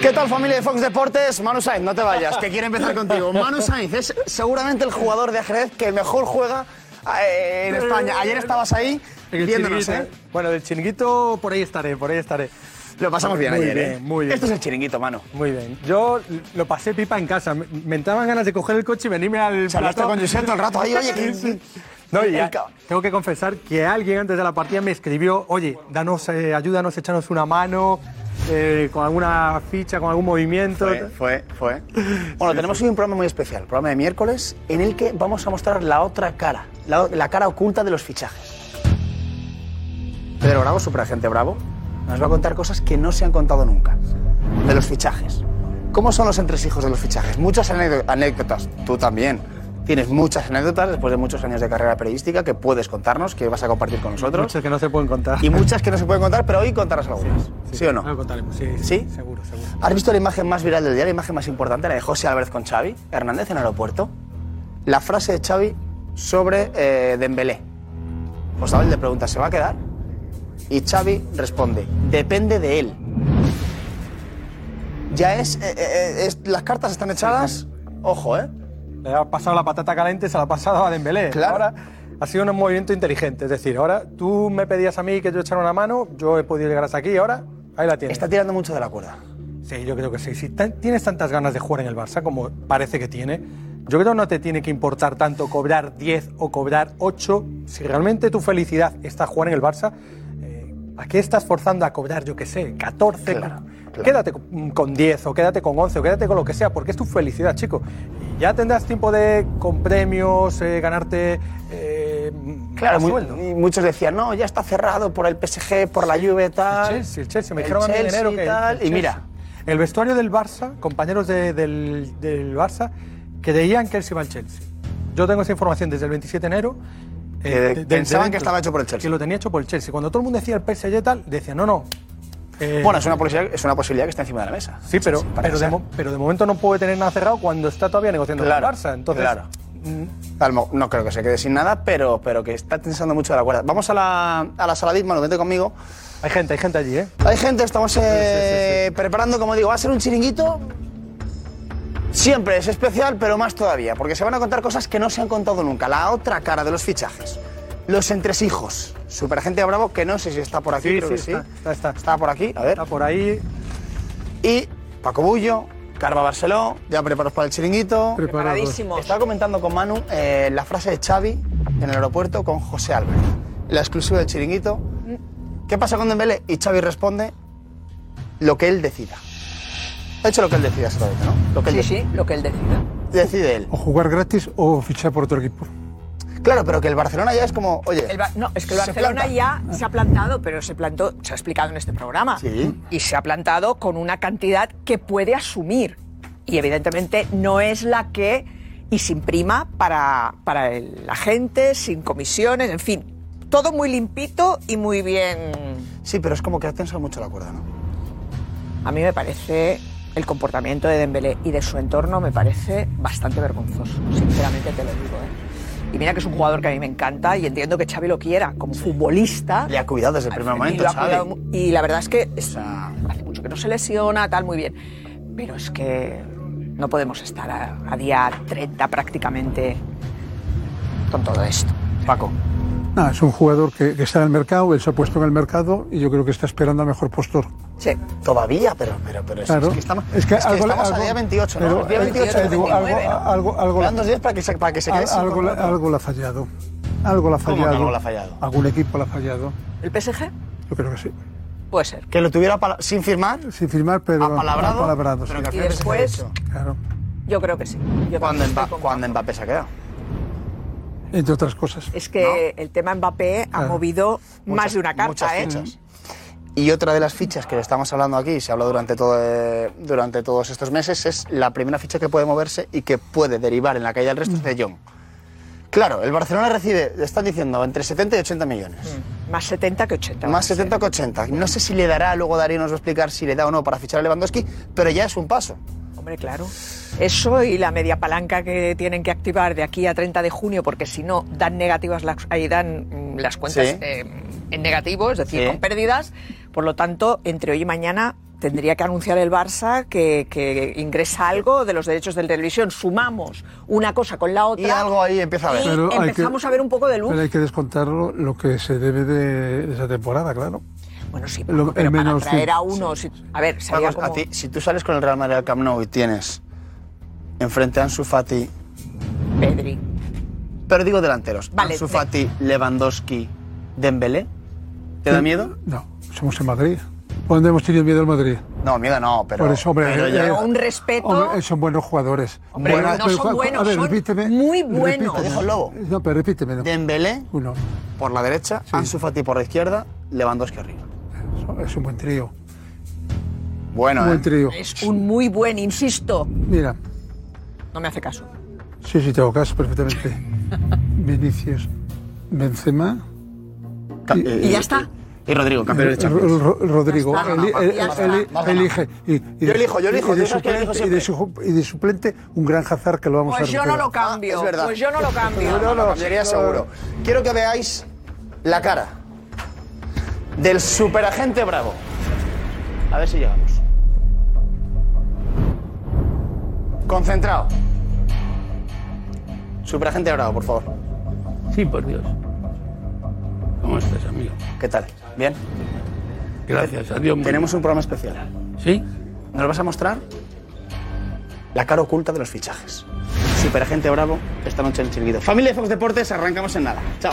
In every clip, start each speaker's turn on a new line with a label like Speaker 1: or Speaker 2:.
Speaker 1: ¿Qué tal familia de Fox Deportes? Manu Sainz, no te vayas, que quiero empezar contigo. Manu Sainz es seguramente el jugador de ajedrez que mejor juega eh, en España. Ayer estabas ahí
Speaker 2: En el
Speaker 1: viéndonos, ¿eh?
Speaker 2: chiringuito, ¿eh? Bueno, del chiringuito por ahí estaré, por ahí estaré.
Speaker 1: Lo pasamos bien
Speaker 2: muy
Speaker 1: ayer,
Speaker 2: bien,
Speaker 1: ¿eh?
Speaker 2: Muy bien.
Speaker 1: Esto es el chiringuito, Manu.
Speaker 2: Muy bien. Yo lo pasé pipa en casa. Me- Me entraban ganas de coger el coche y venirme al
Speaker 1: Charlaste
Speaker 2: plató.
Speaker 1: con Josep todo el rato ahí, oye, que-
Speaker 2: Sí, sí. No, y
Speaker 1: El
Speaker 2: ya,
Speaker 1: ca-
Speaker 2: tengo que confesar que alguien antes de la partida me escribió, oye, danos, eh, ayúdanos, échanos una mano, eh, con alguna ficha, con algún movimiento.
Speaker 1: Fue, fue, fue. Bueno, tenemos hoy un programa muy especial, programa de miércoles, en el que vamos a mostrar la otra cara, la, o- la cara oculta de los fichajes. Pedro Bravo, superagente Bravo, nos va a contar cosas que no se han contado nunca, de los fichajes. ¿Cómo son los entresijos de los fichajes? Muchas anécdo- anécdotas, tú también. Tienes muchas anécdotas después de muchos años de carrera periodística que puedes contarnos, que vas a compartir con nosotros.
Speaker 2: Muchos que no se pueden contar.
Speaker 1: Y muchas que no se pueden contar, pero hoy contarás algunas. ¿Sí, o no?
Speaker 2: Ahora contaremos, sí, sí,
Speaker 1: ¿Sí?
Speaker 2: Seguro, seguro.
Speaker 1: ¿Has visto la imagen más viral del día, la imagen más importante, la de José Álvarez con Xavi Hernández en el aeropuerto? La frase de Xavi sobre eh, Dembélé. José Álvarez le pregunta, ¿se va a quedar? Y Xavi responde, depende de él. Ya es, eh, eh, es- las cartas están echadas, ojo, ¿eh?
Speaker 2: Le ha pasado la patata caliente, se la ha pasado a Dembélé.
Speaker 1: Claro.
Speaker 2: Ahora ha sido un movimiento inteligente. Es decir, ahora tú me pedías a mí que yo echara una mano, yo he podido llegar hasta aquí y ahora ahí la tienes.
Speaker 1: Está tirando mucho de la cuerda.
Speaker 2: Sí, yo creo que sí. Si tan- tienes tantas ganas de jugar en el Barça como parece que tiene, yo creo que no te tiene que importar tanto cobrar 10 o cobrar 8. Si realmente tu felicidad está jugar en el Barça, eh, ¿a qué estás forzando a cobrar, yo qué sé, 14?
Speaker 1: Claro, claro.
Speaker 2: Quédate con- con 10 o quédate con 11 o quédate con lo que sea, porque es tu felicidad, chico. Y ya tendrás tiempo de, con premios, eh, ganarte eh,
Speaker 1: Claro,
Speaker 2: más
Speaker 1: mu-
Speaker 2: sueldo.
Speaker 1: y muchos decían, no, ya está cerrado por el PSG, por la Juve, tal.
Speaker 2: El Chelsea, el Chelsea. Me
Speaker 1: el
Speaker 2: dijeron a mí en
Speaker 1: Chelsea,
Speaker 2: enero que. el
Speaker 1: tal, y
Speaker 2: Chelsea.
Speaker 1: mira,
Speaker 2: El vestuario del Barça, compañeros de- del, del Barça, creían que él se iba al Chelsea. Yo tengo esa información desde el 27 de enero.
Speaker 1: Que
Speaker 3: Eh,
Speaker 1: pensaban que estaba hecho por el Chelsea.
Speaker 2: Que lo tenía hecho por el Chelsea. Cuando todo el mundo decía el PSG y tal, decían, no, no. eh,
Speaker 1: Bueno, es una, posibilidad, es una posibilidad que está encima de la mesa.
Speaker 2: Sí, pero,
Speaker 1: parece
Speaker 2: pero, de,
Speaker 1: ser.
Speaker 2: mo- pero de momento no puede tener nada cerrado cuando está todavía negociando
Speaker 1: Claro,
Speaker 2: con el Barça. Entonces, mm.
Speaker 1: claro. A lo mejor- No creo que se quede sin nada, pero, pero que está tensando mucho de la cuerda. Vamos a la, a la sala VIP, Manu, vente conmigo.
Speaker 2: hay gente, hay gente allí, ¿eh?
Speaker 1: Hay gente, estamos eh, preparando, como digo, va a ser un chiringuito. Siempre es especial, pero más todavía, porque se van a contar cosas que no se han contado nunca. La otra cara de los fichajes. Los entresijos. Superagente Bravo, que no sé si está por aquí,
Speaker 2: Sí,
Speaker 1: creo
Speaker 2: sí,
Speaker 1: que sí.
Speaker 2: está, está, está.
Speaker 1: por aquí, a ver.
Speaker 2: Está por ahí.
Speaker 1: Y Paco Bullo, Carva Barceló, ya preparados para el chiringuito.
Speaker 4: Preparadísimos.
Speaker 1: Estaba comentando con Manu eh, la frase de Xavi en el aeropuerto con José Álvarez. La exclusiva del chiringuito. ¿Qué pasa con Dembélé? Y Xavi responde lo que él decida. Ha hecho lo que él decida, exactamente, ¿no? Lo que él
Speaker 4: Sí,
Speaker 1: decida.
Speaker 4: sí, lo que él decida.
Speaker 1: Decide él.
Speaker 3: o jugar gratis o fichar por otro equipo.
Speaker 1: Claro, pero que el Barcelona ya es como, oye,
Speaker 4: El Ba- no, es que el
Speaker 1: se
Speaker 4: Barcelona
Speaker 1: planta.
Speaker 4: ya se ha plantado, pero se plantó, se ha explicado en este programa.
Speaker 1: Sí.
Speaker 4: Y se ha plantado con una cantidad que puede asumir. Y evidentemente no es la que. Y sin prima para, para el agente, sin comisiones, en fin. Todo muy limpito y muy bien.
Speaker 1: Sí, pero es como que ha tensado mucho la cuerda, ¿no?
Speaker 4: A mí me parece. El comportamiento de Dembélé y de su entorno me parece bastante vergonzoso, sinceramente te lo digo. ¿eh? Y mira que es un jugador que a mí me encanta y entiendo que Xavi lo quiera como futbolista.
Speaker 1: Le ha cuidado desde el primer momento,
Speaker 4: Y, lo ha
Speaker 1: Xavi.
Speaker 4: cuidado mu- y la verdad es que es-
Speaker 1: sea-
Speaker 4: hace mucho que no se lesiona, tal, muy bien. Pero es que no podemos estar a, a día 30 prácticamente con todo esto.
Speaker 1: Paco.
Speaker 3: Nada, es un jugador que, que está en el mercado, él se ha puesto en el mercado y yo creo que está esperando a mejor postor.
Speaker 4: Sí.
Speaker 1: Todavía, pero, pero, pero es-
Speaker 3: Claro.
Speaker 1: es que estamos,
Speaker 3: Es que
Speaker 1: es que
Speaker 3: algo le-
Speaker 1: estamos a
Speaker 3: algo-
Speaker 1: día 28,
Speaker 3: pero,
Speaker 1: ¿no? Día
Speaker 3: eh,
Speaker 1: 28,
Speaker 3: eh, digo, algo-
Speaker 1: 29, ¿no?
Speaker 3: algo- algo-
Speaker 1: Quedan dos días para que se, para que se quede
Speaker 3: Al-
Speaker 1: sin
Speaker 3: algo, le-
Speaker 1: contrato.
Speaker 3: algo le ha fallado. Algo le ha
Speaker 1: ¿Cómo que
Speaker 3: fallado.
Speaker 1: algo le ha fallado?
Speaker 3: Algún equipo le ha fallado.
Speaker 4: ¿El PSG?
Speaker 3: Yo creo que sí.
Speaker 4: Puede ser.
Speaker 1: Que lo tuviera pala- sin firmar,
Speaker 3: Sin firmar, pero.
Speaker 1: apalabrado,
Speaker 3: apalabrado, sí.
Speaker 1: pero que al
Speaker 4: Y
Speaker 1: final se fue
Speaker 4: después-
Speaker 1: hecho.
Speaker 3: Claro.
Speaker 4: Yo creo que sí. Yo
Speaker 1: Cuando,
Speaker 4: también estoy
Speaker 1: Mba-
Speaker 4: con-
Speaker 1: cuando Mbappé se ha quedado.
Speaker 3: Entre otras cosas.
Speaker 4: Es que el tema Mbappé ha
Speaker 3: Claro.
Speaker 4: movido más
Speaker 1: Pues, Ah, Muchas-
Speaker 4: de una carta,
Speaker 1: muchas
Speaker 4: ¿eh?
Speaker 1: fichas. Y otra de las fichas que le estamos hablando aquí, y se habló durante, todo, eh, durante todos estos meses, es la primera ficha que puede moverse y que puede derivar en la caída del resto es de
Speaker 3: Mm.
Speaker 1: Jong. Claro, el Barcelona recibe, le están diciendo, entre 70 y 80 millones.
Speaker 3: Mm.
Speaker 4: Más 70 que 80.
Speaker 1: Más 70 que 80. No sé si le dará, luego Darío nos va a explicar si le da o no para fichar a Lewandowski, pero ya es un paso.
Speaker 4: Hombre, claro. Eso y la media palanca que tienen que activar de aquí a 30 de junio, porque si no dan negativas las, ahí dan mm, las cuentas
Speaker 1: Sí.
Speaker 4: eh, en negativo, es decir,
Speaker 1: Sí.
Speaker 4: con pérdidas. Por lo tanto, entre hoy y mañana tendría que anunciar el Barça que, que ingresa algo de los derechos de televisión. Sumamos una cosa con la otra.
Speaker 1: Y algo ahí empieza a ver.
Speaker 4: Y
Speaker 3: Pero hay que-
Speaker 4: empezamos a ver un poco de luz.
Speaker 3: Pero hay que descontarlo lo que se debe de, de esa temporada, claro.
Speaker 4: Bueno, sí,
Speaker 3: Lo-
Speaker 4: Paco, pero
Speaker 3: en
Speaker 4: para
Speaker 3: menos
Speaker 4: traer
Speaker 3: cien.
Speaker 4: a uno... si- a ver,
Speaker 1: Una
Speaker 4: sería
Speaker 1: cosa,
Speaker 4: como...
Speaker 1: a ti, si tú sales con el Real Madrid al Camp Nou y tienes enfrente a Ansu Fati,
Speaker 4: Pedri.
Speaker 1: pero digo delanteros,
Speaker 4: Vale,
Speaker 1: Ansu
Speaker 4: de-
Speaker 1: Fati, Lewandowski, Dembélé, ¿te da miedo?
Speaker 3: No, somos en Madrid. ¿Cuándo hemos tenido miedo al Madrid?
Speaker 1: No, miedo no, pero,
Speaker 3: Por eso, hombre,
Speaker 1: pero
Speaker 3: eh,
Speaker 1: ya-
Speaker 3: eh,
Speaker 4: Pero un respeto.
Speaker 3: Hombre, eh, son buenos jugadores.
Speaker 4: Hombre,
Speaker 3: Buena-
Speaker 4: no
Speaker 3: pero
Speaker 4: son
Speaker 3: cua- cua-
Speaker 4: buenos,
Speaker 3: a ver,
Speaker 4: son
Speaker 3: repíteme,
Speaker 4: muy buenos.
Speaker 3: repíteme.
Speaker 1: Lo dijo el Lobo.
Speaker 3: No, pero repíteme. no.
Speaker 1: Dembélé
Speaker 3: Uno.
Speaker 1: por la derecha, Ansu Fati por la izquierda, Lewandowski arriba.
Speaker 3: Eso- Es un buen trío.
Speaker 1: Bueno,
Speaker 3: Un
Speaker 1: ¿eh?
Speaker 3: buen trío.
Speaker 4: Es un muy buen, insisto.
Speaker 3: Mira,
Speaker 4: No me hace caso.
Speaker 3: sí, sí, tengo caso perfectamente. Vinicius, Benzema,
Speaker 1: Ca- eh,
Speaker 4: Y ya está.
Speaker 1: Y Rodrigo, campeón de Ah, Champions.
Speaker 3: Ro- Ro- Eh, Rodrigo.
Speaker 4: Ya está,
Speaker 3: Eli-
Speaker 4: ya
Speaker 3: el-
Speaker 4: está,
Speaker 3: el-
Speaker 1: ya está.
Speaker 3: Elige. Y- y de-
Speaker 1: elijo, yo
Speaker 3: y de
Speaker 1: elijo, yo sabes que
Speaker 3: suplente-
Speaker 1: elijo
Speaker 3: Y de, su- y de suplente, un gran Hazard que lo vamos a
Speaker 4: Pues yo no
Speaker 3: recuperar.
Speaker 4: lo cambio.
Speaker 1: Ah, es verdad.
Speaker 4: Pues yo no lo
Speaker 1: No,
Speaker 4: cambio.
Speaker 1: no, no, sería seguro. Quiero que veáis la cara del superagente Bravo. A ver si llegamos. Concentrado. Superagente Bravo, por favor.
Speaker 5: Sí, por Dios. ¿Cómo estás, amigo?
Speaker 1: ¿Qué tal? ¿Bien?
Speaker 5: Gracias a Dios. muy
Speaker 1: Tenemos un programa especial.
Speaker 5: bien. ¿Sí?
Speaker 1: Nos vas a mostrar la cara oculta de los fichajes. Superagente Bravo, esta noche en el chiringuito. Familia de Fox Deportes, arrancamos en nada. Chao.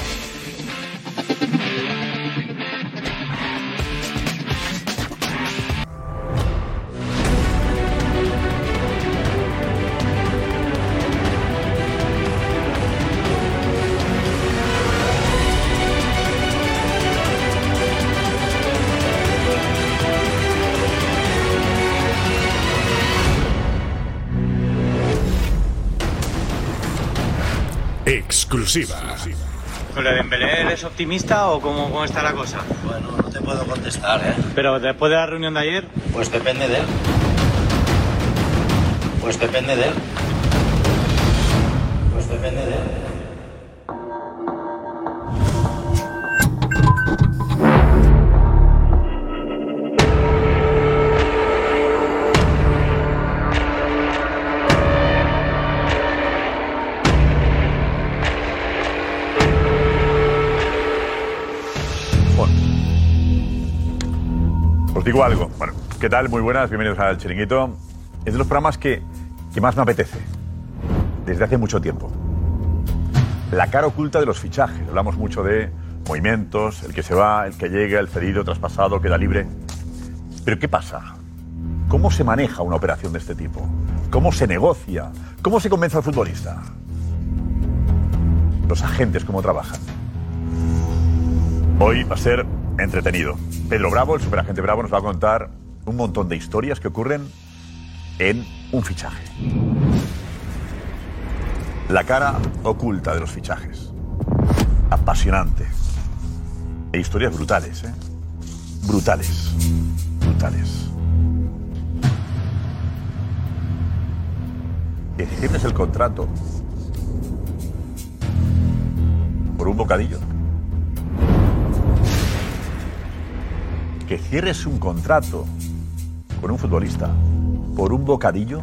Speaker 6: Exclusiva.
Speaker 7: ¿Sobre Dembélé eres optimista o cómo, cómo está la cosa?
Speaker 8: Bueno, no te puedo contestar, ¿eh?
Speaker 7: Pero después de la reunión de ayer,
Speaker 8: Pues depende de él. Pues depende de él. Pues depende de él.
Speaker 9: Os digo algo. Bueno, ¿qué tal? Muy buenas, bienvenidos al Chiringuito. Es de los programas que, que más me apetece. Desde hace mucho tiempo. La cara oculta de los fichajes. Hablamos mucho de movimientos, el que se va, el que llega, el cedido, traspasado, queda libre. Pero ¿qué pasa? ¿Cómo se maneja una operación de este tipo? ¿Cómo se negocia? ¿Cómo se convence al futbolista? Los agentes, ¿cómo trabajan? Hoy va a ser entretenido. Pedro Bravo, el superagente Bravo, nos va a contar un montón de historias que ocurren en un fichaje. La cara oculta de los fichajes. Apasionante. E historias brutales, ¿eh? Brutales. Brutales. En diciembre es el contrato. Por un bocadillo. que cierres un contrato con un futbolista por un bocadillo.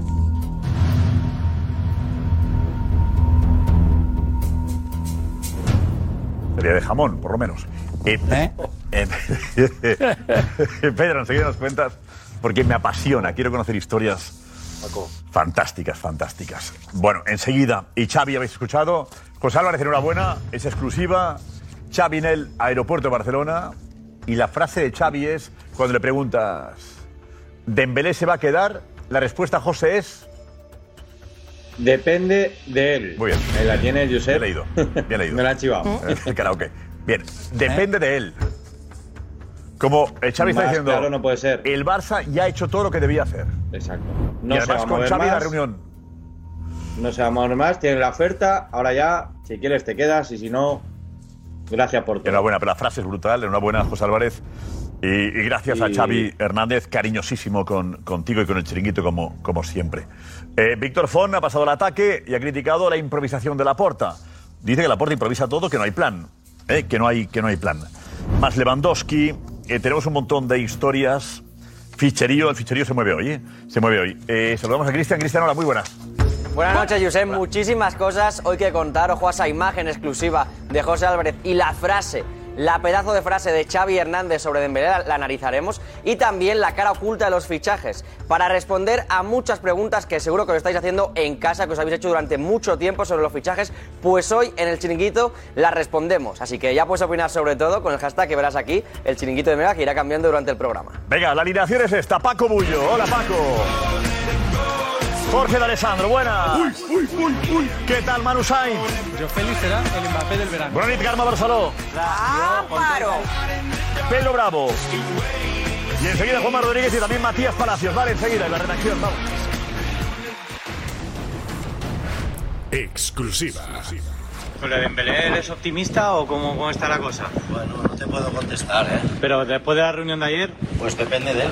Speaker 9: Sería de jamón, por lo menos. Eh, eh, Pedro, enseguida nos cuentas, porque me apasiona, quiero conocer historias fantásticas, fantásticas. Bueno, enseguida, y Xavi, ¿habéis escuchado? José Álvarez, enhorabuena, es exclusiva. Xavi en el aeropuerto de Barcelona. Y la frase de Xavi es, cuando le preguntas, ¿Dembélé se va a quedar? La respuesta, José, es...
Speaker 7: depende de él.
Speaker 9: Muy bien.
Speaker 7: Me la tiene Josep.
Speaker 9: Bien leído, bien leído. Eh,
Speaker 7: Me la ha chivado.
Speaker 9: El karaoke. Bien, depende de él. Como eh, Xavi está
Speaker 6: Más
Speaker 9: diciendo,
Speaker 6: claro no puede ser.
Speaker 9: el Barça ya ha hecho todo lo que debía hacer.
Speaker 6: Exacto.
Speaker 9: y
Speaker 6: No se va
Speaker 9: además
Speaker 6: a
Speaker 9: con
Speaker 6: mover
Speaker 9: Xavi la
Speaker 6: más.
Speaker 9: reunión.
Speaker 6: No se va a mover más, tienen la oferta, ahora ya, si quieres te quedas y si no, gracias por todo.
Speaker 9: Enhorabuena, pero la frase es brutal. Enhorabuena, José Álvarez. Y, y gracias a
Speaker 6: Y-
Speaker 9: Xavi Hernández, cariñosísimo con, contigo y con el chiringuito, como, como siempre. Eh, Víctor Fon ha pasado el ataque y ha criticado la improvisación de Laporta. Dice que Laporta improvisa todo, que no hay plan. eh, que, no hay, que no hay plan. Más Lewandowski, eh, tenemos un montón de historias. Ficherío, el ficherío se mueve hoy. eh, se mueve hoy. Eh, saludamos a Cristian. Cristian, hola, muy buenas.
Speaker 10: Buenas noches, Josep. Muchísimas cosas hoy que contar. Ojo a esa imagen exclusiva de José Álvarez y la frase, la pedazo de frase de Xavi Hernández sobre Dembélé la, la analizaremos y también la cara oculta de los fichajes para responder a muchas preguntas que seguro que os estáis haciendo en casa, que os habéis hecho durante mucho tiempo sobre los fichajes, pues hoy en el chiringuito las respondemos. Así que ya puedes opinar sobre todo con el hashtag que verás aquí, el chiringuito de Mega, que irá cambiando durante el programa.
Speaker 9: Venga, la alineación es esta. Paco Bullo. Hola, Paco. Jorge de Alessandro, buenas. Uy, uy, uy, uy. ¿Qué tal, Manu Sainz? Yo feliz será el Mbappé del verano. Bronit Garma Barceló.
Speaker 4: ¡Amparo!
Speaker 9: Pedro Bravo. Y enseguida Juanma Rodríguez y también Matías Palacios. Vale, enseguida en la redacción. Vamos.
Speaker 11: Exclusiva.
Speaker 7: ¿Sobre Dembélé eres optimista o cómo, cómo está la cosa? Bueno, no te puedo contestar, ¿eh? Pero después de la reunión de ayer... Pues depende de él.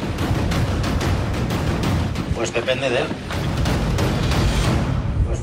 Speaker 8: Pues depende de él. Pues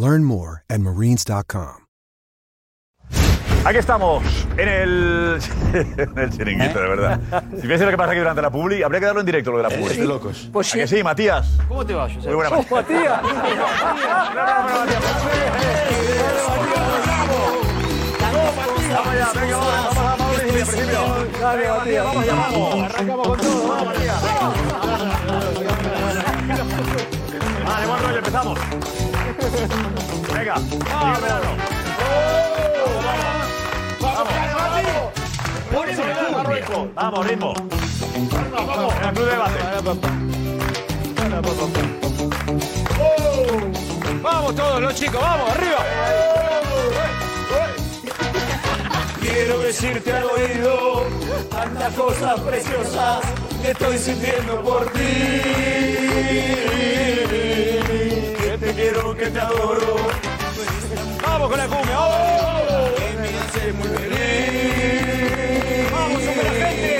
Speaker 12: Learn more at marines.com.
Speaker 9: Aquí estamos, en el, en el chiringuito, de verdad. Si viese lo que pasa aquí durante la publi, habría que darlo en directo lo de la publi.
Speaker 5: Es de locos.
Speaker 9: Pues sí. sí, Matías?
Speaker 5: ¿Cómo te vas, Josep?
Speaker 9: Muy buena, Matías. Vale, buen rollo, empezamos. Venga, llega el verano. Vamos, vamos, ritmo. Vamos, ritmo. En el club de debate.
Speaker 5: Oh, Vamos todos los chicos, vamos, arriba. Quiero decirte al oído tantas cosas preciosas que estoy sintiendo por ti. Que te quiero, que te adoro. Vamos con la cumbia. ¡oh! Que me hace muy feliz. Vamos, super gente.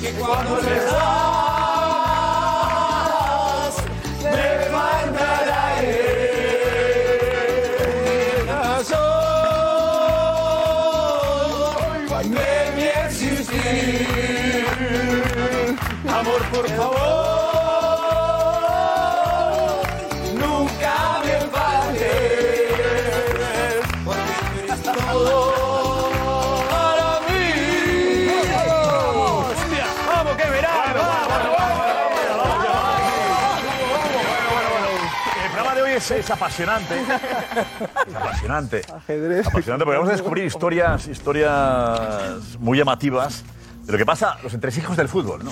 Speaker 5: Que cuando te vas, me manda al aire. Razón de mi existir. Amor, por favor, nunca me faltes. Porque tú eres todo para mí. Hostia, ¡Vamos, que verano! ¡Vamos,
Speaker 9: El programa de hoy es, es apasionante. Es apasionante. Apasionante porque vamos a descubrir historias, historias muy llamativas de lo que pasa, los entresijos del fútbol, ¿no?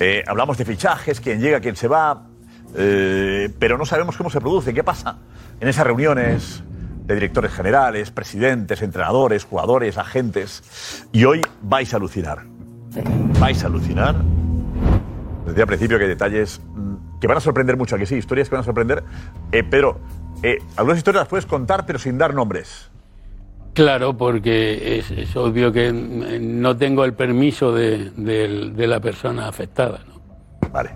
Speaker 9: Eh, hablamos de fichajes, quién llega, quién se va, eh, pero no sabemos cómo se produce, qué pasa en esas reuniones de directores generales, presidentes, entrenadores, jugadores, agentes. Y hoy vais a alucinar. Vais a alucinar. Decía al principio que hay detalles mm, que van a sorprender mucho, ¿a que sí, historias que van a sorprender. Eh, Pedro, eh, algunas historias las puedes contar, pero sin dar nombres.
Speaker 5: Claro, porque es, es obvio que mm, no tengo el permiso de, del- de la persona afectada. ¿no?
Speaker 9: Vale.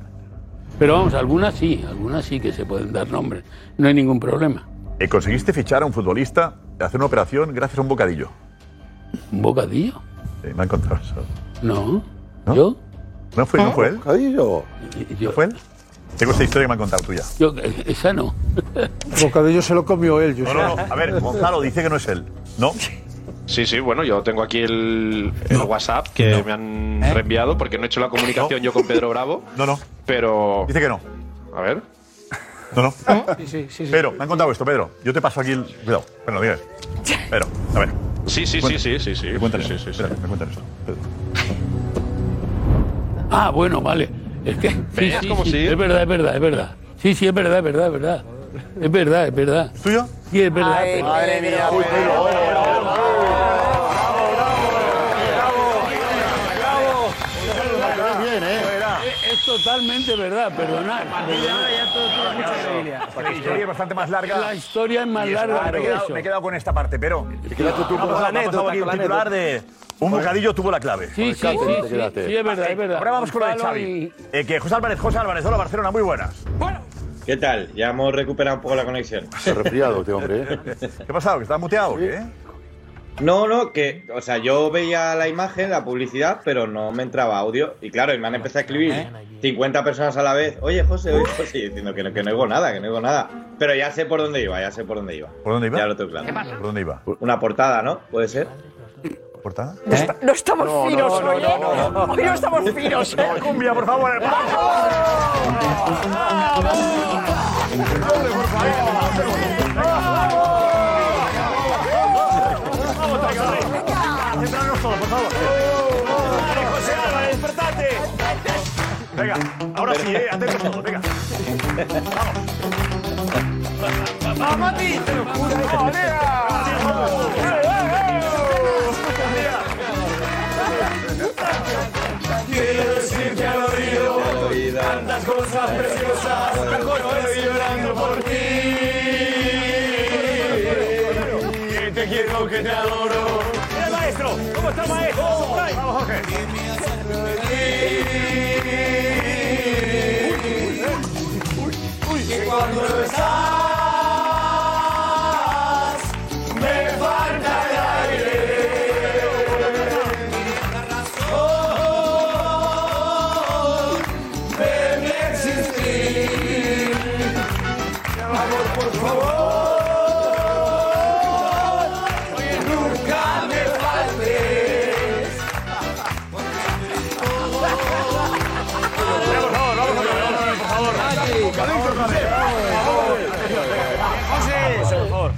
Speaker 5: Pero vamos, algunas sí, algunas sí que se pueden dar nombres. No hay ningún problema.
Speaker 9: Eh, conseguiste fichar a un futbolista, hacer una operación gracias a un bocadillo.
Speaker 5: ¿Un bocadillo?
Speaker 9: Eh, me han contado eso.
Speaker 5: No. ¿Yo?
Speaker 9: ¿No fue, no
Speaker 5: Ah,
Speaker 9: fue él? ¿Bocadillo?
Speaker 5: ¿No
Speaker 9: fue él? Tengo esta historia que me han contado tuya.
Speaker 5: Yo, eh, esa no.
Speaker 3: Ah, Bocadillo se lo comió él, yo
Speaker 9: No, no, no. A ver, Gonzalo dice que no es él. No.
Speaker 11: Sí, sí, bueno, yo tengo aquí el, el WhatsApp que me han reenviado porque no he hecho la comunicación yo con Pedro Bravo.
Speaker 9: No, no.
Speaker 11: Pero.
Speaker 9: Dice que no.
Speaker 11: A ver.
Speaker 9: No, no. Pero, me han contado esto, Pedro. Yo te paso aquí el. Cuidado, pero lo digas. Pero, a ver.
Speaker 11: Sí, sí, sí, sí, sí, sí.
Speaker 9: Cuéntanos.
Speaker 11: Sí, sí, sí.
Speaker 9: Me cuentan esto.
Speaker 13: Ah, bueno, vale. Es que. Sí,
Speaker 11: ¿Ves
Speaker 13: sí,
Speaker 11: cómo
Speaker 13: sí.
Speaker 11: sí?
Speaker 13: Es verdad, es verdad, es verdad. Sí, sí, es verdad, es verdad, es verdad. Es verdad, es verdad. ¿Es
Speaker 9: tuyo?
Speaker 13: Sí, es verdad. pero- Es- Es totalmente verdad, perdonad.
Speaker 9: Porque la historia es bastante más larga.
Speaker 13: La historia es más
Speaker 9: Y eso,
Speaker 13: larga
Speaker 9: Me he,
Speaker 13: que
Speaker 9: quedado,
Speaker 13: eso.
Speaker 9: me he quedado con esta parte, pero. Ah,
Speaker 13: quedaste tú
Speaker 9: Vamos
Speaker 13: con la
Speaker 9: a- vamos a
Speaker 13: anécdota,
Speaker 9: poner
Speaker 13: con
Speaker 9: un
Speaker 13: la
Speaker 9: titular de.
Speaker 13: anécdota.
Speaker 9: Un bocadillo tuvo la clave.
Speaker 13: Sí, sí, sí, sí, sí, es verdad, es verdad.
Speaker 9: Ahora vamos con lo de
Speaker 13: Gonzalo
Speaker 9: Xavi. Eh, que José Álvarez, José Álvarez, hola Barcelona, muy buenas.
Speaker 6: ¿Qué tal? Ya hemos recuperado un poco la conexión.
Speaker 9: Se ha resfriado este hombre, ¿eh? ¿Qué ha pasado? ¿Que está muteado? o ¿Qué?
Speaker 6: No, no, que, o sea, yo veía la imagen, la publicidad, pero no me entraba audio. Y claro, y me han empezado a escribir 50 personas a la vez. Oye, José, oye, José, y diciendo que no, que no oigo nada, que no oigo nada. Pero ya sé por dónde iba, ya sé por dónde iba.
Speaker 9: ¿Por dónde iba?
Speaker 6: Ya lo tengo claro.
Speaker 9: ¿Por dónde iba?
Speaker 6: Una portada, ¿no? ¿Puede ser? ¿Eh?
Speaker 9: ¿Portada?
Speaker 4: No estamos
Speaker 6: No, no,
Speaker 4: finos
Speaker 6: no,
Speaker 4: hoy,
Speaker 6: no,
Speaker 4: ¿eh? Hoy no estamos finos, ¿eh?
Speaker 9: cumbia, por favor, Centrarnos todos, por favor. Dale, José Álvarez, despertate. Venga, ahora sí, eh, atentos todos, venga.
Speaker 5: ¡Vamos a ti! ¡Te lo juro! Quiero decirte al oído tantas cosas preciosas, pero estoy llorando por ti. Que te quiero, que te adoro. ¡El maestro! ¿Cómo está el maestro? ¡Vamos, Jorge! Que cuando estás me falta el aire. de mi existir. Amor, por favor, oye, nunca me faltes.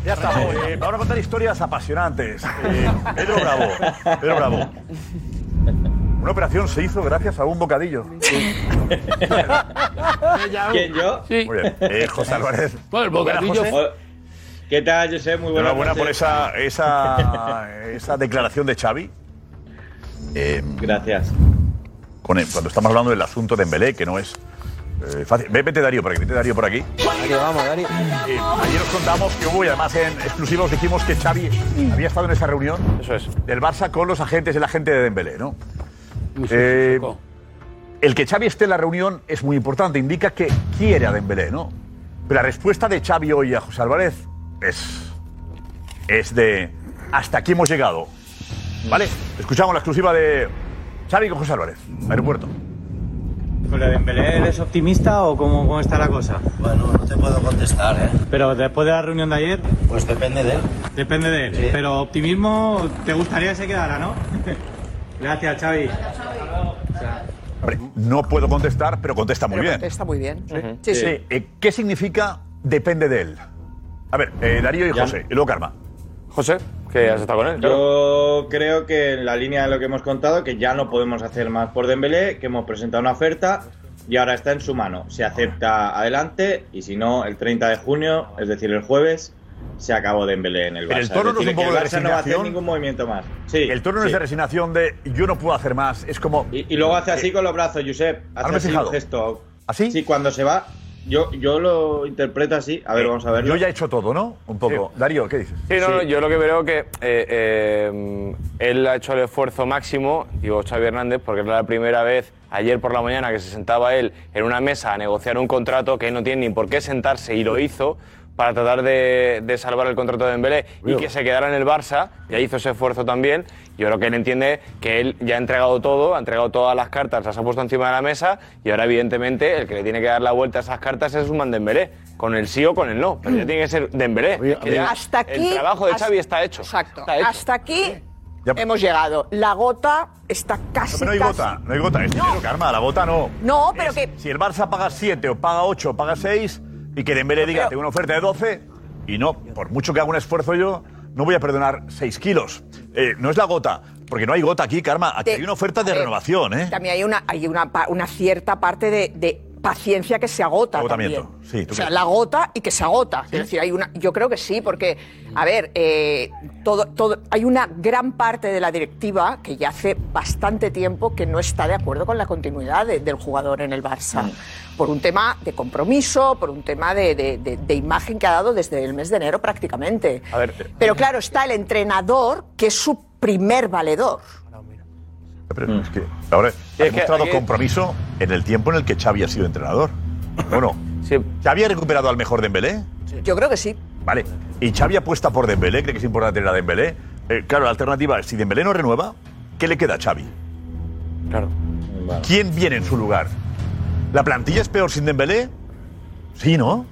Speaker 9: Ya está. eh, vamos a contar historias apasionantes. Eh, Pedro Bravo. Pedro Bravo. Una operación se hizo gracias a un bocadillo.
Speaker 6: ¿Quién, yo?
Speaker 13: Sí.
Speaker 9: Muy bien. Eh, José Álvarez. Buenas, José.
Speaker 6: Hola, ¿Qué tal, José? Muy buenas
Speaker 9: Enhorabuena
Speaker 6: noches.
Speaker 9: por esa, esa, esa declaración de Xavi.
Speaker 6: Gracias.
Speaker 9: Em, cuando estamos hablando del asunto de Embelé, que no es eh, fácil. Ve- Vete Darío por aquí, vete Darío por aquí.
Speaker 1: vamos,
Speaker 9: Eh, ayer os contamos que hubo, y además en exclusiva os dijimos que Xavi había estado en esa reunión del Barça con los agentes, el agente de Dembélé, ¿no? Eh, el que Xavi esté en la reunión es muy importante, indica que quiere a Dembélé, ¿no? Pero la respuesta de Xavi hoy a José Álvarez es, es de hasta aquí hemos llegado, Mm. ¿vale? Escuchamos la exclusiva de Xavi con José Álvarez, aeropuerto.
Speaker 7: ¿Con lo de Dembélé eres optimista o cómo, cómo está la cosa? Bueno, no te puedo contestar, ¿eh? ¿Pero después de la reunión de ayer? Pues depende de él. Depende de él. Pero optimismo, ¿te gustaría que se quedara, no? Gracias, Xavi.
Speaker 9: Hombre, no puedo contestar, pero contesta muy
Speaker 4: Pero
Speaker 9: bien.
Speaker 4: Está muy bien.
Speaker 9: Sí,
Speaker 4: Sí, sí.
Speaker 9: eh, ¿Qué significa depende de él? A ver, eh, Darío y
Speaker 6: Ya.
Speaker 9: José, y luego Karma.
Speaker 14: José, que has estado con él. claro.
Speaker 6: Yo creo que en la línea de lo que hemos contado, que ya no podemos hacer más por Dembélé, que hemos presentado una oferta y ahora está en su mano. Se acepta adelante y si no, el 30 de junio, es decir, el jueves, se acabó Dembélé en el Barça.
Speaker 9: Pero el tono no es
Speaker 6: decir,
Speaker 9: un poco
Speaker 6: que
Speaker 9: de
Speaker 6: el Barça no va a hacer
Speaker 9: resignación.
Speaker 6: ningún movimiento más.
Speaker 9: el tono no es
Speaker 6: sí.
Speaker 9: de resignación de yo no puedo hacer más, es como. Eh,
Speaker 6: Y luego hace así con los brazos, Josep.
Speaker 9: Ahora
Speaker 6: Hace
Speaker 9: me he
Speaker 6: así
Speaker 9: fijado.
Speaker 6: un gesto.
Speaker 9: ¿Así?
Speaker 6: Sí, cuando se va. Yo, yo lo interpreto así. A ver, vamos a verlo.
Speaker 9: Eh, Yo ya he hecho todo, ¿no? Un poco. Darío, ¿qué dices?
Speaker 14: Sí, no, no, yo lo que veo que eh, eh, él ha hecho el esfuerzo máximo, digo Xavi Hernández, porque era la primera vez ayer por la mañana que se sentaba él en una mesa a negociar un contrato que él no tiene ni por qué sentarse y lo hizo para tratar de, de salvar el contrato de Dembélé y que se quedara en el Barça, ya hizo ese esfuerzo también. Yo creo que él entiende que él ya ha entregado todo, ha entregado todas las cartas, las ha puesto encima de la mesa y ahora evidentemente el que le tiene que dar la vuelta a esas cartas es Usman Dembélé, con el sí o con el no, pero ya tiene que ser Dembélé. que ya
Speaker 4: Hasta aquí-
Speaker 14: el trabajo de
Speaker 4: hasta-
Speaker 14: Xavi está hecho.
Speaker 4: Exacto.
Speaker 14: Está hecho.
Speaker 4: Hasta aquí hemos llegado. La gota está casi.
Speaker 9: No hay
Speaker 4: casi-
Speaker 9: gota, no hay Este gota. Es dinero, Karma, la gota no.
Speaker 4: No, pero
Speaker 9: Es-
Speaker 4: que.
Speaker 9: Si el Barça paga 7 o paga 8 o paga 6 y que Dembélé diga, tengo una oferta de 12 y no, por mucho que haga un esfuerzo yo, no voy a perdonar 6 kilos. Eh, no es la gota, porque no hay gota aquí, Karma. Aquí
Speaker 4: Te-
Speaker 9: hay una oferta de
Speaker 4: a ver,
Speaker 9: renovación, ¿eh?
Speaker 4: También hay una, hay una, pa- una cierta parte de, de paciencia que se agota.
Speaker 9: Agotamiento,
Speaker 4: también.
Speaker 9: sí, ¿tú
Speaker 4: o sea,
Speaker 9: crees?
Speaker 4: la gota y que se agota. Es decir, hay una, yo creo que sí, porque, a ver, eh, todo, todo, hay una gran parte de la directiva que ya hace bastante tiempo que no está de acuerdo con la continuidad de- del jugador en el Barça.
Speaker 9: Mm.
Speaker 4: Por un tema de compromiso, por un tema de, de- de- de imagen que ha dado desde el mes de enero prácticamente.
Speaker 14: A ver,
Speaker 9: eh,
Speaker 4: Pero claro, está el entrenador, que es su primer valedor.
Speaker 9: Pero es que ahora ha demostrado
Speaker 14: aquí-
Speaker 9: compromiso en el tiempo en el que Xavi ha sido entrenador. Bueno, ¿Xavi ha recuperado al mejor Dembélé?
Speaker 4: Yo creo que sí.
Speaker 9: Vale. ¿Y Xavi apuesta por Dembélé? ¿Cree que es importante tener a Dembélé? Eh, claro, la alternativa es, si Dembélé no renueva, ¿qué le queda a Xavi?
Speaker 14: Claro.
Speaker 9: ¿Quién viene en su lugar? ¿La plantilla es peor sin Dembélé? Sí, ¿no?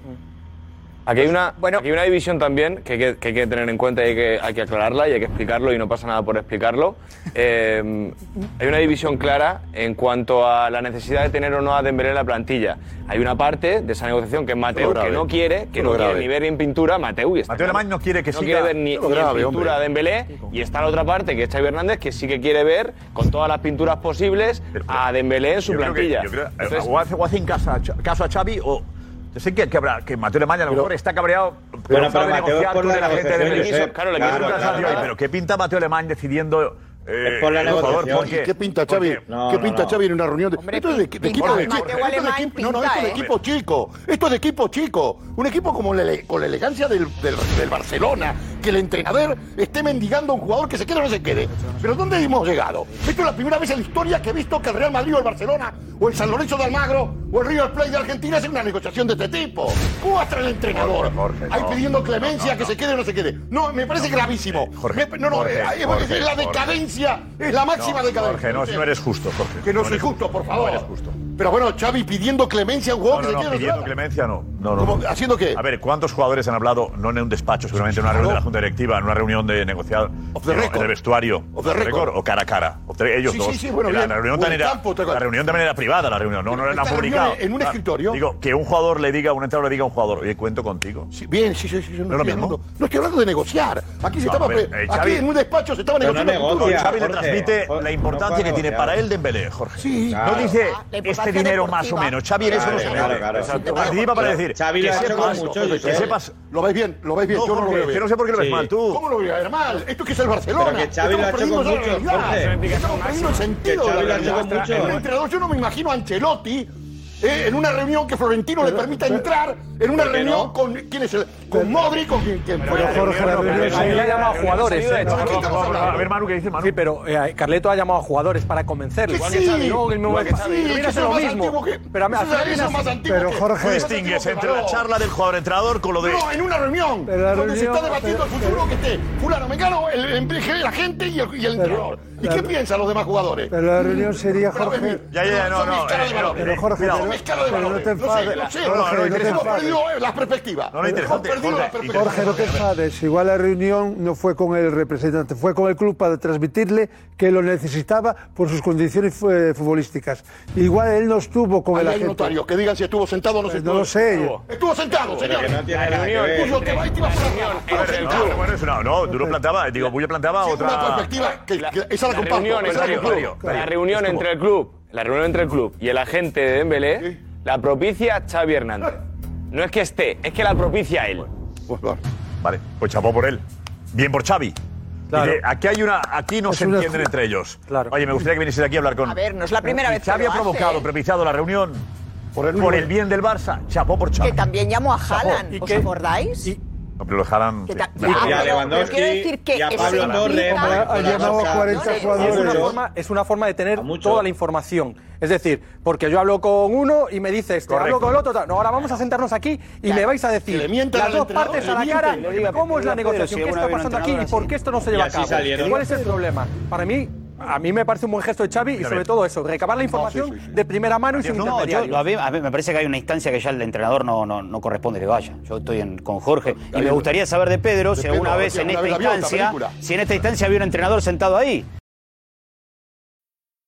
Speaker 14: Aquí hay
Speaker 4: Pues,
Speaker 14: una, aquí hay una división también que hay que, que hay que tener en cuenta y hay que, hay que aclararla y hay que explicarlo y no pasa nada por explicarlo. Eh, hay una división clara en cuanto a la necesidad de tener o no a Dembélé en la plantilla. Hay una parte de esa negociación que es Mateu,
Speaker 9: grave.
Speaker 14: que no quiere, que
Speaker 9: Lo
Speaker 14: no
Speaker 9: grave.
Speaker 14: quiere ni ver en pintura a Mateu. Y está
Speaker 9: Mateo
Speaker 14: claro.
Speaker 9: Alemán no quiere que
Speaker 14: no
Speaker 9: siga.
Speaker 14: quiere ver ni,
Speaker 9: Lo
Speaker 14: ni
Speaker 9: grave,
Speaker 14: en pintura
Speaker 9: hombre.
Speaker 14: a Dembélé y está la otra parte que es Xavi Hernández que sí que quiere ver con todas las pinturas posibles a Dembélé en su
Speaker 9: Yo creo que-
Speaker 14: plantilla.
Speaker 9: yo creo-
Speaker 14: Entonces-
Speaker 9: o hace, o hace en casa a Ch- caso a Xavi o... Yo sé que, que habrá, que Mateo Alemán a lo mejor está cabreado.
Speaker 6: Bueno,
Speaker 9: sabe
Speaker 6: pero Mateo es
Speaker 9: negociar,
Speaker 6: por
Speaker 9: tú
Speaker 6: la
Speaker 9: eres agente de
Speaker 6: negociación,
Speaker 9: Benítez.
Speaker 6: Josep.
Speaker 9: Claro, le
Speaker 6: Claro,
Speaker 9: quiero una
Speaker 6: claro,
Speaker 9: sanción.
Speaker 6: claro.
Speaker 9: Pero ¿qué pinta Mateo Alemán decidiendo... eh,
Speaker 6: por la
Speaker 9: el jugador?
Speaker 6: negociación.
Speaker 9: ¿Por qué?
Speaker 15: ¿Qué pinta
Speaker 9: ¿Por
Speaker 15: Xavi?
Speaker 9: qué? No,
Speaker 15: ¿Qué
Speaker 9: no,
Speaker 15: pinta
Speaker 9: no.
Speaker 15: Xavi en una reunión? de- esto es de, de equipo de chico.
Speaker 4: Mateo
Speaker 15: Esto es de
Speaker 4: Alemán
Speaker 15: equipo- no, no,
Speaker 4: pinta,
Speaker 15: esto es de
Speaker 4: ¿eh?
Speaker 15: equipo chico. Esto es de equipo chico. Un equipo como la ele- con la elegancia del, del- del Barcelona. Que el entrenador esté mendigando a un jugador que se quede o no se quede. Pero ¿dónde hemos llegado? Esto es la primera vez en la historia que he visto que el Real Madrid o el Barcelona o el San Lorenzo de Almagro o el River Plate de Argentina hacen una negociación de este tipo. ¿Cómo va a estar el entrenador? Ahí pidiendo clemencia, que se quede o no se quede. No, me parece gravísimo. Me- no, no,
Speaker 9: Jorge,
Speaker 15: eh, es,
Speaker 9: Jorge,
Speaker 15: es la
Speaker 9: Jorge.
Speaker 15: decadencia. Es la máxima
Speaker 9: no,
Speaker 15: decadencia.
Speaker 9: Jorge, no, no eres justo, Jorge.
Speaker 15: Que no
Speaker 9: eres
Speaker 15: soy justo, por favor.
Speaker 9: No eres justo.
Speaker 15: Pero bueno, Xavi pidiendo clemencia a un
Speaker 9: No,
Speaker 15: jugador
Speaker 9: no,
Speaker 15: que
Speaker 9: no,
Speaker 15: se quede
Speaker 9: pidiendo
Speaker 15: no
Speaker 9: clemencia no. no, no, no.
Speaker 15: ¿Haciendo qué?
Speaker 9: A ver, ¿cuántos jugadores han hablado, no en un despacho, seguramente en una reunión de la Junta Directiva, en una reunión de negociado, sino en el vestuario,
Speaker 15: Off the
Speaker 9: ¿Off the
Speaker 15: record.
Speaker 9: record o cara a cara? Off the- ellos
Speaker 15: Sí,
Speaker 9: dos.
Speaker 15: sí, sí, bueno,
Speaker 9: la,
Speaker 15: bien.
Speaker 9: la reunión
Speaker 15: O en
Speaker 9: también era,
Speaker 15: campo, tal cual.
Speaker 9: la reunión también era privada, la reunión, no, no era
Speaker 15: Esta reunión
Speaker 9: publicada.
Speaker 15: en un
Speaker 9: escritorio. Digo, que un jugador le diga, un entrenador le diga a un jugador, oye, cuento contigo.
Speaker 15: bien, sí, sí, sí. No,
Speaker 9: es lo
Speaker 15: estoy
Speaker 9: mismo.
Speaker 15: hablando- no estoy hablando de negociar. Aquí se
Speaker 9: No,
Speaker 15: estaba.
Speaker 9: a ver,
Speaker 15: pre-
Speaker 9: eh,
Speaker 15: aquí
Speaker 9: Xavi-
Speaker 15: en un despacho se estaba
Speaker 9: Pero
Speaker 15: negociando.
Speaker 9: no
Speaker 15: el futuro.
Speaker 9: negocia, Xavi le Jorge. transmite Jorge, la importancia no puede que tiene negociar. para él Dembélé, Jorge.
Speaker 15: Sí.
Speaker 9: No dice este dinero más o menos. Xavi en eso no se
Speaker 6: Claro,
Speaker 9: mete.
Speaker 6: claro.
Speaker 9: Exacto. Participa para decir. que sepas-
Speaker 15: ¿eh?
Speaker 9: Que sepas.
Speaker 15: Lo veis bien, lo veis bien.
Speaker 9: No,
Speaker 15: yo no lo
Speaker 9: Jorge,
Speaker 15: veo bien.
Speaker 9: que no sé por qué lo ves Sí. mal tú.
Speaker 15: ¿Cómo lo voy a ver mal? Esto que es el Barcelona.
Speaker 9: Pero que Xavi lo ha hecho
Speaker 15: perdiendo
Speaker 9: con
Speaker 15: la
Speaker 9: mucho,
Speaker 15: realidad.
Speaker 9: Jorge.
Speaker 15: Estamos perdiendo el sentido
Speaker 9: Que
Speaker 15: de la
Speaker 9: Xavi lo ha hecho con
Speaker 15: realidad.
Speaker 9: mucho.
Speaker 15: Un entrenador, yo no me imagino a Ancelotti. eh, en una reunión que Florentino le permita entrar, en una
Speaker 9: ¿por qué
Speaker 15: reunión
Speaker 9: no?
Speaker 15: con quién es el, con Modric, con quien, quien fuera.
Speaker 2: Carleto ha llamado a jugadores.
Speaker 15: ¿De
Speaker 2: ¿eh?
Speaker 15: qué estamos hablando?
Speaker 2: A ver, Manu, ¿qué dice Manu? Sí, pero eh, Carleto ha llamado a jugadores para convencerlo.
Speaker 15: Que
Speaker 2: Igual que
Speaker 15: sí,
Speaker 2: Xavi, ¿no? El mismo
Speaker 15: igual que
Speaker 2: Xavi.
Speaker 15: Xavi, que
Speaker 2: Hubiera
Speaker 15: eso
Speaker 2: sido
Speaker 15: es
Speaker 2: lo
Speaker 15: más
Speaker 2: mismo.
Speaker 15: antiguo que-
Speaker 2: Pero a mí-
Speaker 15: eso
Speaker 2: al final
Speaker 15: es
Speaker 2: viene
Speaker 15: más
Speaker 2: así.
Speaker 15: antiguo Pero, que- Jorge,
Speaker 9: Tú distingues entre la charla del jugador entrenador con lo de.
Speaker 15: No, en una reunión. donde se
Speaker 9: reunión-
Speaker 15: está debatiendo el futuro que esté fulano, mengano, el, el, el- la gente y el, y el entrenador. ¿Y qué piensan los demás jugadores?
Speaker 3: Pero la reunión sería, Jorge.
Speaker 9: Ya, ya, ya, no,
Speaker 15: Son mis
Speaker 9: no.
Speaker 15: caras de
Speaker 9: eh,
Speaker 15: valores.
Speaker 3: Pero Jorge,
Speaker 15: Son
Speaker 3: pero-
Speaker 15: mis caras de
Speaker 3: pero no te
Speaker 15: valores. sé,
Speaker 3: enfades.
Speaker 15: no sé.
Speaker 3: No, no, no
Speaker 15: Hemos
Speaker 3: interesante.
Speaker 15: perdido eh, las perspectivas.
Speaker 9: No, no, interesante,
Speaker 15: Hemos perdido
Speaker 9: Jorge,
Speaker 15: las perspectivas.
Speaker 3: Jorge, no te enfades. Igual la reunión no fue con el representante, fue con el club para transmitirle que lo necesitaba por sus condiciones eh, futbolísticas. Igual él no estuvo con el
Speaker 15: Ahí hay
Speaker 3: agente.
Speaker 15: notarios que digan si estuvo sentado o no
Speaker 3: Pues
Speaker 15: se
Speaker 3: no lo sé.
Speaker 15: Estuvo sentado, señor.
Speaker 9: que no tiene nada que ver.
Speaker 15: Puyo, te va y te va por la mano. Estuvo sentado.
Speaker 9: No, bueno, eso no, no, tú lo planteabas, digo, Puyo planteaba
Speaker 15: Una
Speaker 9: otra.
Speaker 15: perspectiva que, que esa la
Speaker 14: la
Speaker 15: comparto.
Speaker 14: reunión,
Speaker 9: Pues
Speaker 15: esa
Speaker 14: entre
Speaker 15: la
Speaker 14: el
Speaker 15: comparto.
Speaker 14: club, la reunión entre el club, la reunión entre el club y el agente de Dembélé, la propicia Xavi Hernández. No es que esté, es que la propicia él.
Speaker 9: Vale, pues chapó por él. Bien por Xavi. Dice, aquí hay una, aquí no
Speaker 14: Es
Speaker 9: se
Speaker 14: una-
Speaker 9: entienden entre ellos. Oye, me gustaría que vinieses aquí a hablar con.
Speaker 4: A ver, no es la primera
Speaker 9: Y
Speaker 4: vez que
Speaker 9: Xavi
Speaker 4: lo
Speaker 9: ha
Speaker 4: hace,
Speaker 9: provocado,
Speaker 4: ¿eh?
Speaker 9: propiciado la reunión por el, bien del Barça. Chapó por
Speaker 4: Que
Speaker 9: Xavi.
Speaker 4: también llamó a Haaland,
Speaker 9: ¿Y
Speaker 4: ¿os
Speaker 9: qué?
Speaker 4: acordáis?
Speaker 9: No, pero lo dejarán.
Speaker 4: Que
Speaker 9: sí.
Speaker 4: ta- Ah, pero- pero quiero decir que
Speaker 9: y a
Speaker 4: eso
Speaker 9: Pablo
Speaker 4: implica-
Speaker 9: Torres,
Speaker 4: ¿eh?
Speaker 2: Ha llamado a 40 jugadores. Es una,
Speaker 9: Muchos.
Speaker 2: forma, es una forma de tener toda la información. Es decir, porque yo hablo con uno y me dice esto, hablo
Speaker 9: Correcto.
Speaker 2: con el otro. tal. No, ahora vamos a sentarnos aquí y me vais a
Speaker 9: Que
Speaker 2: decir
Speaker 9: le mientan
Speaker 2: las
Speaker 9: al
Speaker 2: dos
Speaker 9: entrenador,
Speaker 2: partes
Speaker 9: le
Speaker 2: a la
Speaker 9: mienten,
Speaker 2: cara,
Speaker 9: le digan,
Speaker 2: cómo es la
Speaker 9: "Mira, Pedro,
Speaker 2: negociación,
Speaker 9: si
Speaker 2: qué
Speaker 9: alguna
Speaker 2: está
Speaker 9: vez un
Speaker 2: pasando aquí y
Speaker 9: entrenador
Speaker 2: por
Speaker 9: así".
Speaker 2: qué esto no se
Speaker 9: Y
Speaker 2: lleva a
Speaker 9: así
Speaker 2: cabo.
Speaker 9: salieron.
Speaker 2: ¿Cuál es el problema? Para mí, a mí me parece un buen gesto de Xavi y sobre todo eso, recabar la información de primera mano y sin
Speaker 16: No, yo,
Speaker 2: intermediarios.
Speaker 16: a mí, a mí me parece que hay una instancia que ya el entrenador no, no, no corresponde que vaya. Yo estoy en- con Jorge y me gustaría saber de Pedro
Speaker 15: De
Speaker 16: si alguna
Speaker 15: Pedro,
Speaker 16: vez
Speaker 15: si
Speaker 16: en
Speaker 15: alguna
Speaker 16: esta
Speaker 15: vez la vio esta
Speaker 16: instancia,
Speaker 15: película.
Speaker 16: si en esta instancia había un entrenador sentado ahí.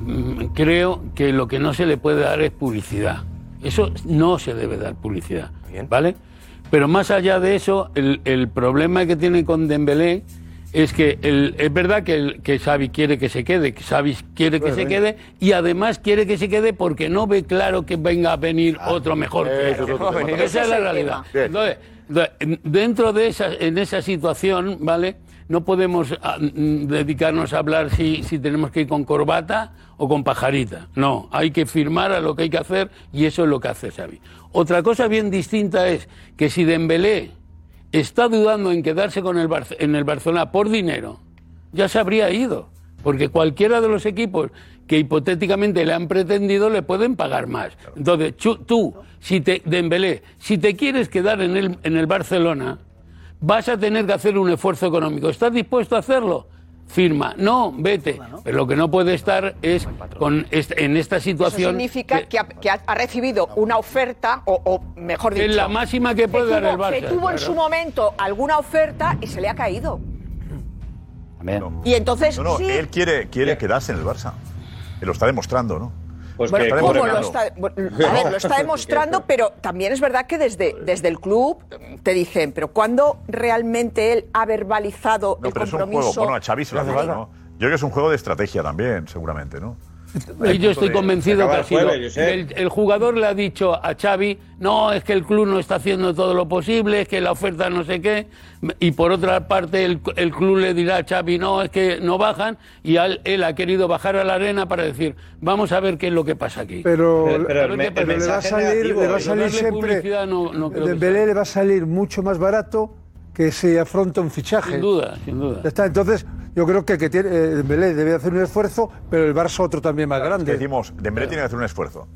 Speaker 13: Mm, Creo que lo que no se le puede dar es publicidad. Eso no se debe dar publicidad, ¿vale? Pero más allá de eso, el, el problema que tiene con Dembélé es que el- es verdad que, el, que Xavi quiere que se quede, que Xavi quiere que
Speaker 17: Bueno,
Speaker 13: se
Speaker 17: venga.
Speaker 13: quede y además quiere que se quede porque no ve claro que venga a venir otro mejor. que
Speaker 17: Ah, eso es
Speaker 13: él.
Speaker 17: otro tema.
Speaker 13: Esa es la
Speaker 17: Ese es el
Speaker 13: realidad.
Speaker 17: tema.
Speaker 13: Entonces, de- en- dentro de esa, en esa situación, ¿vale? No podemos ah, mm, dedicarnos a hablar si, si tenemos que ir con corbata o con pajarita. No, hay que firmar a lo que hay que hacer y eso es lo que hace Xavi. Otra cosa bien distinta es que si Dembélé está dudando en quedarse con el Barce- en el Barcelona por dinero, ya se habría ido. Porque cualquiera de los equipos que hipotéticamente le han pretendido le pueden pagar más. Entonces, chu- tú, si te, Dembélé, si te quieres quedar en el, en el Barcelona, vas a tener que hacer un esfuerzo económico. ¿Estás dispuesto a hacerlo? Firma. No, vete. Pero lo que no puede estar es con est- en esta
Speaker 4: Eso
Speaker 13: situación
Speaker 4: significa que, ha, que ha- ha recibido una oferta, o, o mejor
Speaker 13: que
Speaker 4: dicho.
Speaker 13: es la máxima que
Speaker 4: que
Speaker 13: puede dar el
Speaker 4: tuvo- que
Speaker 13: Barça.
Speaker 4: tuvo en su
Speaker 13: claro.
Speaker 4: momento alguna oferta y se le ha caído.
Speaker 9: No.
Speaker 4: Y entonces,
Speaker 9: No, no,
Speaker 4: sí.
Speaker 9: él quiere, quiere quedarse en el Barça. Él lo está demostrando, ¿no? Pues
Speaker 4: Bueno, ¿cómo lo está, bueno, a ver, lo está demostrando, pero también es verdad que desde, desde el club te dicen, pero ¿cuándo realmente él ha verbalizado
Speaker 9: No,
Speaker 4: el
Speaker 9: pero es un
Speaker 4: compromiso?
Speaker 9: juego. Bueno, a Xavi se lo hace, ¿no? Yo creo que es un juego de estrategia también, seguramente, ¿no?
Speaker 13: Y yo estoy convencido que ha sido.
Speaker 9: Jueves, Josep.
Speaker 13: El, el jugador le ha dicho a Xavi, no, es que el club no está haciendo todo lo posible, es que la oferta no sé qué. Y por otra parte, el, el club le dirá a Xavi, no, es que no bajan. Y al- él ha querido bajar a la arena para decir, vamos a ver qué es lo que pasa aquí.
Speaker 3: Pero,
Speaker 13: A ver
Speaker 3: pero
Speaker 13: qué pasa.
Speaker 3: le va a salir, le va a salir
Speaker 13: Darle
Speaker 3: siempre.
Speaker 13: publicidad no- no creo que
Speaker 3: Dembélé le va a salir mucho más barato que si afronta un fichaje.
Speaker 13: Sin duda, sin duda.
Speaker 3: Ya está, entonces yo creo que, que tiene, eh, Dembélé debe hacer un esfuerzo, pero el Barça otro también más grande.
Speaker 9: Decimos, Dembélé tiene que hacer un esfuerzo.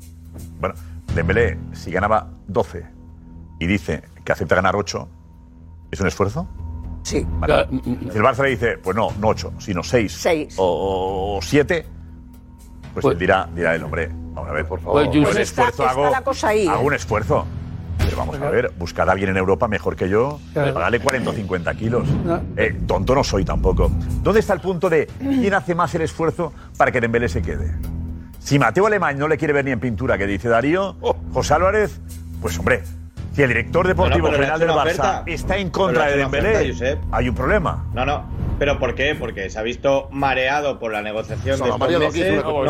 Speaker 9: Bueno, Dembélé, si ganaba 12 y dice que acepta ganar 8, ¿es un esfuerzo?
Speaker 4: Sí.
Speaker 9: Si el Barça le dice, pues no, no 8, sino 6,
Speaker 4: Seis.
Speaker 9: o 7, pues, él dirá, dirá el hombre, vamos a ver, por favor,
Speaker 13: Pues,
Speaker 9: algún
Speaker 13: Josep-
Speaker 9: esfuerzo
Speaker 13: Está- está
Speaker 9: hago,
Speaker 13: la cosa ahí,
Speaker 9: hago
Speaker 13: ¿eh?
Speaker 9: un esfuerzo. Pero vamos a ver, buscad a alguien en Europa mejor que yo,
Speaker 3: Claro.
Speaker 9: pagarle 40 o 50 kilos. Eh, tonto no soy tampoco. ¿Dónde está el punto de quién hace más el esfuerzo para que Dembélé se quede? Si Mateo Alemán no le quiere ver ni en pintura, que dice Darío, José Álvarez, pues hombre, si el director deportivo
Speaker 6: Oh. Bueno, pero
Speaker 9: general
Speaker 6: le hace
Speaker 9: del
Speaker 6: una
Speaker 9: Barça
Speaker 6: oferta.
Speaker 9: está en
Speaker 6: Pero
Speaker 9: contra
Speaker 6: le
Speaker 9: de
Speaker 6: hace una
Speaker 9: Dembélé, Ah.
Speaker 6: oferta, Josep.
Speaker 9: hay un problema.
Speaker 6: No, no. ¿Pero por qué? Porque se ha visto mareado por la negociación
Speaker 9: No,
Speaker 6: de
Speaker 9: no, María lo
Speaker 6: estos
Speaker 9: quiso,
Speaker 6: meses.
Speaker 9: no, no, no,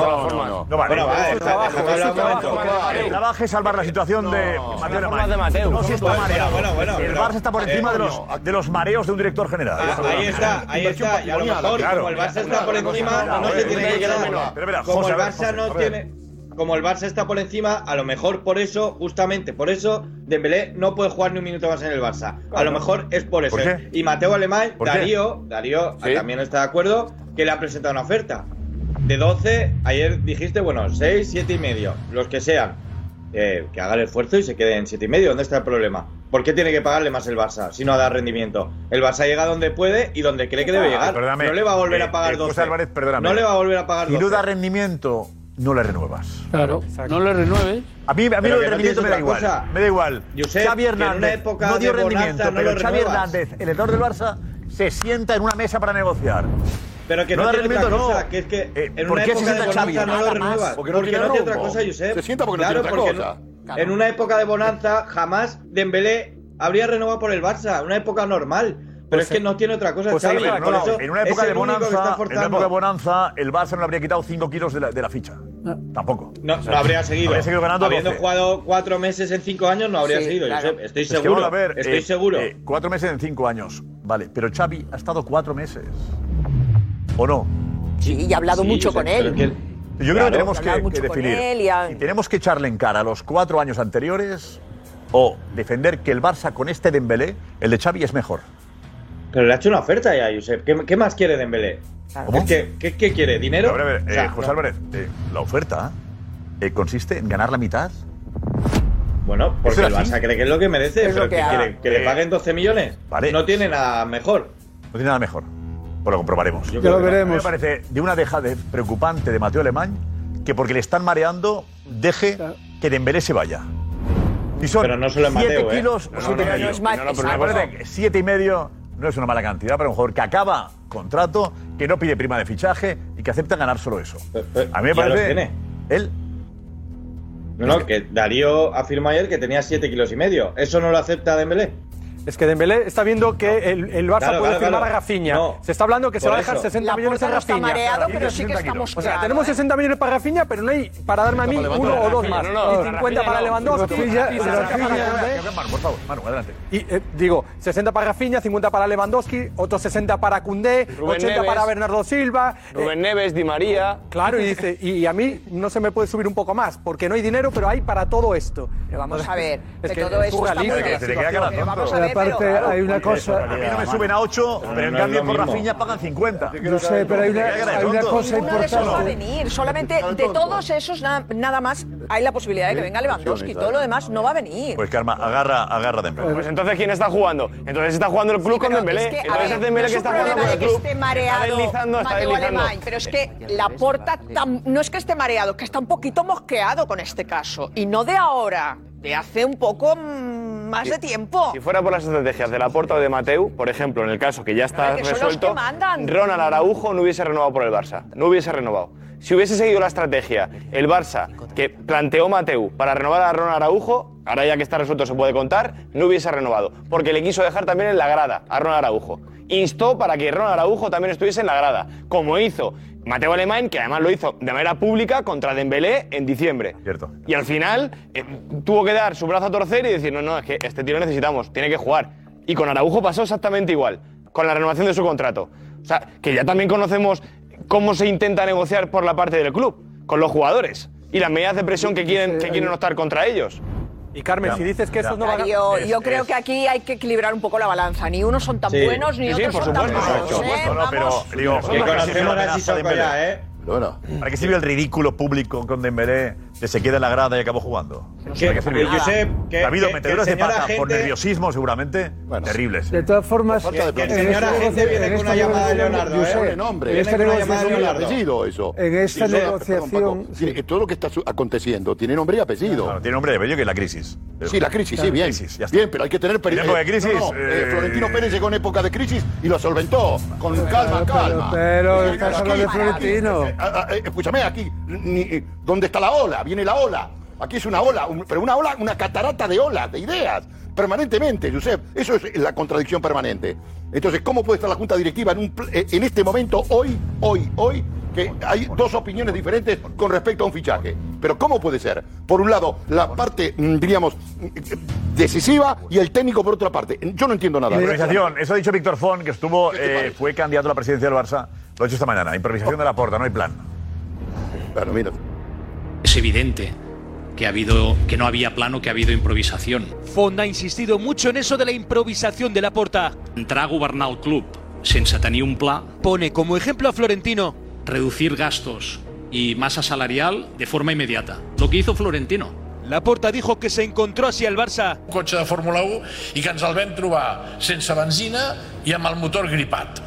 Speaker 9: no, no, vale.
Speaker 6: Bueno, va,
Speaker 9: Es su
Speaker 6: deja-
Speaker 9: trabajo,
Speaker 6: déjame
Speaker 9: es su
Speaker 6: hablar un
Speaker 9: trabajo,
Speaker 6: momento.
Speaker 9: que vale. Trabaje es salvar la situación de Mateo Alemán. No se está
Speaker 6: Bueno,
Speaker 9: mareado.
Speaker 6: bueno, bueno,
Speaker 9: el
Speaker 6: pero-
Speaker 9: Barça está por
Speaker 6: eh, Ah,
Speaker 9: encima de, los, de los mareos de un director general.
Speaker 6: Ahí está, ahí está. Y a lo mejor, como el Barça está por encima, no se tiene que quedar menor.
Speaker 9: Pero mira,
Speaker 6: Como
Speaker 9: José,
Speaker 6: el
Speaker 9: a ver,
Speaker 6: Barça no
Speaker 9: José, a ver.
Speaker 6: tiene. Como el Barça está por encima, a lo mejor por eso, justamente por eso, Dembélé no puede jugar ni un minuto más en el Barça. A lo mejor es por eso.
Speaker 9: ¿Por qué?
Speaker 6: Y Mateo Alemán,
Speaker 9: ¿Por qué?
Speaker 6: Darío, Darío
Speaker 9: Sí.
Speaker 6: también está de acuerdo, que le ha presentado una oferta. De 12, ayer dijiste, bueno, 6, 7 y medio, los que sean. Eh, que haga el esfuerzo y se quede en 7 y medio. ¿Dónde está el problema? ¿Por qué tiene que pagarle más el Barça si no da rendimiento? El Barça llega donde puede y donde cree que debe
Speaker 9: Ah,
Speaker 6: llegar.
Speaker 9: perdóname.
Speaker 6: no le va a volver
Speaker 9: Eh,
Speaker 6: a pagar
Speaker 9: eh,
Speaker 6: 12.
Speaker 9: José Álvarez, perdóname.
Speaker 6: No le va a volver a pagar
Speaker 9: Si
Speaker 6: 12.
Speaker 9: no da rendimiento, no le renuevas.
Speaker 13: Claro, no le renueves.
Speaker 9: A mí, a mí lo
Speaker 6: Pero que
Speaker 9: del
Speaker 6: no
Speaker 9: rendimiento
Speaker 6: tienes
Speaker 9: me da
Speaker 6: otra
Speaker 9: igual.
Speaker 6: cosa.
Speaker 9: Me da igual.
Speaker 6: Josep,
Speaker 9: Xavi
Speaker 6: que en una
Speaker 9: Hernández
Speaker 6: época
Speaker 9: no dio
Speaker 6: de bonanza
Speaker 9: rendimiento,
Speaker 6: no
Speaker 9: pero
Speaker 6: lo
Speaker 9: Xavi
Speaker 6: renuevas.
Speaker 9: Hernández, el editor del Barça, se sienta en una mesa para negociar.
Speaker 6: Pero que no,
Speaker 9: da
Speaker 6: tiene otra
Speaker 9: rendimiento, no. Eh,
Speaker 6: cosa, que es que en
Speaker 9: ¿por
Speaker 6: una
Speaker 9: qué se
Speaker 6: época de
Speaker 9: sienta
Speaker 6: bonanza
Speaker 9: Xavi?
Speaker 6: no lo
Speaker 9: Nada más.
Speaker 6: renuevas.
Speaker 9: Porque no tiene
Speaker 6: no tiene otra
Speaker 9: rumbo.
Speaker 6: cosa, Josep.
Speaker 9: Se sienta porque no
Speaker 6: Claro,
Speaker 9: tiene otra
Speaker 6: porque
Speaker 9: cosa.
Speaker 6: no- En una época de bonanza jamás Dembélé habría renovado por el Barça, una época normal. Pero
Speaker 9: Pues
Speaker 6: es que
Speaker 9: sí.
Speaker 6: no tiene otra cosa,
Speaker 9: Pues
Speaker 6: Xavi,
Speaker 9: sí,
Speaker 6: por
Speaker 9: no, no,
Speaker 6: eso
Speaker 9: en una
Speaker 6: es
Speaker 9: época de
Speaker 6: el único
Speaker 9: bonanza,
Speaker 6: que está
Speaker 9: en una
Speaker 6: forzando.
Speaker 9: época de bonanza, el Barça no le habría quitado 5 kilos de la, de la ficha.
Speaker 13: Ah.
Speaker 9: Tampoco.
Speaker 6: No, no habría seguido.
Speaker 9: Habría seguido ganando.
Speaker 6: Habiendo
Speaker 9: 12.
Speaker 6: jugado cuatro meses en cinco años, no habría
Speaker 9: Sí,
Speaker 6: seguido.
Speaker 9: claro.
Speaker 6: Josep. Estoy
Speaker 9: Es que
Speaker 6: seguro.
Speaker 9: vamos a ver,
Speaker 6: estoy
Speaker 9: eh,
Speaker 6: seguro.
Speaker 9: eh, cuatro meses en cinco años. Vale, pero Xavi ha estado cuatro meses. ¿O no?
Speaker 4: Sí, y ha hablado Sí, mucho sí, con pero él. que-
Speaker 9: Yo creo
Speaker 4: Claro.
Speaker 9: que tenemos
Speaker 4: Ha hablado
Speaker 9: que,
Speaker 4: mucho
Speaker 9: que
Speaker 4: con
Speaker 9: definir.
Speaker 4: él y ha-
Speaker 9: si tenemos que echarle en cara los cuatro años anteriores o defender que el Barça con este Dembélé, el de Xavi es mejor.
Speaker 6: Pero le ha hecho una oferta ya, Josep. Eh, ¿Qué, qué más quiere Dembélé? Es que- ¿qué, qué quiere? ¿Dinero?
Speaker 9: A ver, a ver,
Speaker 6: O sea,
Speaker 9: eh, José
Speaker 6: no.
Speaker 9: Álvarez, eh, la oferta eh, consiste en ganar la mitad.
Speaker 6: Bueno, Porque el Barça cree que es lo que merece,
Speaker 9: Es
Speaker 6: pero
Speaker 9: lo que
Speaker 6: ¿qué
Speaker 9: ha-
Speaker 6: quiere? ¿Que le
Speaker 9: Eh,
Speaker 6: paguen 12 millones? No tiene nada mejor.
Speaker 9: No tiene nada mejor. Pues lo comprobaremos.
Speaker 6: Yo Ya creo lo que no. veremos.
Speaker 9: A mí Me parece de una dejadez preocupante de Mateo Alemán que porque le están mareando deje que Dembélé se vaya. Y son
Speaker 6: Pero no solo es
Speaker 9: siete
Speaker 6: Mateo, ¿eh?
Speaker 9: kilos
Speaker 6: No,
Speaker 9: o
Speaker 6: no,
Speaker 9: siete
Speaker 6: no, no,
Speaker 9: y medio.
Speaker 6: no es Mateo,
Speaker 9: pero una
Speaker 6: exacto.
Speaker 9: cosa que siete y medio no es una mala cantidad para un jugador que acaba contrato, que no pide prima de fichaje y que acepta ganar solo eso. A mí me
Speaker 6: ya los
Speaker 9: parece...
Speaker 6: tiene.
Speaker 9: Él
Speaker 6: No, no, que Darío afirmó ayer que tenía 7 kilos y medio. ¿Eso no lo acepta Dembélé?
Speaker 2: Es que Dembélé está viendo que el, el Barça
Speaker 6: Claro,
Speaker 2: puede
Speaker 6: claro,
Speaker 2: firmar
Speaker 6: claro.
Speaker 2: a Rafinha.
Speaker 6: No.
Speaker 2: Se está hablando que se
Speaker 6: Por
Speaker 2: va a dejar
Speaker 6: eso.
Speaker 2: 60 millones a
Speaker 6: Laporta no está
Speaker 2: Rafinha.
Speaker 6: mareado,
Speaker 2: Y
Speaker 6: pero
Speaker 2: de
Speaker 6: sí que
Speaker 2: 60 kilos.
Speaker 6: estamos
Speaker 2: O sea,
Speaker 6: creados,
Speaker 2: tenemos 60 millones para Rafinha, pero no hay para darme a mí
Speaker 9: Levanta,
Speaker 2: uno o
Speaker 9: levanta,
Speaker 2: dos
Speaker 9: Rafinha,
Speaker 2: más.
Speaker 9: no, no,
Speaker 2: Y 50 para
Speaker 9: Rafinha,
Speaker 2: Lewandowski.
Speaker 9: no, no,
Speaker 2: y
Speaker 9: no,
Speaker 2: 60 para
Speaker 9: Rafinha,
Speaker 2: Kanté.
Speaker 9: Manu, por favor, Manu, adelante.
Speaker 2: Y eh, digo, 60 para Rafinha, 50 para Lewandowski, otros 60 para Cundé,
Speaker 14: Rubén
Speaker 2: 80
Speaker 14: Neves.
Speaker 2: para Bernardo Silva. eh,
Speaker 14: Rubén Neves, Di María.
Speaker 2: Claro, y dice, y, y a mí no se me puede subir un poco más, porque no hay dinero, pero hay para todo esto. Pero
Speaker 4: vamos a ver,
Speaker 2: es
Speaker 4: que
Speaker 2: que,
Speaker 4: todo
Speaker 2: es
Speaker 4: esto está
Speaker 2: surrealista
Speaker 4: muy
Speaker 2: la
Speaker 4: bien. Se
Speaker 9: te queda
Speaker 2: situación.
Speaker 9: cara tonto.
Speaker 4: vamos
Speaker 3: a ver, Aparte, pero- hay una cosa-
Speaker 9: A mí no me suben a 8, pero en
Speaker 3: no
Speaker 9: cambio
Speaker 3: es lo
Speaker 9: por
Speaker 3: mismo.
Speaker 9: Rafinha pagan 50.
Speaker 3: Yo sé, pero hay una-
Speaker 9: Te queda cara de
Speaker 3: hay una
Speaker 9: tonto.
Speaker 3: cosa
Speaker 4: Uno de esos va a venir. Solamente de todos esos, na- nada más, hay la posibilidad de que venga Lewandowski. Todo lo demás no va a venir.
Speaker 9: Pues Karma, agarra, agarra Dembélé.
Speaker 14: Pues entonces, ¿quién está jugando? Entonces está jugando el club con Dembélé.
Speaker 4: Es que, a
Speaker 14: entonces
Speaker 4: ver,
Speaker 14: es Dembélé
Speaker 4: no es
Speaker 14: que
Speaker 4: un
Speaker 14: está jugando con
Speaker 4: problema de
Speaker 14: el
Speaker 4: que
Speaker 14: club.
Speaker 4: esté mareado
Speaker 14: Está deslizando, está
Speaker 4: Mateo
Speaker 14: deslizando.
Speaker 4: Alemán, pero es que la porta no es que esté mareado, que está un poquito mosqueado con este caso. Y no de ahora, de hace un poco mm, más de tiempo.
Speaker 14: Si fuera por las estrategias de Laporta o de Mateu, por ejemplo, en el caso que ya está
Speaker 4: Claro, que son los
Speaker 14: resuelto,
Speaker 4: que mandan.
Speaker 14: Ronald Araujo no hubiese renovado por el Barça. No hubiese renovado. Si hubiese seguido la estrategia, el Barça que planteó Mateu para renovar a Ronald Araujo, ahora ya que está resuelto se puede contar, no hubiese renovado. Porque le quiso dejar también en la grada a Ronald Araujo. Instó para que Ronald Araujo también estuviese en la grada, como hizo Mateo Alemán, que además lo hizo de manera pública contra Dembélé en diciembre.
Speaker 9: Cierto.
Speaker 14: Y al final eh, tuvo que dar su brazo a torcer y decir, no, no, es que este tío lo necesitamos, tiene que jugar. Y con Araujo pasó exactamente igual, con la renovación de su contrato. O sea, que ya también conocemos cómo se intenta negociar por la parte del club, con los jugadores, y las medidas de presión que quieren, que quieren optar contra ellos.
Speaker 2: Y Carmen, si dices que
Speaker 14: eso
Speaker 2: esos no van a-
Speaker 4: Yo, yo
Speaker 14: Es-
Speaker 4: creo
Speaker 14: es-
Speaker 4: que aquí hay que equilibrar un poco la balanza. Ni unos son tan
Speaker 14: Sí.
Speaker 4: buenos, ni
Speaker 14: Sí, sí,
Speaker 4: otros
Speaker 14: por
Speaker 4: son tan
Speaker 14: supuesto,
Speaker 4: malos.
Speaker 14: por supuesto,
Speaker 4: ¿eh?
Speaker 14: no,
Speaker 4: Vamos.
Speaker 9: Pero, digo,
Speaker 14: Que
Speaker 9: ¿para qué
Speaker 14: conocemos
Speaker 9: sirve la
Speaker 14: a
Speaker 9: amenaza
Speaker 14: Sissoko
Speaker 9: de Dembélé?
Speaker 14: ya, ¿eh?
Speaker 9: Bueno. ¿Para qué sirve el ridículo público con Dembélé que se queda en la grada y acabó jugando?
Speaker 6: Que-
Speaker 9: ¿Para qué sirve? Ah,
Speaker 6: que Josep, que-
Speaker 9: ha habido
Speaker 6: que-
Speaker 9: meteduras
Speaker 6: que
Speaker 9: de pata
Speaker 6: señora
Speaker 9: por
Speaker 6: gente-
Speaker 9: nerviosismo, seguramente. Terribles.
Speaker 3: De todas formas,
Speaker 9: Por falta de
Speaker 3: en
Speaker 9: plantilla.
Speaker 3: este
Speaker 9: Señora,
Speaker 3: negocio-
Speaker 9: gente viene
Speaker 3: en
Speaker 9: con
Speaker 3: esta
Speaker 9: una llamada de
Speaker 3: negociación-
Speaker 9: Leonardo,
Speaker 3: yo
Speaker 9: ¿eh?
Speaker 3: sé,
Speaker 15: nombre.
Speaker 3: en esta negociación-
Speaker 15: apellido, eso.
Speaker 3: Este En esta
Speaker 15: Sí, sí.
Speaker 3: negociación-
Speaker 15: Perdón, Paco. Tiene- todo lo que está su- aconteciendo tiene nombre y apellido.
Speaker 9: tiene nombre de bello que la crisis.
Speaker 15: Sí, la crisis, sí, bien.
Speaker 9: Crisis, ya está.
Speaker 15: bien, pero hay que tener
Speaker 9: En época de crisis,
Speaker 15: No, no, eh,
Speaker 9: eh,
Speaker 15: Florentino Pérez llegó en época de crisis y lo solventó. Con calma, calma.
Speaker 3: pero
Speaker 15: Aquí,
Speaker 3: estás hablando de
Speaker 15: aquí,
Speaker 3: Florentino.
Speaker 15: eh, ah, ah, eh, escúchame, aquí, ni- eh, ¿dónde está la ola? Viene la ola. Aquí es una ola, un- pero una ola, una catarata de olas, de ideas, permanentemente, Josep. Eso es la contradicción permanente. Entonces, ¿cómo puede estar la Junta Directiva en, un pl- eh, en este momento, hoy, hoy, hoy, que hay dos opiniones diferentes con respecto a un fichaje? Pero ¿cómo puede ser? Por un lado, la parte, mm, diríamos, mm, eh, decisiva y el técnico por otra parte. Yo no entiendo nada.
Speaker 9: Improvisación, eso ha dicho Víctor Font, que estuvo, eh, fue candidato a la presidencia del Barça, lo ha hecho esta mañana. Improvisación de la porta, no hay plan.
Speaker 15: Claro, mira.
Speaker 17: Es evidente que ha habido que no había plano, que ha habido improvisación.
Speaker 18: Font ha insistido mucho en eso de la improvisación de la porta.
Speaker 17: Entrar a governar el club sense tenir un pla
Speaker 18: Pone como ejemplo a Florentino.
Speaker 17: reducir gastos y masa salarial de forma inmediata. Lo que hizo Florentino.
Speaker 18: Laporta dijo que se encontró así al Barça.
Speaker 19: un cotxe de Fórmula 1 i que ens el vam trobar sense benzina i amb el motor gripat.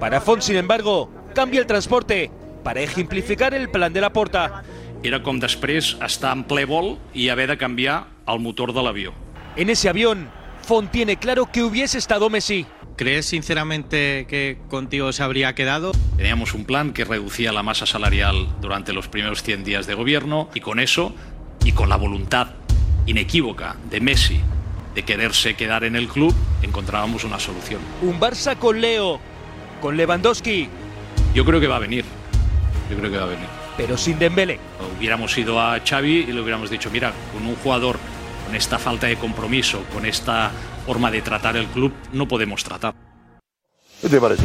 Speaker 18: Para Font, sin embargo, cambia el transporte para ejemplificar el plan de la porta.
Speaker 17: Era com després estar en ple vol i haver de canviar el motor de l'avió.
Speaker 18: En ese avión, Font tiene claro que hubiese estado Messi.
Speaker 20: ¿Crees sinceramente que contigo se habría quedado?
Speaker 17: Teníamos un plan que reducía la masa salarial durante los primeros 100 días de gobierno y con eso, y con la voluntad inequívoca de Messi de quererse quedar en el club, encontrábamos una solución.
Speaker 18: Un Barça con Leo, con Lewandowski,
Speaker 17: Yo creo que va a venir. Yo creo que va a venir.
Speaker 18: pero sin Dembélé.
Speaker 17: Hubiéramos ido a Xavi y le hubiéramos dicho, mira, con un jugador con esta falta de compromiso, con esta forma de tratar el club, no podemos tratar.
Speaker 15: ¿Qué te parece?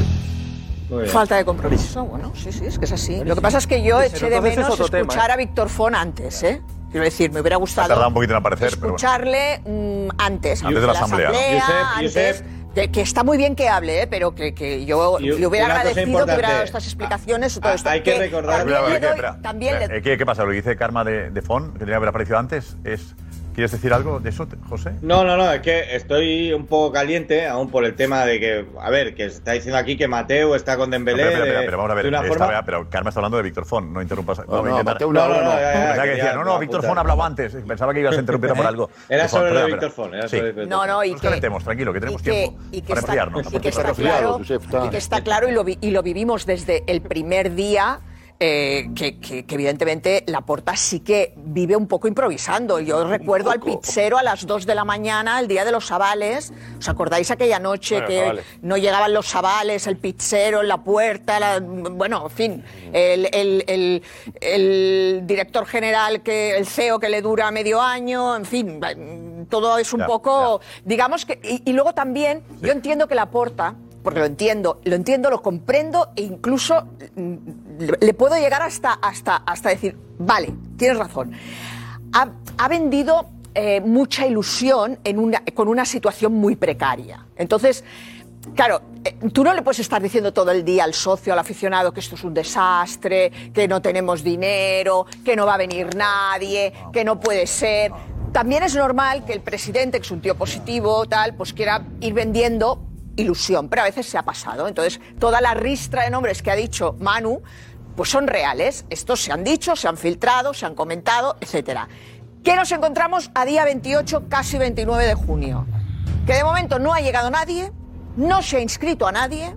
Speaker 4: Falta de compromiso, bueno, sí, sí, es que es así. Lo que pasa es que yo
Speaker 9: Pero
Speaker 4: eché de
Speaker 9: entonces es
Speaker 4: menos
Speaker 9: otro tema,
Speaker 4: escuchar a Víctor Fon antes, ¿eh? Quiero decir, me hubiera
Speaker 9: Ha tardado un
Speaker 4: gustado
Speaker 9: poquito en aparecer, pero bueno.
Speaker 4: escucharle mm, antes,
Speaker 9: Antes de la asamblea, ¿no?
Speaker 6: Josep,
Speaker 4: antes, de- que está muy bien que hable, ¿eh? pero que, que yo
Speaker 9: Y-
Speaker 4: le hubiera
Speaker 9: una cosa
Speaker 4: agradecido que hubiera
Speaker 9: importante.
Speaker 4: dado estas explicaciones o todo esto.
Speaker 6: hay que recordar-
Speaker 4: también le
Speaker 9: Ah, Espera,
Speaker 4: doy-
Speaker 9: espera,
Speaker 4: también
Speaker 9: espera.
Speaker 4: le-
Speaker 9: Eh, ¿Qué, qué pasa? Lo que dice Karma de, de Fon, que tenía que haber aparecido antes, es. ¿Quieres decir algo de eso, te- José?
Speaker 6: No, no, no, es que estoy un poco caliente aún por el tema de que, a ver, que está diciendo aquí que Mateo está con
Speaker 9: No,
Speaker 6: Dembélé.
Speaker 9: espera, espera,
Speaker 6: de-
Speaker 9: espera, espera, vamos a ver.
Speaker 6: de una
Speaker 9: esta
Speaker 6: forma-
Speaker 9: vez, pero Karma está hablando de Víctor Fon, no interrumpas.
Speaker 6: No, no, Mateo,
Speaker 9: no,
Speaker 6: no, no, ya, ya,
Speaker 9: Pensaba que
Speaker 6: ya,
Speaker 9: decía,
Speaker 6: ya,
Speaker 9: no,
Speaker 6: ya,
Speaker 9: no, Víctor
Speaker 6: puta.
Speaker 9: Fon hablaba antes. Pensaba que ibas a interrumpirlo por algo.
Speaker 6: Era
Speaker 9: De Fon,
Speaker 6: sobre lo
Speaker 9: espera,
Speaker 6: de
Speaker 9: espera.
Speaker 6: Víctor Fon, era
Speaker 9: Sí.
Speaker 6: sobre Víctor
Speaker 4: No, no, y
Speaker 9: Nos
Speaker 4: que-
Speaker 9: calentemos, tranquilo, que tenemos
Speaker 4: y que-
Speaker 9: tiempo
Speaker 4: y que
Speaker 9: para
Speaker 4: está-
Speaker 9: enfriarnos.
Speaker 4: y que está claro, y que está claro y lo, vi- y lo vivimos desde el primer día. eh, que, que- que evidentemente la porta sí que vive un poco improvisando. Yo recuerdo al pizzero a las 2 de la mañana, el día de los sabales. ¿Os acordáis aquella noche
Speaker 21: Bueno,
Speaker 4: que
Speaker 21: Zabales.
Speaker 4: no llegaban los sabales, el pizzero en la puerta? la- bueno, en fin, el, el- el- el director general, que el CEO que le dura medio año, en fin, va- todo es un
Speaker 21: Ya,
Speaker 4: poco, digamos que... Y, y luego también, yo entiendo que la porta, porque lo entiendo, lo entiendo, lo comprendo e incluso mm, le, le puedo llegar hasta, hasta, hasta decir, vale, tienes razón. Ha, ha vendido eh, mucha ilusión en una, con una situación muy precaria. Entonces, Claro, eh, tú no le puedes estar diciendo todo el día al socio, al aficionado, que esto es un desastre, que no tenemos dinero, que no va a venir nadie, que no puede ser. También es normal que el presidente, que es un tío positivo, tal, pues quiera ir vendiendo ilusión, pero a veces se ha pasado. Entonces, toda la ristra de nombres que ha dicho Manu, pues son reales. Estos se han dicho, se han filtrado, se han comentado, etcétera. ¿Qué nos encontramos a día 28, casi 29 de junio? que de momento no ha llegado nadie, no se ha inscrito a nadie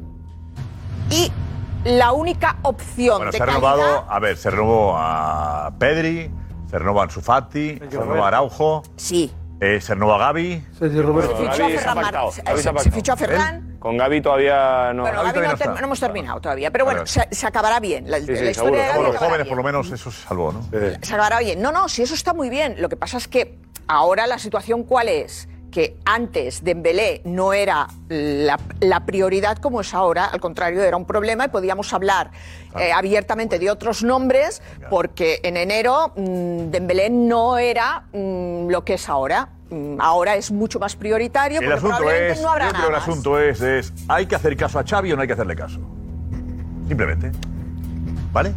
Speaker 4: y la única opción
Speaker 9: Bueno,
Speaker 4: de
Speaker 9: se ha
Speaker 4: calidad-
Speaker 9: renovado, a ver, se renovó a Pedri, se renovó a Anzufati, se renovó a Araujo. eh,
Speaker 4: Sí.
Speaker 9: se renovó a Gaby.
Speaker 4: se fichó a Ferran Mar- se- se- se fichó a Ferran.
Speaker 14: Con Gaby todavía no.
Speaker 4: Bueno, Gavi no, ha ter- no hemos terminado todavía, pero bueno,
Speaker 9: Vale.
Speaker 4: se, se acabará bien. La,
Speaker 9: Sí,
Speaker 4: la
Speaker 9: sí, seguro.
Speaker 4: historia de Gavi
Speaker 9: Como los
Speaker 4: acabará
Speaker 9: jóvenes, por lo menos, eso se salvó, ¿no?
Speaker 4: se acabará bien. No, no, si eso está muy bien. Lo que pasa es que ahora la situación cuál es? Que antes Dembélé no era la, la prioridad como es ahora, al contrario, era un problema y podíamos hablar eh, abiertamente de otros nombres porque en enero mm, Dembélé no era mm, lo que es ahora. Mm, Ahora es mucho más prioritario
Speaker 9: El
Speaker 4: porque
Speaker 9: asunto
Speaker 4: probablemente
Speaker 9: es,
Speaker 4: no habrá
Speaker 9: yo creo
Speaker 4: nada
Speaker 9: que el
Speaker 4: más.
Speaker 9: asunto es, es, ¿hay que hacer caso a Xavi o no hay que hacerle caso? Simplemente. ¿Vale?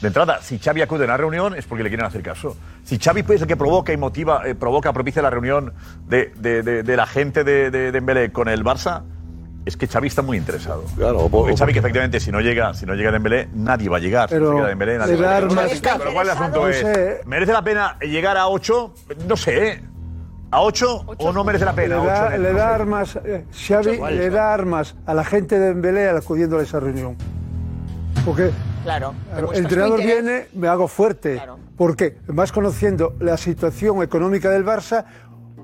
Speaker 9: De entrada, si Xavi acude a una reunión es porque le quieren hacer caso. Si Xavi es el que provoca y motiva, eh, provoca, propicia la reunión de, de- de- de la gente de, de, de Dembélé con el Barça, es que Xavi está muy interesado. Claro, porque Xavi que efectivamente si no llega, si no llega Dembélé, nadie va a llegar.
Speaker 3: Pero
Speaker 9: si no llega Dembélé, nadie
Speaker 3: le
Speaker 9: va
Speaker 3: da
Speaker 9: a llegar.
Speaker 3: armas-
Speaker 9: Con lo cual el asunto es,
Speaker 3: José.
Speaker 9: ¿merece la pena llegar a 8? No sé, ¿eh? ¿A 8 o no merece la
Speaker 3: Le
Speaker 9: pena? Ocho,
Speaker 3: da,
Speaker 9: no
Speaker 3: le
Speaker 9: sé.
Speaker 3: da armas, eh, Xavi
Speaker 9: Ocho.
Speaker 3: le da armas a la gente de Dembélé acudiendo a esa reunión. Porque
Speaker 4: Claro.
Speaker 3: Claro,
Speaker 1: Pues,
Speaker 3: el entrenador
Speaker 1: ¿eh?
Speaker 3: viene, me hago fuerte. Porque más conociendo la situación económica del Barça,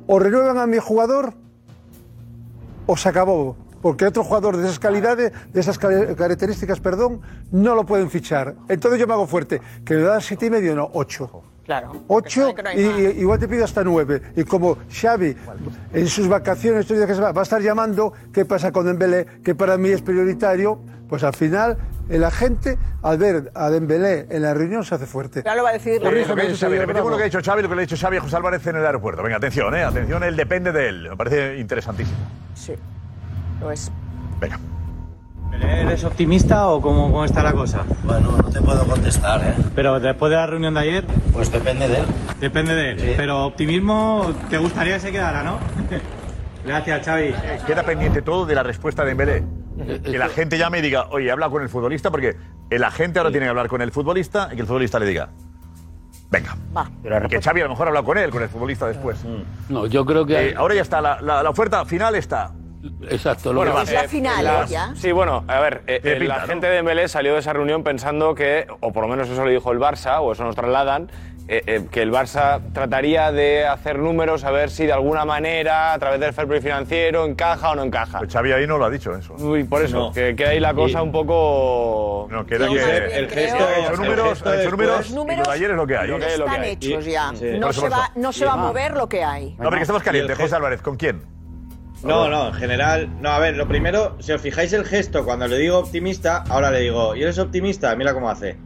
Speaker 3: o renuevan a mi jugador o se acabó. Porque otro jugador de esas calidades, de esas ca- características, perdón, no lo pueden fichar. Entonces yo me hago fuerte. Que le da siete y medio, no, ocho.
Speaker 4: Claro.
Speaker 3: Ocho y, y- igual te pido hasta nueve. Y como Xavi en sus vacaciones estos días que se va, va a estar llamando qué pasa con Dembélé, que para mí es prioritario, pues al final la gente al ver a Dembélé en la reunión se hace fuerte.
Speaker 4: Ya lo va a decir
Speaker 9: Eh, lo que
Speaker 4: la
Speaker 9: ha
Speaker 3: Corrígeme,
Speaker 9: dicho Xavi,
Speaker 3: señor
Speaker 9: repetimos lo
Speaker 3: Bravo.
Speaker 9: que ha dicho Xavi, lo que le ha dicho Xavi a José Álvarez en el aeropuerto. Venga, atención, eh, atención, él depende de él. Me parece interesantísimo.
Speaker 4: Sí, lo es.
Speaker 9: Venga.
Speaker 7: ¿Eres optimista o cómo, cómo está la cosa?
Speaker 8: Bueno, no te puedo contestar, ¿eh?
Speaker 7: Pero después de la reunión de ayer.
Speaker 8: Pues depende de él.
Speaker 7: Depende de él. Pero optimismo, te gustaría que se quedara, ¿no? Gracias, Xavi.
Speaker 9: Queda pendiente todo de la respuesta de Dembélé.
Speaker 13: Eh,
Speaker 9: Que la gente llame y diga, oye, habla con el futbolista, porque el agente ahora tiene que hablar con el futbolista y que el futbolista le diga, venga. Que Xavi a lo mejor habla con él, con el futbolista después.
Speaker 13: Mm. No, yo creo que.
Speaker 9: Eh, ahora ya está, la, la- la oferta final está.
Speaker 13: Exacto,
Speaker 9: lo Bueno, que-
Speaker 14: eh, la- Sí, bueno, a ver, eh,
Speaker 9: Tiene
Speaker 14: eh,
Speaker 9: pinta,
Speaker 14: la
Speaker 9: ¿no?
Speaker 14: gente de Dembélé salió de esa reunión pensando que, o por lo menos eso le dijo el Barça, o eso nos trasladan, eh, eh, que el Barça trataría de hacer números a ver si de alguna manera, a través del fair play financiero, encaja o no encaja.
Speaker 9: Pues Xavi ahí no lo ha dicho eso.
Speaker 14: Uy, por eso,
Speaker 9: No.
Speaker 14: que queda ahí la cosa
Speaker 9: Y-
Speaker 14: un poco...
Speaker 9: No, que era que- el gesto-
Speaker 14: Ha
Speaker 9: el gesto de-
Speaker 1: Los
Speaker 9: y lo de ayer es lo que hay.
Speaker 1: números
Speaker 9: Lo que es lo que
Speaker 1: están
Speaker 9: hay.
Speaker 1: hechos
Speaker 9: Y-
Speaker 1: ya.
Speaker 9: sí.
Speaker 1: No,
Speaker 9: Por
Speaker 1: se
Speaker 9: supuesto.
Speaker 1: va,
Speaker 4: No se va a mover lo que hay.
Speaker 9: No, porque estamos calientes. José Álvarez, ¿con quién?
Speaker 6: No, no, en general. No, a ver, lo primero, si os fijáis el gesto, cuando le digo optimista, ahora le digo, ¿y eres optimista? Mira cómo hace.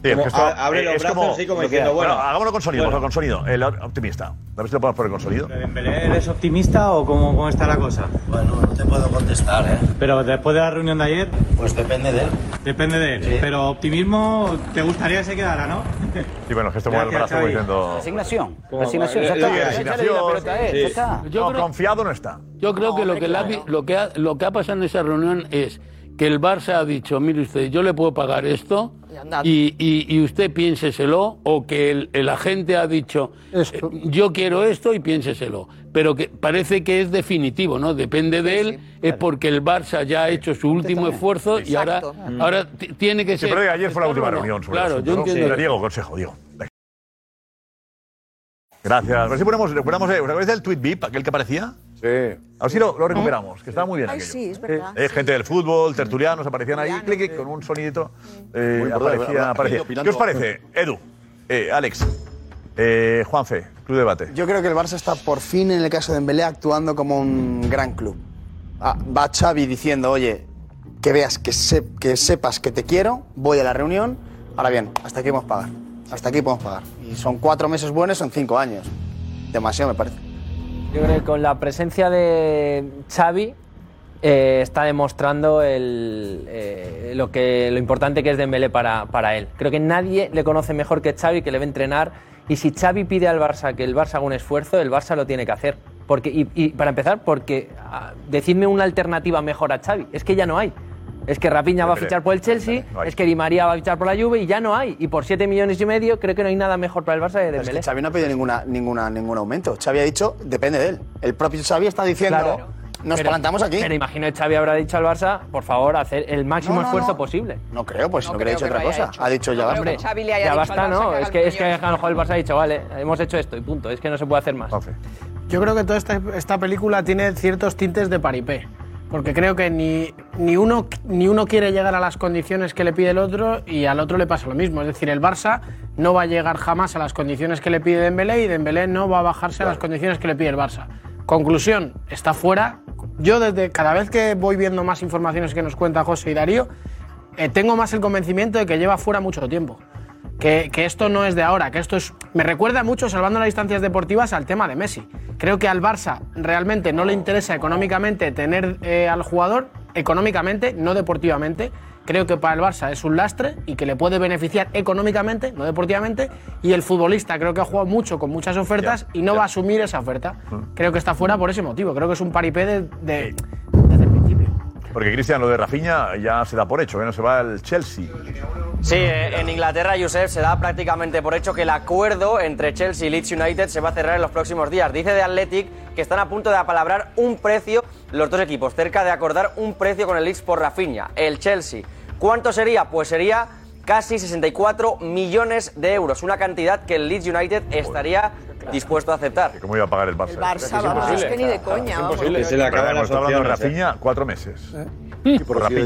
Speaker 9: Sí, el
Speaker 6: Como
Speaker 9: gesto-
Speaker 6: a- abre
Speaker 9: eh,
Speaker 6: los
Speaker 9: es
Speaker 6: brazos así como
Speaker 9: lo que
Speaker 6: diciendo,
Speaker 9: hay.
Speaker 6: bueno.
Speaker 9: Hagámoslo con sonido,
Speaker 6: bueno.
Speaker 9: por favor, con sonido. El optimista. A ver si lo podemos poner con sonido.
Speaker 7: ¿Eres optimista o cómo, cómo está la cosa?
Speaker 8: Bueno, no te puedo contestar, ¿eh?
Speaker 7: Pero después de la reunión de ayer,
Speaker 8: Pues depende de él.
Speaker 7: depende de él. Pero optimismo, ¿te gustaría que se quedara, ¿no?
Speaker 9: Y bueno, el gesto con
Speaker 7: Gracias,
Speaker 9: el brazo como
Speaker 7: Xavi.
Speaker 9: diciendo.
Speaker 16: Resignación.
Speaker 9: Como-
Speaker 16: Resignación, ya
Speaker 9: Sí,
Speaker 16: está.
Speaker 9: resignación,
Speaker 16: Ya está, eh, ya está.
Speaker 9: sí.
Speaker 16: Ya está.
Speaker 9: No, confiado no está.
Speaker 13: Yo creo
Speaker 16: No,
Speaker 13: que, lo
Speaker 16: hombre,
Speaker 13: que, la-
Speaker 16: claro.
Speaker 13: lo, que ha, lo que ha pasado en esa reunión es que el Barça ha dicho, mire usted, yo le puedo pagar esto y, y- y usted piénseselo, o que el, el agente ha dicho, "Eh, yo quiero esto y piénseselo. Pero que parece que es definitivo, ¿no? Depende de él, es porque el Barça ya ha hecho su último esfuerzo y ahora,
Speaker 9: Exacto.
Speaker 13: ahora t- tiene que
Speaker 9: Sí,
Speaker 13: ser...
Speaker 9: pero que ayer fue la
Speaker 13: ¿está
Speaker 9: última
Speaker 13: o no?
Speaker 9: reunión sobre
Speaker 13: Claro,
Speaker 9: el
Speaker 13: yo
Speaker 9: asunto, ¿no?
Speaker 13: entiendo.
Speaker 9: Sí, Diego, consejo, Diego. Gracias. A ver si ponemos, recuperamos, eh, ¿os acordáis del tweet VIP, aquel que aparecía? Sí. A ver si lo, lo recuperamos, que estaba muy bien
Speaker 4: Ay,
Speaker 9: aquello.
Speaker 4: sí, es verdad.
Speaker 9: Eh, gente del fútbol, tertulianos, aparecían ahí, clic, clic, con un sonidito. eh,
Speaker 15: Muy importante,
Speaker 9: aparecía,
Speaker 15: ¿verdad?
Speaker 9: aparecía.
Speaker 15: Opinando.
Speaker 9: ¿Qué os parece, Edu? Eh, Alex, eh, Juanfe, Club Debate.
Speaker 1: Yo creo que el Barça está por fin en el caso de Dembélé actuando como un gran club. Ah, Va Xavi diciendo, oye, que veas, que, se- que sepas que te quiero, voy a la reunión. Ahora bien, hasta aquí podemos pagar. Hasta aquí podemos pagar. Y son cuatro meses buenos, son cinco años. Demasiado, me parece.
Speaker 21: Yo creo que con la presencia de Xavi eh, está demostrando el, eh, lo, que, lo importante que es Dembélé para, para él. Creo que nadie le conoce mejor que Xavi, que le ve entrenar. Y si Xavi pide al Barça que el Barça haga un esfuerzo, el Barça lo tiene que hacer. Porque, y, y para empezar, porque ah, decidme una alternativa mejor a Xavi. Es que ya no hay. Es que Rapiña va a
Speaker 10: Dembélé.
Speaker 21: fichar por el Chelsea, es que Di María va a fichar por la Juve y ya no hay. Y por 7 millones y medio creo que no hay nada mejor para el Barça de
Speaker 1: Pero Es
Speaker 21: Dembélé.
Speaker 1: que Xavi no ha pedido ninguna, ninguna, ningún aumento. Xavi ha dicho, depende de él. El propio Xavi está diciendo,
Speaker 21: Claro.
Speaker 1: nos
Speaker 21: Pero-
Speaker 1: plantamos aquí.
Speaker 21: Pero imagino que Xavi habrá dicho al Barça, por favor, hacer el máximo
Speaker 1: No, no,
Speaker 21: esfuerzo
Speaker 1: no.
Speaker 21: posible.
Speaker 1: No creo, pues no,
Speaker 21: No
Speaker 1: que le ha
Speaker 21: creo
Speaker 1: dicho
Speaker 21: que
Speaker 1: otra
Speaker 21: lo haya
Speaker 1: cosa.
Speaker 21: hecho.
Speaker 1: Ha dicho, ya
Speaker 21: No
Speaker 1: basta.
Speaker 21: creo que Xavi le haya ya dicho al basta, Barça ¿no? que haga Es el que, es millón. que a lo mejor el Barça ha dicho, vale, hemos hecho esto y punto. Es que no se puede hacer más.
Speaker 22: Yo creo que toda esta, esta película tiene ciertos tintes de paripé. Porque creo que ni, ni, uno, ni uno quiere llegar a las condiciones que le pide el otro y al otro le pasa lo mismo. Es decir, el Barça no va a llegar jamás a las condiciones que le pide Dembélé y Dembélé no va a bajarse a las condiciones que le pide el Barça. Conclusión, está fuera. Yo desde cada vez que voy viendo más informaciones que nos cuenta José y Darío, eh, tengo más el convencimiento de que lleva fuera mucho tiempo. Que, que esto no es de ahora, que esto es. Me recuerda mucho, salvando las distancias deportivas, al tema de Messi. Creo que al Barça realmente no le interesa económicamente tener eh, al jugador, económicamente, no deportivamente. Creo que para el Barça es un lastre y que le puede beneficiar económicamente, no deportivamente. Y el futbolista creo que ha jugado mucho con muchas ofertas y no va a asumir esa oferta. Creo que está fuera por ese motivo. Creo que es un paripé de. de-
Speaker 9: Porque, Cristian, lo de Rafinha ya se da por hecho, que no se va al Chelsea.
Speaker 10: Sí, eh, en Inglaterra, Josep, se da prácticamente por hecho que el acuerdo entre Chelsea y Leeds United se va a cerrar en los próximos días. Dice de Athletic que están a punto de apalabrar un precio los dos equipos, cerca de acordar un precio con el Leeds por Rafinha, el Chelsea. ¿Cuánto sería? Pues sería casi 64 millones de euros, una cantidad que el Leeds United estaría dispuesto a aceptar.
Speaker 9: ¿Cómo iba a pagar el Barça?
Speaker 10: El Barça,
Speaker 9: Es
Speaker 10: vamos,
Speaker 9: imposible.
Speaker 10: es que ni de coña,
Speaker 9: Es
Speaker 10: vamos.
Speaker 9: imposible.
Speaker 10: Que se le acaban
Speaker 9: Pero
Speaker 10: las
Speaker 9: hemos hablando de
Speaker 10: opciones,
Speaker 9: Rafinha cuatro meses.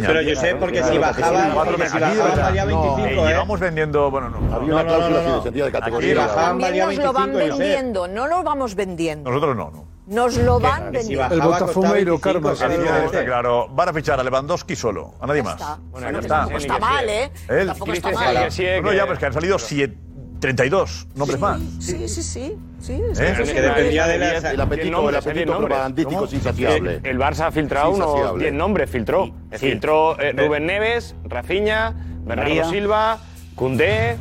Speaker 6: Pero yo sé, porque si bajaba-
Speaker 9: Cuatro
Speaker 6: porque
Speaker 9: meses.
Speaker 6: si bajaban, valía 25,
Speaker 9: Y
Speaker 6: ¿eh?
Speaker 9: llevamos vendiendo. Bueno, no.
Speaker 6: Había una No, no, cláusula no, no.
Speaker 9: de de
Speaker 6: categoría. bajaban, valía
Speaker 4: También nos lo van
Speaker 6: 25, yo sé.
Speaker 4: vendiendo, no lo vamos vendiendo.
Speaker 9: Nosotros no, no.
Speaker 4: Nos lo van
Speaker 9: Que si
Speaker 4: vendiendo.
Speaker 9: bajaba, costaba
Speaker 3: Botafumeiro,
Speaker 9: 25,
Speaker 3: Carlos.
Speaker 9: que decía,
Speaker 3: Claro.
Speaker 9: está claro. Van a fichar a Lewandowski solo, a nadie más.
Speaker 4: está.
Speaker 9: Bueno,
Speaker 4: Bueno,
Speaker 9: ya
Speaker 4: que
Speaker 9: está.
Speaker 4: tampoco está mal, ¿eh?
Speaker 9: Él.
Speaker 4: Tampoco está mal.
Speaker 9: No, no, ya, pues que han salido siete- 32 nombres más.
Speaker 4: Sí, sí, sí. sí
Speaker 9: ¿Eh?
Speaker 4: es
Speaker 9: Es que dependía de la-
Speaker 15: El apetito, el apetito propagandístico es insaciable.
Speaker 14: El Barça ha filtrado
Speaker 15: Es
Speaker 14: unos
Speaker 15: insaciable.
Speaker 14: 10 nombres, filtró. Filtró eh, Rubén Neves, Rafinha, Bernardo
Speaker 16: María.
Speaker 14: Silva, Cundé,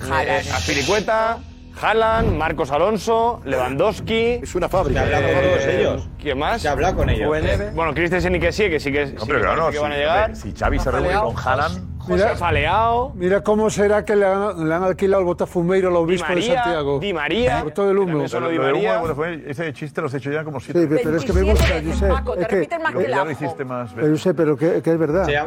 Speaker 16: Haaland.
Speaker 14: Aspiricueta, Haaland, Marcos Alonso, Lewandowski. Es una fábrica.
Speaker 6: Se habla con todos ellos.
Speaker 14: ¿Quién más? Se
Speaker 6: habla con ellos.
Speaker 14: Bueno, Christensen y que sí, que sí que, sí
Speaker 9: pero
Speaker 14: que
Speaker 9: claro,
Speaker 14: parece que
Speaker 9: si-
Speaker 14: van a llegar.
Speaker 9: hombre, si Xavi se reúne con Haaland,
Speaker 14: José Faleao.
Speaker 3: Mira cómo será que le han, le han alquilado el Botafumeiro al obispo de
Speaker 14: María,
Speaker 3: Santiago.
Speaker 14: Di María.
Speaker 3: Por todo el humo.
Speaker 9: Pero lo de humo de Botafogo, ese chiste lo has hecho ya como siete
Speaker 3: Sí, pero es que me gusta, Josep. es que,
Speaker 9: Pero ya lo hiciste más
Speaker 3: Pero Josep, pero que, que es verdad.
Speaker 9: Ya,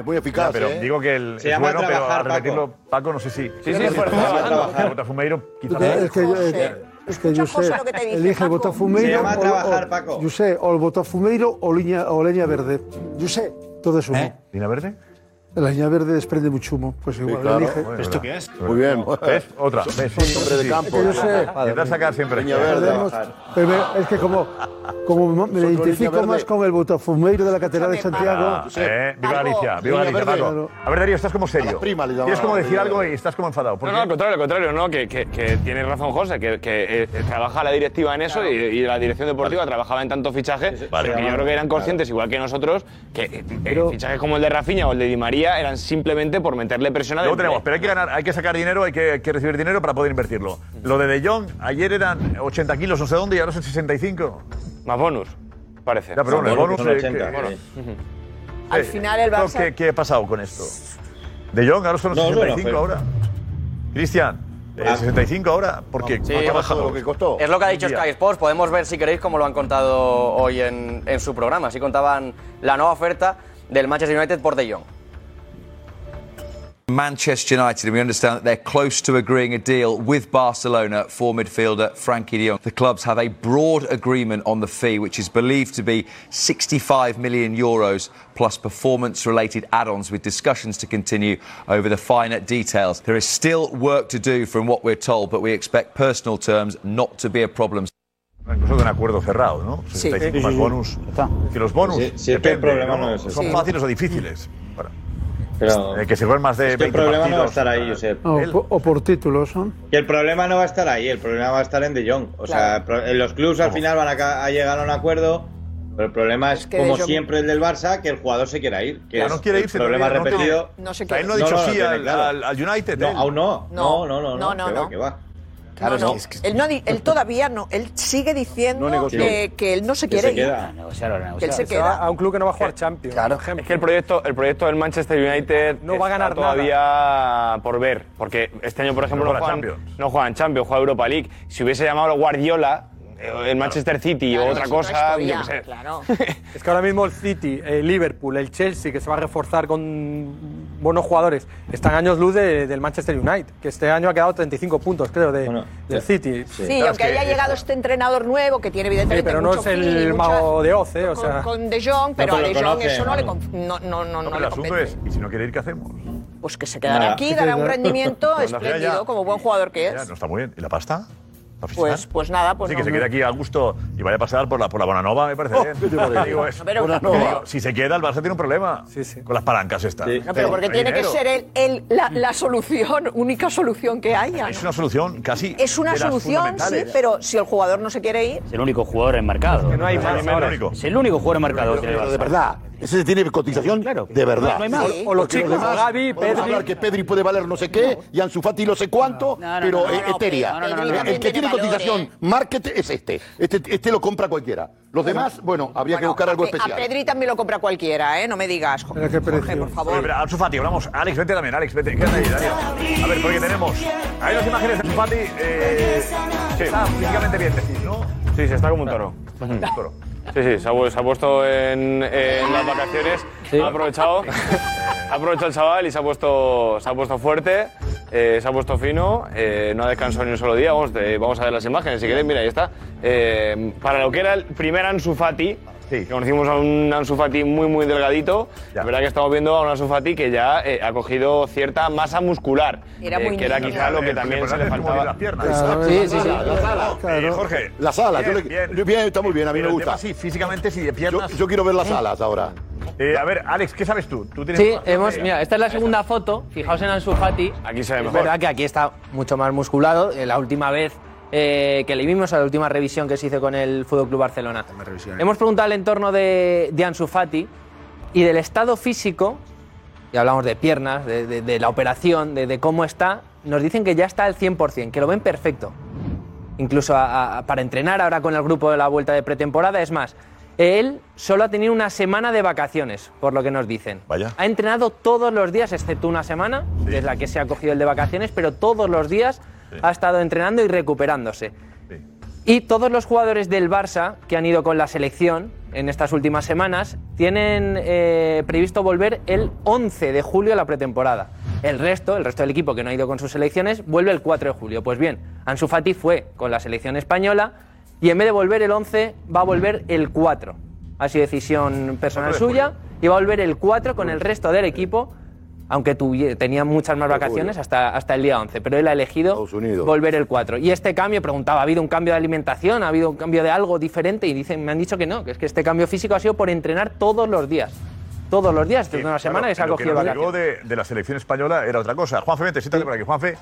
Speaker 9: pero digo que el,
Speaker 3: Se
Speaker 9: es
Speaker 3: llama
Speaker 9: bueno, pero a
Speaker 3: trabajar, Paco.
Speaker 9: repetirlo, Paco. no sé si.
Speaker 3: sí, es fuerza.
Speaker 9: trabajar. Botafumeiro, quizás.
Speaker 3: Es que, es que, es que Josep,
Speaker 9: lo que te dice,
Speaker 3: elige el
Speaker 9: Paco.
Speaker 3: Botafumeiro
Speaker 9: Se llama
Speaker 3: o-
Speaker 9: trabajar,
Speaker 3: o,
Speaker 9: Paco.
Speaker 3: Josep, o el Botafumeiro o, liña- o leña verde. Josep, todo es humo.
Speaker 9: ¿Lina ¿Eh? verde?
Speaker 3: La leña verde desprende mucho humo. Pues igual,
Speaker 9: claro.
Speaker 3: elige.
Speaker 9: Bueno, ¿Esto qué es?
Speaker 15: Muy bien.
Speaker 9: ¿Ves? Otra. ¿Ves?
Speaker 15: Hombre de campo.
Speaker 3: Yo sé.
Speaker 9: Intentar sacar siempre.
Speaker 15: Leña verde.
Speaker 3: Podemos- pero me- es que como, como me identifico
Speaker 9: verde.
Speaker 3: más con el Botafumeiro de la Catedral de
Speaker 9: Ah,
Speaker 3: Santiago.
Speaker 9: eh, viva
Speaker 3: Paco.
Speaker 9: Galicia, viva
Speaker 3: Leña
Speaker 9: Galicia,
Speaker 3: verde.
Speaker 9: Paco. A ver, Darío, estás como serio. Tienes como decir algo y estás como enfadado. ¿Por
Speaker 14: No, no, al contrario, al contrario, no, que, que, que tiene razón José, que, que, eh, trabaja la directiva en eso y, y la dirección deportiva trabajaba en tantos fichajes,
Speaker 9: Vale.
Speaker 14: porque yo creo que eran conscientes, igual que nosotros, que eh, eh, fichajes como el de Rafinha o el de Di María eran simplemente por meterle presión a
Speaker 9: Luego tenemos, pero hay que ganar, hay que sacar dinero, hay que, hay que recibir dinero para poder invertirlo. Lo de De Jong, ayer eran 80 kilos, no sé dónde, y ahora son 65.
Speaker 14: Más bonus, parece.
Speaker 9: Ya, pero bueno, el bonus.
Speaker 14: Son
Speaker 9: eh,
Speaker 14: 80,
Speaker 9: que-
Speaker 14: bueno.
Speaker 9: eh,
Speaker 4: Al final el Barça-
Speaker 9: ¿qué, qué ha pasado con esto? De Jong, ahora son
Speaker 15: No, bueno,
Speaker 9: 65
Speaker 15: pero-
Speaker 9: ahora. Cristian, eh, 65 ahora, ¿por qué?
Speaker 10: Sí,
Speaker 9: ¿Cuánto ha bajado?
Speaker 10: Es lo que ha dicho
Speaker 9: Un día.
Speaker 10: Sky Sports. Podemos ver, si queréis, cómo lo han contado hoy en, en su programa. Así contaban la nueva oferta del Manchester United por De Jong.
Speaker 5: Manchester United, we understand that they're close to agreeing a deal with Barcelona for midfielder Frankie de Jong. The clubs have a broad agreement on the fee, which is believed to be 65 million euros plus performance related add ons, with discussions to continue over the finer details. There is still work to do from what we're told, but we expect personal terms not to be a problem.
Speaker 9: Incluso de un acuerdo cerrado, ¿no?
Speaker 5: Sí.
Speaker 9: 65
Speaker 5: Sí, sí,
Speaker 9: más
Speaker 5: sí.
Speaker 9: bonus. Que los bonus
Speaker 6: Sí, sí, es que el
Speaker 9: depende,
Speaker 6: problema no es ese.
Speaker 9: son
Speaker 6: Sí.
Speaker 9: fáciles o difíciles. Bueno,
Speaker 6: Pero-
Speaker 9: eh, que se juegan más de
Speaker 6: Es que el
Speaker 9: 20
Speaker 6: problema no va a
Speaker 9: partidos.
Speaker 6: estar ahí, Josep.
Speaker 3: Ah, O, po- o por títulos, ¿no?
Speaker 6: Y el problema no va a estar ahí, el problema va a estar en De Jong. O sea, pro- en los clubes al final van a, ca- a llegar a un acuerdo, pero el problema es,
Speaker 4: que De
Speaker 6: como
Speaker 4: Jong-
Speaker 6: siempre el del Barça, que el jugador se quiera ir. Que
Speaker 9: Ya
Speaker 6: es
Speaker 9: no quiere
Speaker 6: el
Speaker 9: irse
Speaker 6: Problema
Speaker 9: todavía, no tiene-
Speaker 6: repetido.
Speaker 4: No se
Speaker 9: O sea, él no ha
Speaker 6: quiere.
Speaker 9: dicho
Speaker 6: No, no,
Speaker 9: sí
Speaker 6: no,
Speaker 9: al,
Speaker 6: tiene claro.
Speaker 9: al- al United. ¿eh?
Speaker 6: No,
Speaker 9: él.
Speaker 6: aún no. No, no, no,
Speaker 4: No, no,
Speaker 6: que
Speaker 4: no.
Speaker 6: va, que va.
Speaker 4: No, no. Él, no ha di- él todavía no. Él sigue diciendo
Speaker 6: No negoció.
Speaker 4: que, que él no se quiere ir. Que él se
Speaker 2: Se va
Speaker 4: queda.
Speaker 2: a un club que no va a jugar Champions. Claro.
Speaker 14: Es que el proyecto, el proyecto del Manchester United
Speaker 2: No va a
Speaker 14: está
Speaker 2: ganar nada.
Speaker 14: todavía por ver. Porque este año, por ejemplo,
Speaker 9: No
Speaker 14: no,
Speaker 9: juega
Speaker 14: juegan, Champions. no juegan Champions, juega Europa League. Si hubiese llamado Guardiola, eh, el Manchester City o otra cosa, yo qué sé.
Speaker 2: Es que ahora mismo el City, el Liverpool, el Chelsea, que se va a reforzar con buenos jugadores, están años luz de- del Manchester United, que este año ha quedado 35 puntos, creo, de, del City.
Speaker 4: Sí, y aunque haya llegado este entrenador nuevo, que tiene
Speaker 2: Sí,
Speaker 4: evidentemente
Speaker 2: pero no
Speaker 4: mucho
Speaker 2: es el
Speaker 4: feeling,
Speaker 2: mago
Speaker 4: mucha-
Speaker 2: de Oz, ¿eh? O
Speaker 4: con,
Speaker 2: sea,
Speaker 4: con De Jong,
Speaker 9: pero
Speaker 4: pero a
Speaker 9: lo
Speaker 4: De Jong
Speaker 9: conoce,
Speaker 4: eso no le,
Speaker 9: claro.
Speaker 4: conf- no, no, no, no
Speaker 9: No, pero
Speaker 4: le
Speaker 9: el asunto
Speaker 4: compete.
Speaker 9: es, ¿y si no quiere ir, qué hacemos?
Speaker 4: Pues que se quedará
Speaker 9: Nada.
Speaker 4: aquí, dará un rendimiento
Speaker 9: Cuando sea
Speaker 4: espléndido
Speaker 9: ya.
Speaker 4: como buen jugador que
Speaker 9: Ya,
Speaker 4: es.
Speaker 9: no está muy bien. ¿Y la pasta? ¿La fichar?
Speaker 4: Pues, pues nada, pues
Speaker 9: sí,
Speaker 4: no.
Speaker 9: que se quede aquí a gusto y vaya a pasar por la, por la Bonanova, me parece
Speaker 4: Oh,
Speaker 9: bien.
Speaker 4: ¿qué te parece?
Speaker 9: Digo, es-
Speaker 4: Pero-
Speaker 9: Bonanova. Digo, si se queda, el Barça tiene un problema con las palancas estas.
Speaker 4: No, pero porque
Speaker 9: Hay
Speaker 4: tiene que
Speaker 9: dinero.
Speaker 4: ser él, él la, la solución, única solución que haya.
Speaker 9: Es una solución casi.
Speaker 4: Es una
Speaker 9: de las
Speaker 4: solución, sí,
Speaker 9: fundamentales.
Speaker 4: pero si el jugador no se quiere ir,
Speaker 16: Es el único jugador enmarcado.
Speaker 15: no hay más,
Speaker 16: Es
Speaker 15: ahora.
Speaker 16: el único. Es el único jugador enmarcado.
Speaker 15: Pero de verdad, ese tiene cotización de verdad.
Speaker 16: No, no hay más.
Speaker 15: Porque
Speaker 16: O los chicos,
Speaker 15: demás,
Speaker 16: Gavi,
Speaker 15: podemos
Speaker 16: Pedri.
Speaker 15: hablar que Pedri puede valer no sé qué, y Ansu Fati no sé cuánto,
Speaker 16: No, no,
Speaker 15: pero
Speaker 16: no, no,
Speaker 15: eh,
Speaker 16: no,
Speaker 15: etérea.
Speaker 16: Pedri, no, no, no,
Speaker 15: El-
Speaker 16: no, no.
Speaker 15: el que tiene
Speaker 16: Tiene valor,
Speaker 15: cotización market es este. este. Este lo compra cualquiera. Los demás, bueno, habría que buscar algo
Speaker 4: a Pe- a
Speaker 15: especial.
Speaker 4: Pedri también lo compra cualquiera, ¿eh? No me digas, jo- Jorge, por favor.
Speaker 9: Oye, espera, Ansu Fati, hablamos. Alex, vete también, Alex, vete. Quédate ahí, Darío. A ver, porque tenemos. Hay las imágenes de Ansu Fati. eh, está físicamente bien, decís, ¿no?
Speaker 14: Sí, se está como un toro. Sí, sí, se ha, vu- se ha puesto en, en las vacaciones, ha aprovechado, ha aprovechado el chaval y se ha puesto, se ha puesto fuerte, eh, se ha puesto fino, eh, no ha descansado ni un solo día. Vamos, te- vamos a ver las imágenes, si queréis, mira, ahí está. Eh, para lo que era el primer Ansu Fati, que conocimos a un Ansu Fati muy, muy delgadito, la verdad que estamos viendo a un Ansu Fati que ya eh, ha cogido cierta masa muscular,
Speaker 9: Era
Speaker 14: eh,
Speaker 9: muy
Speaker 14: que era
Speaker 9: niño.
Speaker 14: quizá lo que
Speaker 9: Eh,
Speaker 14: también se
Speaker 9: porque
Speaker 14: le
Speaker 9: parece como
Speaker 14: faltaba.
Speaker 9: las piernas.
Speaker 15: Exacto.
Speaker 9: Sí, sí, sí.
Speaker 15: La sala.
Speaker 9: Eh, Jorge.
Speaker 15: La sala, yo le-
Speaker 9: Bien, bien.
Speaker 15: yo- bien, está muy bien, a mí me
Speaker 9: Pero el
Speaker 15: gusta.
Speaker 9: tema sí, físicamente, sí, de piernas.
Speaker 15: Yo, yo quiero ver las alas ahora.
Speaker 9: Eh, a ver, Alex, ¿qué sabes tú? ¿Tú tienes
Speaker 21: Sí,
Speaker 9: más-
Speaker 21: hemos,
Speaker 9: Eh,
Speaker 21: mira, esta es la segunda foto. Fijaos en Ansu Fati.
Speaker 14: Aquí se ve
Speaker 21: Es
Speaker 14: mejor.
Speaker 21: verdad que aquí está mucho más musculado. Eh, La última vez eh, que le vimos, a la última revisión que se hizo con el Fútbol Club Barcelona.
Speaker 14: ¿eh?
Speaker 21: Hemos preguntado al entorno de, de Ansu Fati y del estado físico, y hablamos de piernas, de, de- de la operación, de, de cómo está, nos dicen que ya está al 100%, que lo ven perfecto. Incluso a- a- para entrenar ahora con el grupo de la vuelta de pretemporada, es más, Él solo ha tenido una semana de vacaciones, por lo que nos dicen.
Speaker 9: Vaya.
Speaker 21: Ha entrenado todos los días, excepto una semana, que es la que se ha cogido el de vacaciones, pero todos los días ha estado entrenando y recuperándose. Y todos los jugadores del Barça que han ido con la selección en estas últimas semanas tienen eh, previsto volver el 11 de julio a la pretemporada. El resto, el resto del equipo que no ha ido con sus selecciones, vuelve el 4 de julio. Pues bien, Ansu Fati fue con la selección española y en vez de volver el 11 va a volver el 4. Ha sido decisión personal
Speaker 11: 4 de
Speaker 21: suya y va a volver el 4 con el resto del equipo, aunque tuvie- tenía muchas más vacaciones hasta, hasta el día 11, pero él ha elegido volver el 4. Y este cambio, preguntaba, ¿ha habido un cambio de alimentación? ¿Ha habido un cambio de algo diferente? Y dicen, me han dicho que no, que es que este cambio físico ha sido por entrenar todos los días. Todos los días, desde una semana que se ha
Speaker 9: Lo que
Speaker 21: cogido
Speaker 9: nos
Speaker 21: vacaciones.
Speaker 9: llegó de, de la selección española era otra cosa. Juanfe, vente, siéntate por aquí. Juanfe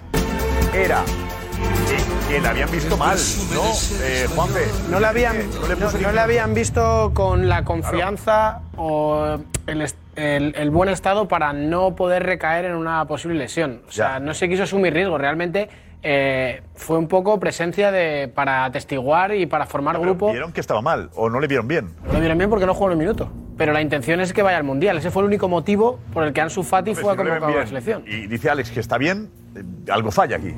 Speaker 9: era que- que la habían visto mal, ¿no? Eh, Juanfe. Eh,
Speaker 22: No le habían, no, no le habían visto con la confianza o el, est- el- el buen estado para no poder recaer en una posible lesión. O sea, no se quiso asumir riesgo. Realmente eh, fue un poco presencia de, para atestiguar y para formar grupo.
Speaker 9: ¿Vieron que estaba mal o no le vieron bien?
Speaker 22: No lo vieron bien porque no jugó un minuto. Pero la intención es que vaya al Mundial. Ese fue el único motivo por el que Ansu Fati
Speaker 9: Hombre,
Speaker 22: fue
Speaker 9: si no le ven
Speaker 22: convocado a la
Speaker 9: bien
Speaker 22: selección.
Speaker 9: Y dice Alex que está bien, eh, algo falla aquí.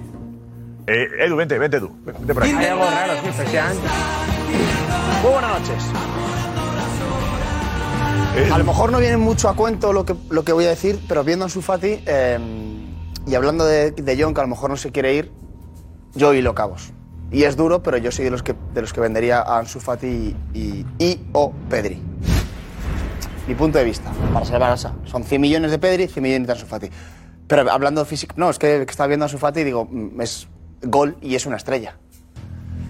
Speaker 9: Eh, Edu, vente, vente Edu. Vente por aquí.
Speaker 1: Hay algo raro, sí, efectivamente. Muy buenas noches.
Speaker 9: Eh,
Speaker 1: A lo mejor no viene mucho a cuento lo que, lo que voy a decir, pero viendo a Sufati em, y hablando de, de John, que a lo mejor no se quiere ir, yo hilo cabos. Y es duro, pero yo soy de los que, de los que vendería a Ansu Fati y, y- y o Pedri. Mi punto de vista, para ser Barça. Son 100 millones de Pedri, 100 millones de Ansu Fati. Pero hablando físico, no, es que, que estaba viendo a Ansu Fati y digo, mm, es gol y es una estrella.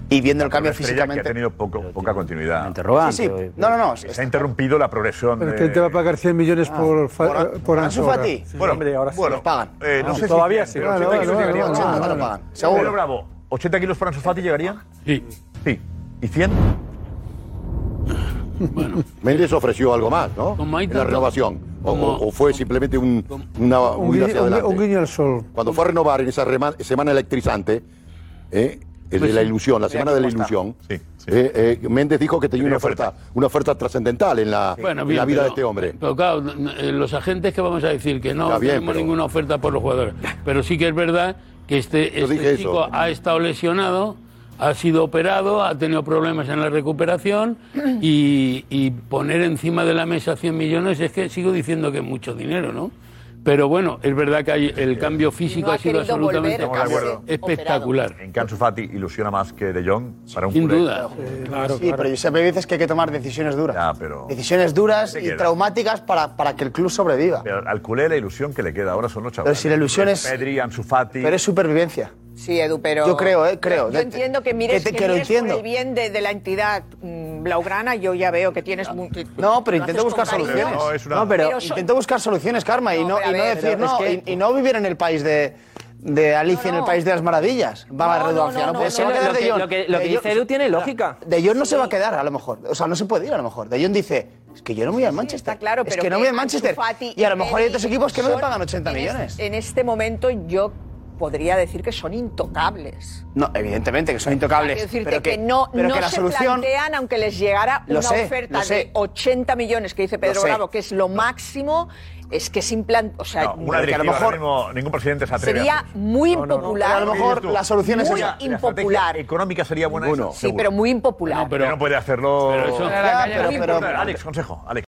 Speaker 1: Y viendo el cambio
Speaker 9: Una estrella
Speaker 1: físicamente...
Speaker 9: que ha tenido poco- poca continuidad.
Speaker 1: Sí, sí. No, no, no.
Speaker 9: Se ha interrumpido la progresión.
Speaker 3: ¿Pero quién te va a pagar 100 millones
Speaker 9: Ah.
Speaker 3: por, fa- eh, por, Ansu ahora?
Speaker 9: Bueno, bueno,
Speaker 3: los pagan.
Speaker 9: eh, no
Speaker 3: Ah,
Speaker 9: sé si
Speaker 3: todavía
Speaker 9: cien,
Speaker 3: sí.
Speaker 9: pero
Speaker 3: Vale,
Speaker 9: 80
Speaker 3: vale,
Speaker 9: kilos
Speaker 3: vale,
Speaker 9: llegaría.
Speaker 3: vale, vale, vale,
Speaker 9: Pero
Speaker 3: vale.
Speaker 9: Seguro.
Speaker 3: Seguro.
Speaker 9: Bravo, ¿80 kilos para Ansu Fati llegaría?
Speaker 13: Sí.
Speaker 9: Sí. ¿Y 100?
Speaker 15: Méndez ofreció algo más, ¿no?
Speaker 13: Como hay
Speaker 15: En la
Speaker 13: tanto-
Speaker 15: renovación. O, o- o fue simplemente un, una,
Speaker 3: Un
Speaker 15: un ir hacia
Speaker 3: guiño, un gui-
Speaker 15: adelante.
Speaker 3: un guiño al sol.
Speaker 15: Cuando fue a renovar en esa rema- semana electrizante, ¿eh? el
Speaker 3: Pues
Speaker 15: de la
Speaker 3: sí.
Speaker 15: ilusión, la
Speaker 3: Mira
Speaker 15: semana de la
Speaker 3: cómo está.
Speaker 15: ilusión, eh, eh, Méndez dijo que tenía una oferta, una oferta trascendental en la,
Speaker 13: Bueno,
Speaker 15: en
Speaker 13: bien,
Speaker 15: la vida
Speaker 13: pero-
Speaker 15: de este hombre.
Speaker 13: Pero claro, eh, los agentes que vamos a decir que no
Speaker 15: Está bien,
Speaker 13: tenemos
Speaker 15: pero-
Speaker 13: ninguna oferta por los jugadores. Pero sí que es verdad que este,
Speaker 15: Yo
Speaker 13: este
Speaker 15: dije eso.
Speaker 13: chico ha estado lesionado, ha sido operado, ha tenido problemas en la recuperación y, y poner encima de la mesa 100 millones es que sigo diciendo que es mucho dinero, ¿no? Pero bueno, es verdad que hay- el cambio físico
Speaker 9: No ha
Speaker 13: ha sido
Speaker 9: querido volver
Speaker 13: absolutamente
Speaker 9: a casa Estamos de acuerdo.
Speaker 13: espectacular.
Speaker 9: En que Ansu Fati ilusiona más que De Jong para un
Speaker 13: Sin
Speaker 9: culé.
Speaker 13: duda.
Speaker 1: sí, pero yo siempre dices que hay que tomar decisiones duras. Decisiones duras
Speaker 9: ¿Qué
Speaker 1: y
Speaker 9: te queda?
Speaker 1: traumáticas para, para que el club sobreviva.
Speaker 9: Pero al culé la ilusión que le queda ahora son los chavales.
Speaker 1: Pero si la ilusión es-
Speaker 9: Pedri, Ansu Fati.
Speaker 1: Pero es supervivencia.
Speaker 4: Sí, Edu, pero.
Speaker 1: Yo creo, eh, creo.
Speaker 4: Yo, yo entiendo que mires,
Speaker 1: Que
Speaker 4: que
Speaker 1: te- que lo
Speaker 4: mires por
Speaker 1: entiendo.
Speaker 4: el bien de, de la entidad mm, blaugrana. Yo ya veo que tienes. mu- que-
Speaker 1: No, pero
Speaker 4: lo haces
Speaker 1: intento buscar
Speaker 4: con cariño.
Speaker 1: soluciones. No, pero,
Speaker 4: pero so-
Speaker 1: intento buscar soluciones, Karma, y no,
Speaker 4: pero a
Speaker 1: y no
Speaker 4: ver,
Speaker 1: decir,
Speaker 4: pero es
Speaker 1: no,
Speaker 4: que-
Speaker 1: y, y no vivir en el país de, de Alicia, en el país de las maravillas. Va a la
Speaker 21: No, no,
Speaker 1: redundancia,
Speaker 21: no,
Speaker 1: no,
Speaker 21: no,
Speaker 1: puede
Speaker 21: no,
Speaker 1: ser.
Speaker 21: no,
Speaker 1: Va a quedar
Speaker 21: lo
Speaker 1: de
Speaker 21: que-
Speaker 1: Jong.
Speaker 21: lo que- lo
Speaker 1: De
Speaker 21: que
Speaker 1: Jong-
Speaker 21: dice Edu tiene lógica.
Speaker 1: De John no se va a quedar, a lo mejor. O sea, no se puede ir, a lo mejor. De John dice, es que yo no voy al Manchester.
Speaker 4: claro,
Speaker 1: es
Speaker 4: pero
Speaker 1: que no voy al
Speaker 4: Ansu
Speaker 1: Manchester.
Speaker 4: Fati
Speaker 1: Y a lo mejor hay otros
Speaker 4: Pedri
Speaker 1: equipos que no le
Speaker 4: son-
Speaker 1: pagan 80
Speaker 4: en es-
Speaker 1: millones.
Speaker 4: en este momento yo podría decir que son intocables.
Speaker 1: No, evidentemente que son
Speaker 4: Quiero
Speaker 1: intocables.
Speaker 4: decirte
Speaker 1: Pero
Speaker 4: que, no,
Speaker 1: pero
Speaker 4: no
Speaker 1: que la
Speaker 4: se
Speaker 1: solución.
Speaker 4: plantean, aunque les llegara
Speaker 1: Lo
Speaker 4: una
Speaker 1: sé,
Speaker 4: oferta
Speaker 1: lo sé.
Speaker 4: de 80 millones que dice Pedro
Speaker 1: sé.
Speaker 4: Bravo, que es lo máximo, es que es implan- o sea,
Speaker 9: No, una
Speaker 4: que
Speaker 9: directiva,
Speaker 4: a lo mejor
Speaker 9: ahora mismo ningún presidente se atreve
Speaker 4: sería muy impopular.
Speaker 1: Pero a lo mejor la solución es
Speaker 4: muy
Speaker 1: esa.
Speaker 4: impopular.
Speaker 9: económica sería buena esa,
Speaker 4: Sí,
Speaker 9: seguro.
Speaker 4: pero muy impopular.
Speaker 9: pero, no puede hacerlo.
Speaker 13: Pero eso-
Speaker 1: Ya, pero-
Speaker 9: No
Speaker 1: pero-
Speaker 9: importa, Alex, consejo. Alex.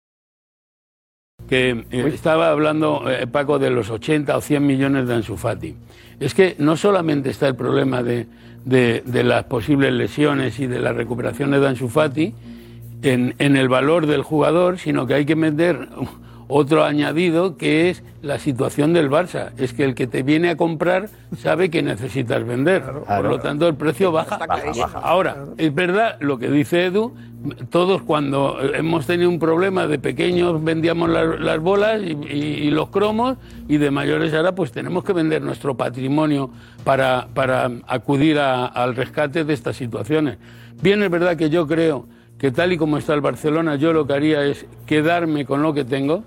Speaker 13: que eh, estaba hablando eh, Paco de los 80 o 100 millones de Ansu Fati. Es que no solamente está el problema de, de- de las posibles lesiones y de las recuperaciones de Ansu Fati en, en el valor del jugador, sino que hay que meter otro añadido que es la situación del Barça. Es que el que te viene a comprar sabe que necesitas vender. Por lo tanto, el precio baja.
Speaker 14: clarísimo.
Speaker 13: baja. Ahora, es verdad lo que dice Edu, todos cuando hemos tenido un problema de pequeños vendíamos la- las bolas y, y- y los cromos y de mayores ahora pues tenemos que vender nuestro patrimonio para, para acudir a- al rescate de estas situaciones. Bien, es verdad que yo creo que tal y como está el Barcelona, yo lo que haría es quedarme con lo que tengo,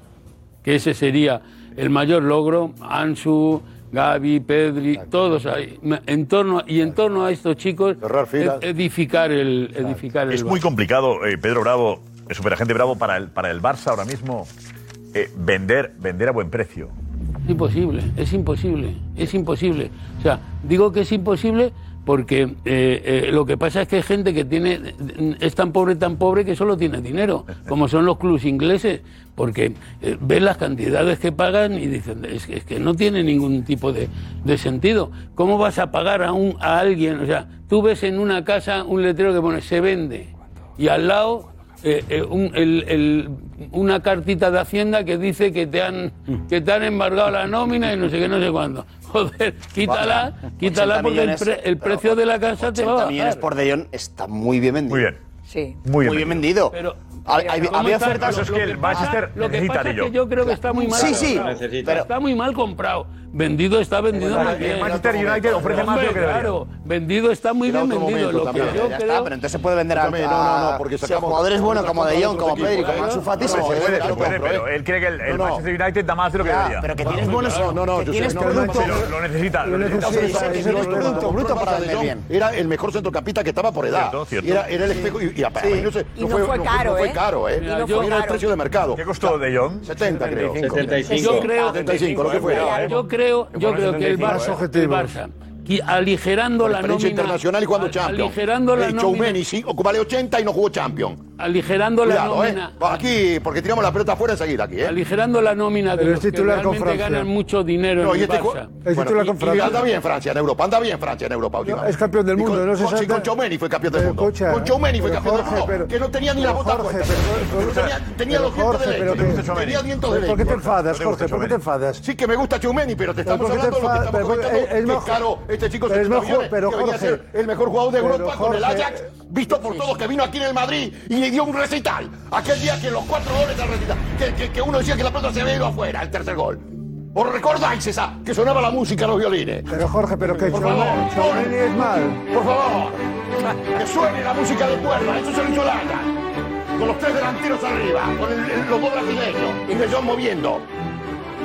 Speaker 13: que ese sería el mayor logro, Ansu, Gaby, Pedri, todos ahí, me- en torno, y en torno a estos chicos,
Speaker 15: filas.
Speaker 13: ed- edificar el... Edificar el
Speaker 9: Es muy complicado, eh, Pedro Bravo, Superagente Bravo para el, para el Barça ahora mismo, eh, vender, vender a buen precio.
Speaker 13: Es imposible, es imposible, es imposible. O sea, digo que es imposible porque eh, eh, lo que pasa es que hay gente que tiene es tan pobre, tan pobre que solo tiene dinero, como son los clubs ingleses, porque eh, ves las cantidades que pagan y dicen, es, que- es que no tiene ningún tipo de, de sentido. ¿Cómo vas a pagar a, un, a alguien? O sea, tú ves en una casa un letrero que pone, se vende, y al lado eh, eh, un- el- el- una cartita de Hacienda que dice que te han
Speaker 16: Mm.
Speaker 13: que te han embargado la nómina y no sé qué, no sé cuándo. Joder, quítala, quítala
Speaker 16: 80
Speaker 13: porque el,
Speaker 16: millones,
Speaker 13: pre- el
Speaker 16: pero
Speaker 13: precio de la casa te va
Speaker 16: 80
Speaker 13: a bajar.
Speaker 16: millones por De Jong está muy bien vendido. Muy bien.
Speaker 4: Sí.
Speaker 16: Muy bien, vendido. Hay- hay-
Speaker 13: ¿Cómo
Speaker 16: había
Speaker 13: está?
Speaker 16: ofertas.
Speaker 13: Lo- lo que pasa- Lo que pasa es que yo creo que está muy mal
Speaker 16: Sí,
Speaker 13: comprado.
Speaker 16: sí.
Speaker 13: Pero está muy mal comprado. Vendido está vendido
Speaker 16: Pero
Speaker 13: muy
Speaker 16: el
Speaker 13: bien.
Speaker 16: Manchester United ofrece más de lo que
Speaker 13: Hombre,
Speaker 16: debería.
Speaker 13: Claro, vendido está muy bien vendido. lo que
Speaker 16: también,
Speaker 13: yo
Speaker 16: ya
Speaker 13: creo...
Speaker 16: está, pero entonces se puede vender a,
Speaker 9: Escúchame, no, no, no, porque
Speaker 16: si el
Speaker 9: sacamos-
Speaker 16: jugador es bueno como De Jong,
Speaker 9: otro
Speaker 16: como
Speaker 9: equipo.
Speaker 16: Pedri,
Speaker 3: ¿eh?
Speaker 16: como
Speaker 9: Bueno,
Speaker 16: Ansu Fati,
Speaker 9: no,
Speaker 16: se
Speaker 9: no,
Speaker 16: puede
Speaker 9: se puede,
Speaker 16: vender a
Speaker 9: se
Speaker 16: otro,
Speaker 9: puede,
Speaker 16: ¿eh?
Speaker 9: pero él cree que el, el
Speaker 16: No, no.
Speaker 9: Manchester United da más de lo que
Speaker 16: Ya,
Speaker 9: debería.
Speaker 16: pero que tienes buenos-
Speaker 15: No, no,
Speaker 16: que
Speaker 15: yo
Speaker 16: tienes
Speaker 15: sé,
Speaker 16: producto-
Speaker 9: Sí, lo, lo necesita, lo
Speaker 15: Lo
Speaker 9: necesita.
Speaker 15: necesita,
Speaker 9: Sí, sí,
Speaker 15: es
Speaker 9: sí,
Speaker 15: el
Speaker 9: sí,
Speaker 15: producto
Speaker 9: sí.
Speaker 15: bruto para
Speaker 9: De
Speaker 15: vender
Speaker 9: Jong
Speaker 15: bien. Era el mejor centrocampista que estaba por edad.
Speaker 9: Cierto, cierto.
Speaker 15: Era, era el espejo y, y a-
Speaker 9: Sí.
Speaker 15: no sé,
Speaker 9: Y no fue
Speaker 15: no
Speaker 9: caro,
Speaker 15: fue
Speaker 9: ¿eh?
Speaker 15: caro, ¿eh?
Speaker 9: Y no fue
Speaker 15: Era el
Speaker 9: caro.
Speaker 15: precio de mercado.
Speaker 9: ¿Qué costó De Jong?
Speaker 15: 70, creo.
Speaker 9: 75.
Speaker 13: Yo creo,
Speaker 15: 75, lo que fue. eh.
Speaker 9: ¿eh?
Speaker 13: Yo creo, yo creo que el
Speaker 15: 75,
Speaker 13: Barça,
Speaker 15: ¿eh?
Speaker 13: el Barça, qui- aligerando
Speaker 15: Con
Speaker 13: la
Speaker 15: experiencia
Speaker 13: nómina
Speaker 15: internacional y jugando
Speaker 13: al-
Speaker 15: Champions.
Speaker 13: Aligerando la
Speaker 15: Eh,
Speaker 13: nómina.
Speaker 15: Tchouameni, sí, ocu- vale 80 y no jugó Champions.
Speaker 13: Aligerando la
Speaker 15: Cuidado, ¿eh?
Speaker 13: nómina.
Speaker 15: Va, Aquí, porque tiramos la pelota afuera enseguida aquí, ¿eh?
Speaker 13: Aligerando la nómina de los que realmente ganan mucho dinero
Speaker 15: No,
Speaker 13: en
Speaker 15: y
Speaker 13: el
Speaker 15: este ju-
Speaker 13: Barça.
Speaker 15: bueno, y- y anda bien Francia en Europa, anda bien Francia en Europa últimamente.
Speaker 3: es campeón del
Speaker 15: Y
Speaker 3: mundo,
Speaker 15: con-
Speaker 3: no se
Speaker 15: con- sí,
Speaker 3: salta-
Speaker 15: con Chouameni fue campeón del
Speaker 3: Pero
Speaker 15: mundo.
Speaker 3: escucha,
Speaker 15: con Chouameni fue
Speaker 3: pero
Speaker 15: campeón
Speaker 3: Jorge,
Speaker 15: del mundo,
Speaker 3: pero-
Speaker 15: que no tenía ni la
Speaker 3: pero
Speaker 15: bota
Speaker 3: Jorge,
Speaker 15: puesta.
Speaker 3: pero-
Speaker 15: tenía, tenía los dientes
Speaker 3: Jorge,
Speaker 15: de
Speaker 3: pero
Speaker 15: leche,
Speaker 3: que-
Speaker 15: tenía dientes de leche.
Speaker 3: ¿Por qué te enfadas, Jorge? ¿Por qué te enfadas?
Speaker 15: Sí que me gusta Chumeni, pero te
Speaker 3: Pero
Speaker 15: estamos
Speaker 3: ¿por qué te
Speaker 15: hablando de lo que
Speaker 3: enfadas?
Speaker 15: estamos
Speaker 3: Pero
Speaker 15: comentando.
Speaker 3: es- es
Speaker 15: que
Speaker 3: mejor-
Speaker 15: caro, este chico
Speaker 3: pero es
Speaker 15: 70
Speaker 3: mejor-
Speaker 15: millones,
Speaker 3: pero
Speaker 15: que venía a
Speaker 3: Jorge-
Speaker 15: ser el mejor jugador de
Speaker 3: pero
Speaker 15: Europa con el
Speaker 3: Jorge-
Speaker 15: Ajax, visto por todos que vino aquí en el Madrid y le dio un recital. Aquel día que los cuatro goles del recital, que, que- que uno decía que la pelota se había ido afuera, el tercer gol. ¿Os recordáis esa? Que sonaba la música, los violines.
Speaker 3: Pero Jorge, pero que
Speaker 15: Por favor,
Speaker 3: Chomeni es mal.
Speaker 15: Por favor, que suene la música de cuerda, eso se lo hizo el Ajax. Con los tres delanteros arriba, con el- el- los dos brasileños, y De Jong moviendo.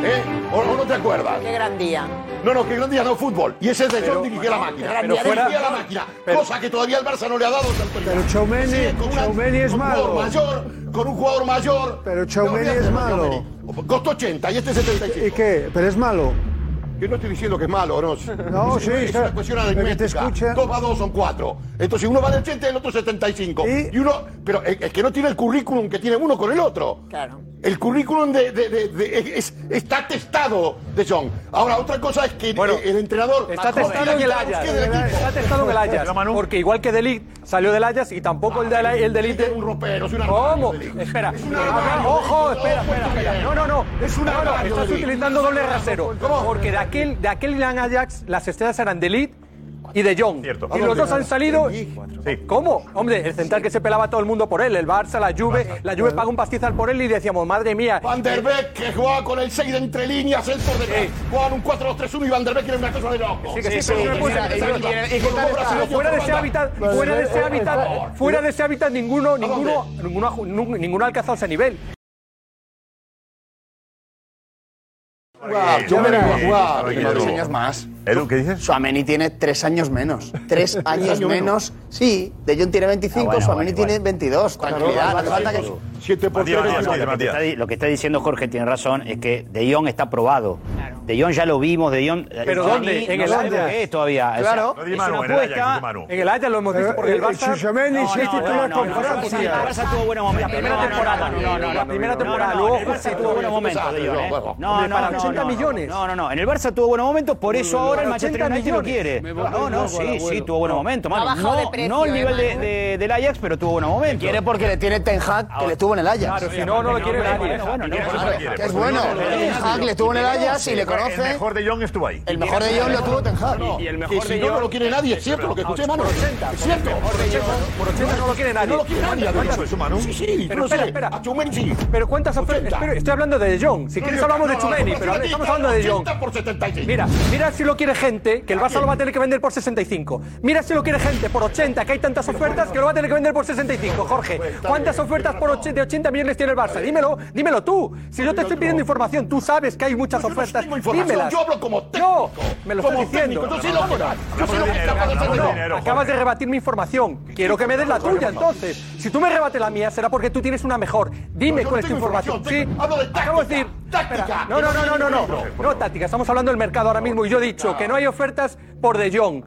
Speaker 15: ¿Eh? ¿O, o no te acuerdas?
Speaker 4: Qué gran día.
Speaker 15: No, no, que gran día no fútbol. Y ese es De Jong dirigía la máquina.
Speaker 4: Gran día de
Speaker 15: dirigía
Speaker 4: fútbol.
Speaker 15: la máquina. cosa que todavía el Barça no le ha dado esa autoridad.
Speaker 3: Pero Tchouameni-
Speaker 15: Sí, con una-
Speaker 3: Tchouameni es
Speaker 15: con un jugador
Speaker 3: malo.
Speaker 15: mayor, con un jugador mayor.
Speaker 3: Pero Chomeni
Speaker 15: olvídate
Speaker 3: es
Speaker 15: de
Speaker 3: malo.
Speaker 15: Tchouameni. Costó 80 y este 75.
Speaker 3: ¿Y qué? ¿Pero es malo?
Speaker 15: Yo no estoy diciendo que es malo, no.
Speaker 3: No, sí,
Speaker 15: es
Speaker 3: claro,
Speaker 15: una cuestión
Speaker 3: pero que te
Speaker 15: aritmética.
Speaker 3: escucha.
Speaker 15: Dos más dos son cuatro. Entonces uno va de 80 y el otro 75. ¿Y? uno, pero es es que no tiene el currículum que tiene uno con el otro.
Speaker 4: Claro.
Speaker 15: El currículum de, de- de- de- es- está testado de John. Ahora, otra cosa es que eh, el entrenador...
Speaker 2: Está testado en el Ajax. Está testado en el Ajax. Porque igual que Delic salió del Ajax y tampoco el del el Delic de...
Speaker 15: un ropero, es un
Speaker 2: ¿Cómo? Espera. A ver, Ojo, espera, espera, espera. No, no, no. Es un no, no,
Speaker 15: armario,
Speaker 2: estás
Speaker 15: Delic.
Speaker 2: utilizando doble rasero. Porque de aquel de aquel gran Ajax las estrellas eran Delic y de Jong. Y los dos han salido. ¿Cómo? Hombre, el central que se pelaba todo el mundo por él, el Barça, la Juve, la Juve pagó un pastizal por él y decíamos, madre mía.
Speaker 15: Van der Beek, que jugaba con el 6 de entre líneas, el por detrás. Jugaban un 4-2-3-1 y Van der Beek era una cosa de loco.
Speaker 2: Sí, que sí, pero no me puse- y- y- y- fuera de ese hábitat, fuera de ese hábitat, fuera de ese hábitat ninguno, ninguno, ninguno, ha ju- nu- ninguno ha alcanzado ese nivel.
Speaker 15: Yo me la voy a jugar.
Speaker 9: Edu.
Speaker 16: Tres años más.
Speaker 9: Edu, ¿qué dices?
Speaker 16: Suameni tiene tres años menos.
Speaker 1: Tres
Speaker 16: años
Speaker 1: años
Speaker 16: menos.
Speaker 1: menos. Sí, De Jong tiene 25,
Speaker 16: bueno,
Speaker 1: Suameni
Speaker 16: bueno,
Speaker 1: tiene 22. Tranquilidad, no hace falta que.
Speaker 15: 7
Speaker 16: lo, que está, di- lo que está diciendo Jorge tiene razón, es que De Jong está probado. De Jong ya lo vimos, De Jong... eh,
Speaker 2: ¿Pero dónde?
Speaker 16: En el
Speaker 2: ¿En el
Speaker 16: sabemos
Speaker 2: Ajax?
Speaker 16: qué es todavía. o sea,
Speaker 2: Claro,
Speaker 16: es una
Speaker 2: en el Ajax,
Speaker 16: apuesta-
Speaker 2: en el Ajax lo hemos visto porque el Barça...
Speaker 3: Chouameni, si es titular
Speaker 16: no, no,
Speaker 3: con
Speaker 16: el
Speaker 3: Francia.
Speaker 16: Barça tuvo buenos momentos. La primera temporada. No, no, la primera temporada. Luego el Barça tuvo buenos momentos. De Jong, ¿eh? No, no, no.
Speaker 2: Para 80
Speaker 16: no, no.
Speaker 2: millones.
Speaker 16: No, no, no. En el Barça tuvo buenos momentos, por eso
Speaker 2: Para
Speaker 16: ahora el
Speaker 2: 80
Speaker 16: Manchester United lo
Speaker 2: millones.
Speaker 16: quiere.
Speaker 2: Me voy
Speaker 16: No, no,
Speaker 2: loco,
Speaker 16: sí,
Speaker 2: abuelo.
Speaker 16: sí, tuvo buenos momentos, mano.
Speaker 2: Ha bajado
Speaker 16: No-
Speaker 2: de precio,
Speaker 16: No el
Speaker 2: eh,
Speaker 16: nivel de-
Speaker 2: Manu.
Speaker 16: de- del Ajax, pero tuvo buenos momentos. Quiere porque le tiene Ten Hag
Speaker 1: que le tuvo en el Ajax.
Speaker 16: Claro,
Speaker 1: si no, no lo quiere nadie.
Speaker 16: Bueno, no,
Speaker 1: Que es bueno. Ten Hag le tuvo en el Ajax y le conoce.
Speaker 9: El mejor de Jong estuvo ahí.
Speaker 1: El mejor de Jong lo tuvo Ten Hag.
Speaker 16: Y el
Speaker 15: Que si no, no lo quiere nadie, es cierto lo que escuché, Manu. Es cierto.
Speaker 2: Por 80 no lo quiere nadie.
Speaker 15: No lo quiere nadie, ha dicho eso, Manu. Sí, sí,
Speaker 2: Pero
Speaker 15: no sé.
Speaker 2: espera, espera.
Speaker 15: A Tchouameni sí.
Speaker 2: Pero cuántas ofertas... espera, Estoy hablando de De Jong. Si
Speaker 15: No,
Speaker 2: quieres
Speaker 15: yo-
Speaker 2: hablamos de
Speaker 15: no, no, no,
Speaker 2: Chumeni,
Speaker 15: no,
Speaker 2: pero
Speaker 15: no,
Speaker 2: estamos hablando de De Jong.
Speaker 15: 80 por 75.
Speaker 2: Mira, mira si lo quiere gente, que el Barça lo va a tener que vender por 65. Mira si lo quiere gente por 80, que hay tantas ofertas que lo va a tener que vender por 65. Jorge, ¿cuántas ofertas por 80, de 80 millones tiene el Barça? Dímelo, dímelo tú. Si yo te estoy pidiendo información, tú sabes que hay muchas ofertas.
Speaker 15: información,
Speaker 2: Dímelas.
Speaker 15: yo hablo como
Speaker 2: No, me lo
Speaker 15: como
Speaker 2: estás diciendo.
Speaker 15: técnico, yo sé lo que- yo sé lo que está pasando.
Speaker 2: No,
Speaker 15: Dinero,
Speaker 2: acabas de rebatir mi información. Quiero que me des la tuya entonces. Si tú me rebates la mía, será porque tú tienes una mejor. Dime cuál es tu información. Sí, hablo de táctica. decir, Espera, No, no, no, no, no, no. No, táctica. Estamos hablando del mercado ahora mismo y yo he dicho que no hay ofertas por De Jong.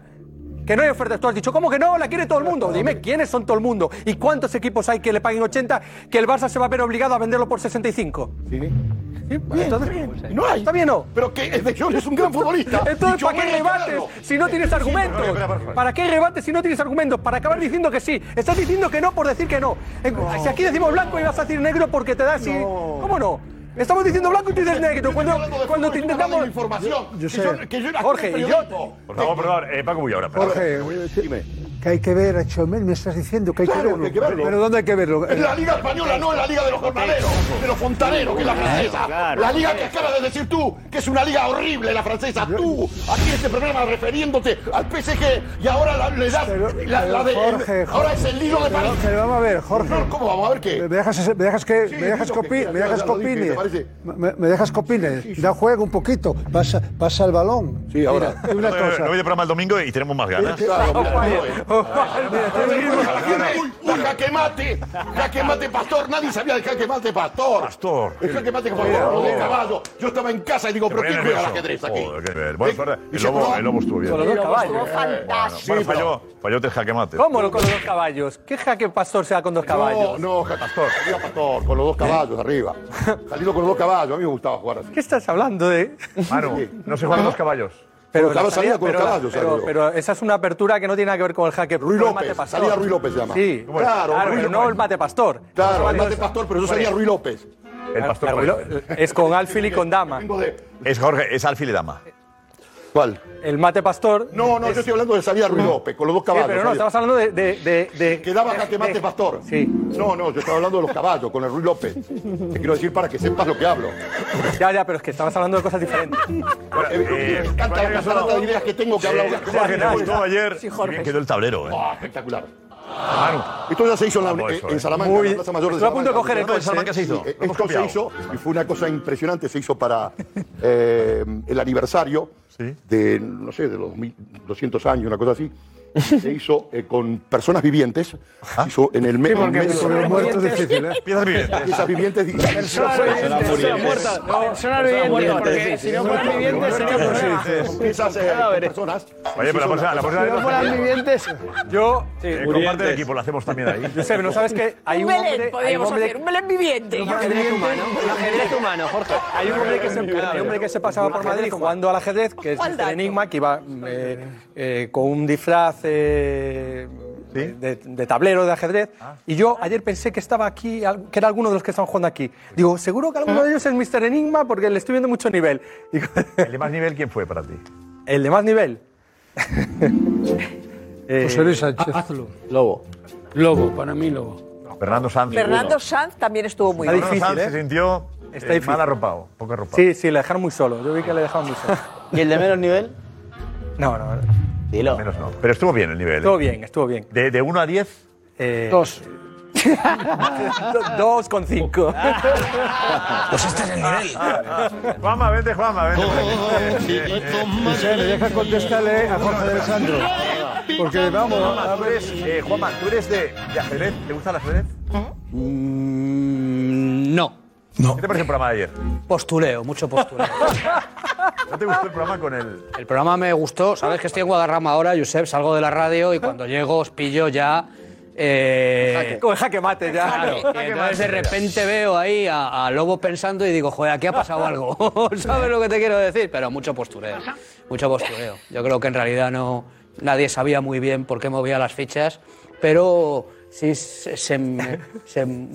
Speaker 2: Que no hay ofertas. Tú has dicho, ¿cómo que no? La quiere todo el mundo. Dime quiénes son todo el mundo y cuántos equipos hay que le paguen 80 que el Barça se va a ver obligado a venderlo por 65. Sí. Bien, No hay. ¿Está bien o no? Pero que De Jong es un gran futbolista. Entonces,
Speaker 15: Y yo
Speaker 2: ¿para
Speaker 15: voy
Speaker 2: qué
Speaker 15: a
Speaker 2: rebates
Speaker 15: negarlo.
Speaker 2: si no tienes
Speaker 15: Sí,
Speaker 2: argumentos?
Speaker 15: pero, pero, pero,
Speaker 2: ¿Para qué rebates si no tienes argumentos? Para acabar diciendo que sí. Estás diciendo que no por decir que no. En- si aquí decimos blanco y vas a decir negro porque te da así. ¿Cómo no? Estamos diciendo blanco y tú dices negro. Cuando, cuando te intentamos.
Speaker 15: información.
Speaker 3: Yo
Speaker 15: Que
Speaker 3: sé.
Speaker 15: yo- que yo era
Speaker 2: Jorge,
Speaker 15: aquel
Speaker 2: yo-
Speaker 15: periódico.
Speaker 9: Por favor, perdón, eh, Paco Bulla ahora. perdón.
Speaker 3: Jorge, que hay que ver a Chomel, me estás diciendo que hay,
Speaker 15: Claro,
Speaker 3: que, verlo.
Speaker 15: que hay que verlo.
Speaker 3: Pero ¿dónde hay que verlo?
Speaker 15: En la Liga Española, no en la Liga de los Jornaleros, de los Fontaneros, que es la francesa.
Speaker 3: Claro.
Speaker 15: La Liga que acabas de decir tú, que es una liga horrible, la francesa. Tú, aquí en este programa refiriéndote al PSG y ahora la- le das la, la de.
Speaker 3: Jorge,
Speaker 15: el- ahora es el Lido de
Speaker 3: Pero-
Speaker 15: París.
Speaker 3: Pero vamos a ver, Jorge.
Speaker 15: ¿Cómo vamos a ver qué?
Speaker 3: Me dejas, me dejas que,
Speaker 15: Sí,
Speaker 3: me dejas
Speaker 15: di
Speaker 3: que
Speaker 15: lo que
Speaker 3: opine,
Speaker 15: quieras,
Speaker 3: me dejas
Speaker 15: ya
Speaker 3: que
Speaker 15: lo dije,
Speaker 3: opine.
Speaker 15: ¿te parece?
Speaker 3: Me, me dejas que opine. Da juego un poquito, pasa, pasa el balón. Sí,
Speaker 9: ahora.
Speaker 3: una
Speaker 9: No, no, no,
Speaker 3: cosa.
Speaker 9: No voy de programa el domingo y tenemos más ganas.
Speaker 5: Este
Speaker 15: Uy, Un jaque mate, jaque mate pastor, nadie sabía del jaque mate pastor.
Speaker 9: Pastor.
Speaker 15: El jaque mate pastor, lo de caballo. Yo estaba en casa y digo, pero ¿quién juega al ajedrez aquí?
Speaker 9: Joder, qué nivel. Bueno, espera, el
Speaker 15: Dice,
Speaker 9: lobo,
Speaker 15: no.
Speaker 9: el lobo estuvo bien.
Speaker 15: Con los dos El lobo caballos. estuvo
Speaker 9: Bueno,
Speaker 15: fantástico.
Speaker 9: bueno, falló, falló tres jaquemates.
Speaker 2: ¿Cómo lo con los dos caballos? ¿Qué jaque pastor se da con dos caballos?
Speaker 15: No, no, pastor, salía pastor, con los dos caballos arriba. Salido con los dos caballos, a mí me gustaba jugar así.
Speaker 2: ¿Qué estás hablando de.?
Speaker 9: Manu, no se juegan dos caballos.
Speaker 2: Pero,
Speaker 15: Con los
Speaker 2: la
Speaker 15: caballos, salía con los
Speaker 2: pero la-
Speaker 15: caballos,
Speaker 2: pero-
Speaker 15: salió.
Speaker 2: pero esa es una apertura que no tiene nada que ver con el jaque.
Speaker 15: Ruy
Speaker 2: con el mate
Speaker 15: López,
Speaker 2: pastor.
Speaker 15: salía Ruy López, se llama.
Speaker 2: Sí,
Speaker 15: Bueno, claro, Ruy
Speaker 2: pero no
Speaker 15: López.
Speaker 2: el mate pastor.
Speaker 15: Claro, el
Speaker 2: Bueno,
Speaker 15: mate pastor, pero yo salía Ruy López.
Speaker 9: El pastor.
Speaker 2: Ruy Ló- Es con alfil y con dama.
Speaker 9: Es Jorge, es alfil y dama.
Speaker 15: ¿Cuál?
Speaker 2: El mate pastor.
Speaker 15: No, no, yo estoy hablando de salía Ruy López, con los dos
Speaker 2: Sí,
Speaker 15: caballos.
Speaker 2: pero no,
Speaker 15: salía.
Speaker 2: estabas hablando de. de, de, de-
Speaker 15: Quedaba
Speaker 2: de-
Speaker 15: jaque mate
Speaker 2: de-
Speaker 15: pastor.
Speaker 2: Sí.
Speaker 15: No, no, yo estaba hablando de los caballos, con el Ruy López. Te quiero decir para que sepas lo que hablo.
Speaker 2: Ya, ya, pero es que estabas hablando de cosas diferentes.
Speaker 15: Eh, me encanta la catarata de ideas que tengo que hablar.
Speaker 9: Jorge, te gustó ayer.
Speaker 15: Sí,
Speaker 9: Bien
Speaker 15: Jorge.
Speaker 9: quedó el tablero, ¿eh?
Speaker 15: Ah, espectacular. Esto ya se hizo en, la-
Speaker 9: Vamos, eso,
Speaker 15: en- en
Speaker 9: eh.
Speaker 15: Salamanca,
Speaker 9: Muy-
Speaker 15: en la Plaza Mayor de
Speaker 9: Estoy a punto
Speaker 15: Salamanca.
Speaker 9: de coger el ¿Esto en coche, Salamanca eh. se hizo?
Speaker 15: Sí,
Speaker 9: Lo hemos
Speaker 15: esto se
Speaker 9: copiado.
Speaker 15: hizo y fue una cosa impresionante. Se hizo para eh, el aniversario de, no sé, de los 200 años, una cosa así. Se hizo eh, con personas vivientes. Se hizo en el me- en medio.
Speaker 3: sobre los muertos es difícil, ¿eh?
Speaker 9: Piezas vivientes.
Speaker 15: Piezas vivientes. y-
Speaker 13: este,
Speaker 9: ¿eh?
Speaker 22: Personas vivientes, porque si no fueran vivientes sería un problema.
Speaker 15: Piezas eh, con personas.
Speaker 9: Oye, pero la próxima, la próxima
Speaker 22: Si no fueran
Speaker 9: vez.
Speaker 22: vivientes,
Speaker 2: Yo.
Speaker 9: eh, Con parte del equipo lo hacemos también ahí.
Speaker 2: Josep, ¿no sabes qué? Hay
Speaker 4: un
Speaker 2: un hombre-
Speaker 4: Belén,
Speaker 2: hay un
Speaker 4: podríamos
Speaker 2: hombre-
Speaker 4: hacer. Un Belén viviente.
Speaker 2: Un ajedrez humano. Un ajedrez humano, Jorge. Hay un hombre que se, hay un hombre que se pasaba por Madrid jugando al ajedrez, que es Mr. Enigma, que iba eh, eh, con un disfraz eh, de, de tablero de ajedrez.
Speaker 9: Ah.
Speaker 2: Y yo ayer pensé que estaba aquí, al- que era alguno de los que estaban jugando aquí. Digo, seguro que alguno de ellos es Mr. Enigma porque le estoy viendo mucho nivel.
Speaker 9: ¿El de más nivel quién fue para ti?
Speaker 2: ¿El de más nivel?
Speaker 3: José Luis Sánchez.
Speaker 13: Hazlo.
Speaker 2: ah, Lobo.
Speaker 13: Lobo, para mí lobo.
Speaker 9: Fernando Sanz.
Speaker 4: Fernando Sanz también estuvo muy bien.
Speaker 9: Fernando Sanz
Speaker 1: ¿eh?
Speaker 9: se sintió
Speaker 2: ¿eh? Está
Speaker 9: eh,
Speaker 2: difícil.
Speaker 9: mal arropado, poco arropado.
Speaker 2: Sí, sí, le dejaron muy solo. Yo vi que le dejaron muy solo.
Speaker 11: ¿Y el de menos nivel?
Speaker 2: No, no, no.
Speaker 9: Menos no. Pero estuvo bien el nivel. ¿eh?
Speaker 2: Estuvo bien, estuvo bien.
Speaker 9: ¿De, de 1 a 10?
Speaker 2: Dos. Dos con cinco.
Speaker 9: Ah. Pues este es el nivel. Juanma, vente, Juanma, vente. por aquí. Eh, eh,
Speaker 3: José, me deja contestarle a Jorge de Alessandro. Porque vamos,
Speaker 9: Juanma, tú eres, eh, Juanma, ¿tú eres de, de ajedrez? ¿Te gusta el ajedrez?
Speaker 2: Mm,
Speaker 11: No.
Speaker 9: ¿Qué te pareció el programa de ayer?
Speaker 11: Postuleo, mucho postuleo.
Speaker 9: ¿No te gustó el programa con el...?
Speaker 11: El programa me gustó. Sabes que estoy en Guadarrama ahora, Josep. Salgo de la radio y cuando llego os pillo ya. eh,
Speaker 2: Con el jaque mate ya.
Speaker 11: Claro, y entonces de repente veo ahí a, a Lobo pensando y digo, joder, aquí ha pasado algo. ¿Sabes lo que te quiero decir? Pero mucho postureo, mucho postureo. Yo creo que en realidad no nadie sabía muy bien por qué movía las fichas, pero sí se, se me- se me-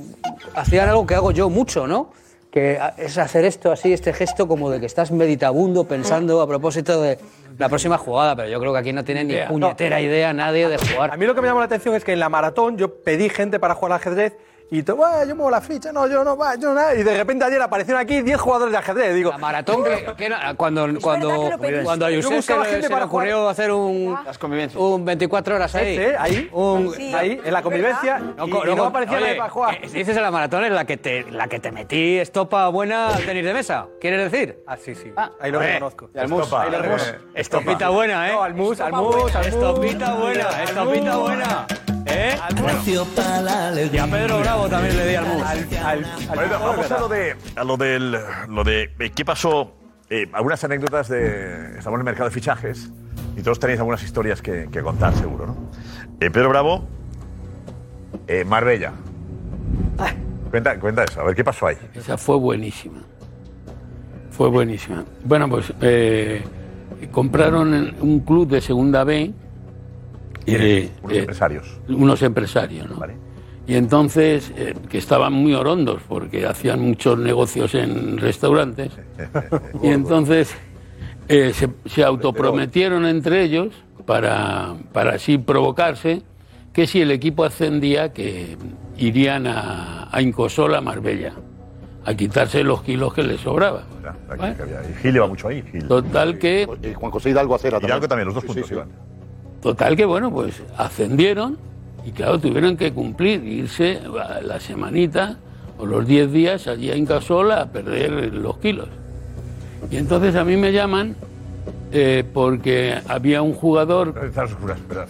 Speaker 11: hacían algo que hago yo mucho, ¿no? Que a- es hacer esto así, este gesto como de que estás meditabundo pensando a propósito de la próxima jugada, pero yo creo que aquí no tiene ni
Speaker 2: Idea.
Speaker 11: puñetera
Speaker 2: No.
Speaker 11: idea nadie de jugar.
Speaker 2: A mí lo que me llamó la atención es que en la maratón yo pedí gente para jugar al ajedrez Y todo, "Buah, yo muevo la ficha, no, yo no, va, yo nada. Y de repente ayer aparecieron aquí 10 jugadores de ajedrez. Digo, la
Speaker 11: maratón que, cuando,
Speaker 2: verdad
Speaker 11: cuando,
Speaker 2: que lo pedí.
Speaker 11: cuando a
Speaker 2: Yo
Speaker 11: Josep se,
Speaker 2: buscaba
Speaker 11: le-
Speaker 2: gente
Speaker 11: se le
Speaker 2: para
Speaker 11: ocurrió
Speaker 2: jugar.
Speaker 11: hacer un, un 24 horas ahí.
Speaker 2: Este, ahí, un- Sí, ahí, en la es convivencia, verdad.
Speaker 11: No,
Speaker 2: y-
Speaker 11: co-
Speaker 2: y
Speaker 11: no
Speaker 2: luego
Speaker 11: co-
Speaker 2: aparecía
Speaker 11: oye,
Speaker 2: la de para jugar.
Speaker 11: eh, dices en la maratón es la que te, la que te metí estopa buena al tenis de mesa, ¿quieres decir?
Speaker 2: Ah, sí, sí.
Speaker 11: ahí
Speaker 2: lo reconozco.
Speaker 11: Y al mus,
Speaker 2: Estopa,
Speaker 11: ahí lo
Speaker 2: eh,
Speaker 11: reconozco.
Speaker 2: estopa.
Speaker 11: Estopita buena, ¿eh? No, al mus, al mus, al Estopita buena, estopita buena. ¿Eh? Y a Pedro Bravo también le di al mus.
Speaker 9: Bueno, vamos Pues a lo de, a lo del, lo de eh, qué pasó. Eh, algunas anécdotas de. Estamos en el mercado de fichajes y todos tenéis algunas historias que, que contar, seguro, ¿no? Eh, Pedro Bravo, eh, Marbella.
Speaker 13: Ah.
Speaker 9: Cuenta, cuenta eso, a ver qué pasó ahí.
Speaker 13: Esa fue buenísima. Fue buenísima. Bueno, pues eh, compraron en un club de segunda B. eh,
Speaker 9: Unos empresarios.
Speaker 13: Unos empresarios, ¿no? Y entonces, eh, que estaban muy orondos porque hacían muchos negocios en restaurantes. y entonces eh, se, se autoprometieron entre ellos para, para así provocarse que si el equipo ascendía, que irían a, a Incosola, Marbella, a quitarse los kilos que les sobraba. ¿eh?
Speaker 9: Aquí que había ahí. Gil iba mucho ahí. Gil.
Speaker 13: Total que.
Speaker 15: Juan José Hidalgo Acera también.
Speaker 9: Hidalgo también, los dos juntos iban.
Speaker 13: Total que bueno, pues ascendieron y claro, tuvieron que cumplir, irse a la semanita o los 10 días allí a Incasola a perder los kilos. Y entonces a mí me llaman eh, porque había un jugador...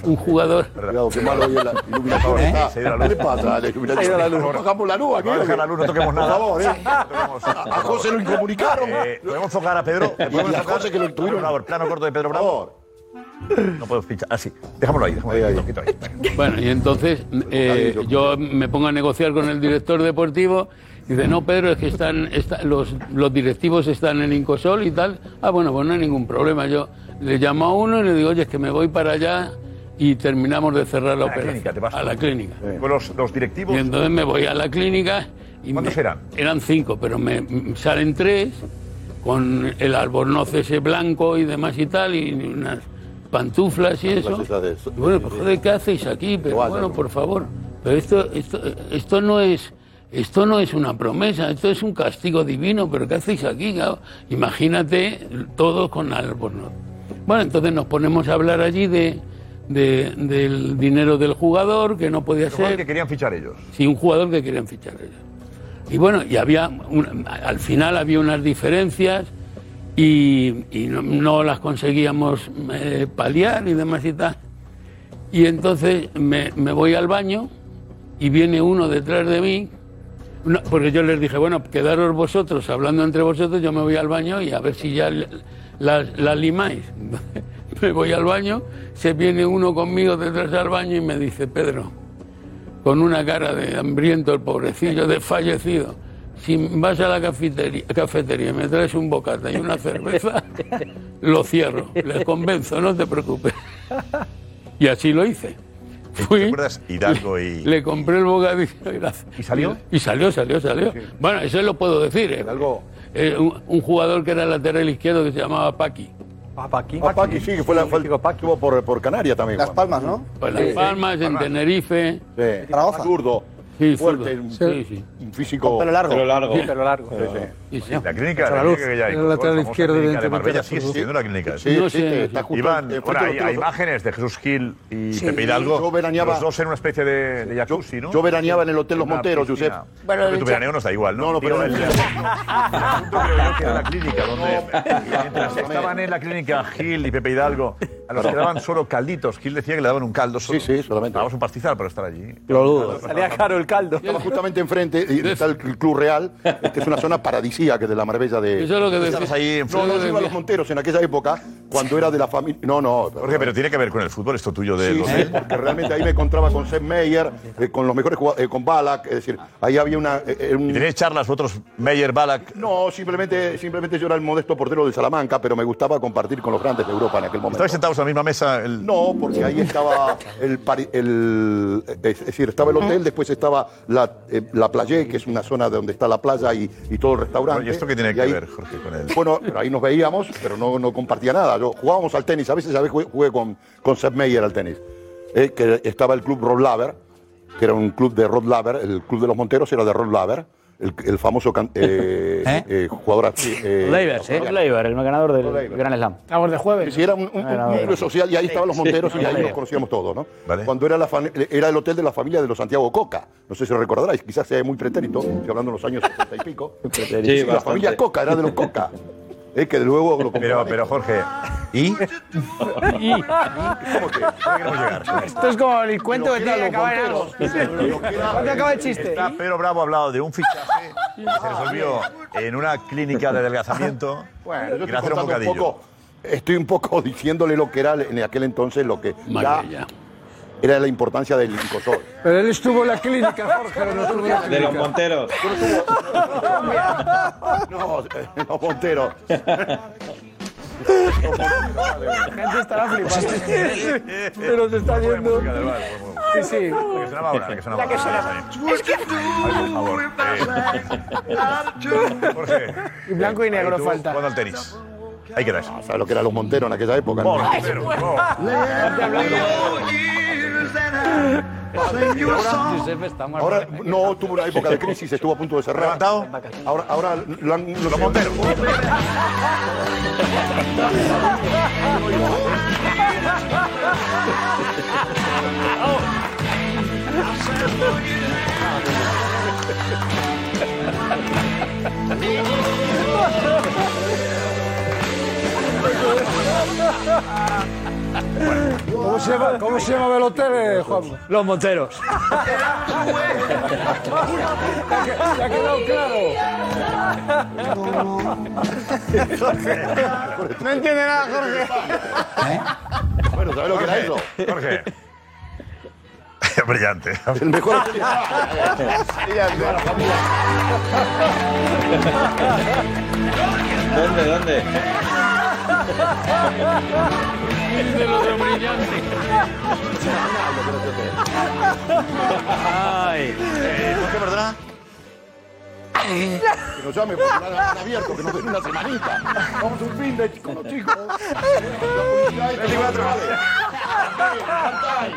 Speaker 13: Un jugador...
Speaker 15: Cuidado, qué malo hoy la iluminación.
Speaker 13: ¿Eh?
Speaker 15: está.
Speaker 13: Se ha ido la
Speaker 15: Dale
Speaker 13: luz.
Speaker 15: para atrás, la
Speaker 13: Se ha ido la
Speaker 15: iluminación.
Speaker 13: luz.
Speaker 15: No bajamos la luz aquí.
Speaker 9: No deja
Speaker 15: ¿o qué?
Speaker 9: la luz, no toquemos nada.
Speaker 15: Por favor, ¿eh?
Speaker 9: A
Speaker 15: José lo incomunicaron.
Speaker 9: Eh,
Speaker 15: Eh,
Speaker 9: ¿Podemos tocar a Pedro?
Speaker 15: Y a
Speaker 9: ¿Podemos tocar
Speaker 15: José que lo
Speaker 9: Pedro Bravo, el plano corto de Pedro Bravo. No puedo fichar. Ah, sí. Dejámoslo ahí, dejámoslo ahí. quito, quito ahí.
Speaker 13: Bueno, y entonces eh, yo me pongo a negociar con el director deportivo. y Dice, no, Pedro, es que están, está- los, los directivos están en Incosol y tal. Ah, bueno, pues no hay ningún problema. Yo le llamo a uno y le digo, oye, es que me voy para allá y terminamos de cerrar
Speaker 9: A la
Speaker 13: la operación.
Speaker 9: clínica, te vas. Eh,
Speaker 13: a la clínica.
Speaker 9: Con los, los directivos.
Speaker 13: Y entonces me voy a la clínica. Y ¿Cuántos eran? Eran cinco, pero me m- salen tres con el albornoz ese blanco y demás y tal, y unas pantuflas y eso. Y bueno, pues joder, ¿qué hacéis aquí? Pero bueno, por favor. Pero esto, esto, esto no es. Esto no es una promesa, esto es un castigo divino, pero ¿qué hacéis aquí? cao? Imagínate todos con albornoz. Bueno, entonces nos ponemos a hablar allí de, de- del dinero del jugador, que no podía
Speaker 9: El jugador
Speaker 13: ser.
Speaker 9: que querían fichar ellos.
Speaker 13: Sí, un jugador que querían fichar ellos. Y bueno, y había un- al final había unas diferencias y, y no, no las conseguíamos eh, paliar y demás y tal. Y entonces me, me voy al baño y viene uno detrás de mí, no, porque yo les dije, bueno, quedaros vosotros hablando entre vosotros, yo me voy al baño y a ver si ya l- las las limáis. me voy al baño, se viene uno conmigo detrás del baño y me dice, Pedro, con una cara de hambriento, el pobrecillo, desfallecido. Si vas a la cafetería, cafetería y me traes un bocata y una cerveza, lo cierro, les convenzo, no te preocupes. Y así lo hice. Fui, ¿Te acuerdas?
Speaker 9: Hidalgo y.
Speaker 13: Le compré el bocadillo y la-
Speaker 9: ¿Y salió?
Speaker 13: Y salió, salió, salió. Bueno, eso lo puedo decir. eh. Eh, un, un jugador que era lateral izquierdo que se llamaba Paqui.
Speaker 2: Ah, Paqui.
Speaker 15: Ah, Paqui, sí, que fue, la, fue el estuvo por, por Canarias también.
Speaker 13: Las
Speaker 15: Palmas, ¿no?
Speaker 13: Pues Las Palmas, en Tenerife.
Speaker 15: Sí. Zaragoza. Zurdo.
Speaker 13: Sí,
Speaker 15: fuerte,
Speaker 13: zurdo.
Speaker 15: un,
Speaker 13: Sí.
Speaker 15: un físico.
Speaker 13: Con pelo largo. Pelo largo. Sí, pelo largo.
Speaker 15: Sí, sí.
Speaker 13: Sí, sí.
Speaker 9: La clínica,
Speaker 15: Mucha
Speaker 9: la
Speaker 15: luz.
Speaker 9: clínica que ya hay.
Speaker 15: Era lateral
Speaker 9: famosa
Speaker 15: izquierdo dentro
Speaker 9: clínica de
Speaker 15: de
Speaker 9: Marbella
Speaker 15: Marbella.
Speaker 9: sigue existiendo la clínica.
Speaker 15: Sí,
Speaker 9: esa.
Speaker 15: sí, sí, está justo
Speaker 9: Iván,
Speaker 15: enfrente
Speaker 9: bueno,
Speaker 15: del
Speaker 9: hay,
Speaker 15: hotel
Speaker 9: hay
Speaker 15: Hotel.
Speaker 9: imágenes de Jesús Gil y
Speaker 15: Sí.
Speaker 9: Pepe Hidalgo.
Speaker 15: Yo veraneaba-
Speaker 9: Los dos en una especie de, de jacuzzi, ¿no?
Speaker 15: yo veraneaba en el Hotel Los
Speaker 9: Una
Speaker 15: Monteros,
Speaker 9: piscina.
Speaker 15: Josep.
Speaker 9: Bueno, Pero tu veraneo nos da igual, ¿no?
Speaker 15: No, no, pero-
Speaker 9: Digo, el- el punto creo yo que era la clínica donde mientras estaban en la clínica Gil y Pepe Hidalgo, a los que daban solo calditos. Gil decía que le daban un caldo solo. Sí, sí, solamente. Vamos a un pastizal para estar allí.
Speaker 15: Lo dudo.
Speaker 9: Salía caro
Speaker 2: el caldo.
Speaker 15: Estaba justamente enfrente, y está el Club Real, que es una zona paradisíaca de la Marbella de.
Speaker 13: Eso es lo que
Speaker 15: Estabas
Speaker 13: decía.
Speaker 15: ahí
Speaker 13: Eso
Speaker 15: No,
Speaker 13: es lo
Speaker 15: no, yo
Speaker 13: que
Speaker 15: iba a
Speaker 13: decía.
Speaker 15: los Monteros en aquella época, cuando era de la familia. No, no.
Speaker 9: Jorge, pero tiene que ¿eh? ver con el fútbol esto tuyo de
Speaker 15: Sí,
Speaker 9: los
Speaker 15: sí, porque realmente ahí me encontraba con Seth Meyer, eh, con los mejores jugadores, eh, con Balak, es decir, ahí había una... eh,
Speaker 9: ¿Y tenéis charlas vosotros, Meyer, Balak?
Speaker 15: No, simplemente, simplemente yo era el modesto portero de Salamanca, pero me gustaba compartir con los grandes de Europa en aquel momento.
Speaker 9: ¿Estáis sentados en la misma mesa? El...
Speaker 15: No, porque ahí estaba el, pari- el- es es decir, estaba el hotel, después estaba la, eh, la playa, que es una zona de donde está la playa y, y todo el restaurante.
Speaker 9: ¿Y esto qué tiene
Speaker 15: Y
Speaker 9: que
Speaker 15: ahí-
Speaker 9: ver, Jorge, con él?
Speaker 15: Bueno, pero ahí nos veíamos, pero no, no compartía nada. Yo jugábamos al tenis, a veces a veces jugué, jugué con, con Sepp Meyer al tenis, eh, que estaba el club Rollaver, que era un club de Rod Laver, el club de los Monteros era de Rod Laver, el, el famoso can- eh, eh, jugador así. eh,
Speaker 11: Leivers, ¿eh? Leivers, el ganador del Gran Slam.
Speaker 15: de jueves. Sí, Ah, era un, un- un
Speaker 11: Ganador
Speaker 15: núcleo
Speaker 11: del-
Speaker 15: social y ahí estaban los
Speaker 11: Sí,
Speaker 15: Monteros y
Speaker 11: ganador
Speaker 15: ahí
Speaker 11: del-
Speaker 15: nos conocíamos todos, ¿no? Cuando era, la fami- era el hotel de la familia de los Santiago Coca. No sé si lo recordaráis, quizás sea muy pretérito, estoy hablando de los años 70 y pico. Sí, la
Speaker 9: bastante.
Speaker 15: familia Coca era de los Coca. Es que luego lo
Speaker 9: Pero, pero Jorge. ¿Y?
Speaker 5: Esto es como el cuento que tiene que acabar en algo. ¿Dónde acaba el chiste?
Speaker 9: Está Pedro Bravo ha hablado de un fichaje que se resolvió en una clínica de adelgazamiento.
Speaker 15: Bueno, yo estoy
Speaker 9: gracias a un
Speaker 15: contando un
Speaker 9: bocadillo.
Speaker 15: poco- estoy un poco diciéndole lo que era en aquel entonces lo que ya era la importancia del incosol.
Speaker 2: Pero él estuvo en la clínica, Jorge, no estuvo en la clínica.
Speaker 15: Monteros. No, eh, los Monteros.
Speaker 5: La gente estará flipando.
Speaker 2: Pero se está yendo.
Speaker 5: Sí, sí.
Speaker 9: Que sonaba ahora, que sonaba
Speaker 5: La que
Speaker 9: ahora.
Speaker 5: sonaba.
Speaker 9: Es que- Ay, por favor. eh. Jorge.
Speaker 15: Y blanco y
Speaker 9: negro falta. Jugando al tenis. Ahí quedáis.
Speaker 15: ¿Sabes lo que eran los Monteros en aquella época?
Speaker 9: Por
Speaker 15: Ay,
Speaker 9: Monteros,
Speaker 15: bueno.
Speaker 11: Ahora-
Speaker 15: Ahora no tuvo una época de crisis, estuvo a punto de cerrar. Ahora, ahora lo han. Los Monteros.
Speaker 2: ¿Cómo se llama, cómo se llama el hotel, eh, Juan?
Speaker 11: Los Monteros.
Speaker 2: ha quedado
Speaker 15: claro.
Speaker 5: No entiende nada, Jorge.
Speaker 15: Bueno, ¿sabes lo que era eso?
Speaker 9: Jorge, Jorge. Brillante.
Speaker 15: El mejor.
Speaker 23: ¿Dónde, dónde?
Speaker 13: De los de brillante.
Speaker 15: Ay. eh, ¿Por qué, perdona? Que nos llame porque no han abierto, que nos den una semanita. Vamos a un fin de con los chicos. La publicidad es que no vale.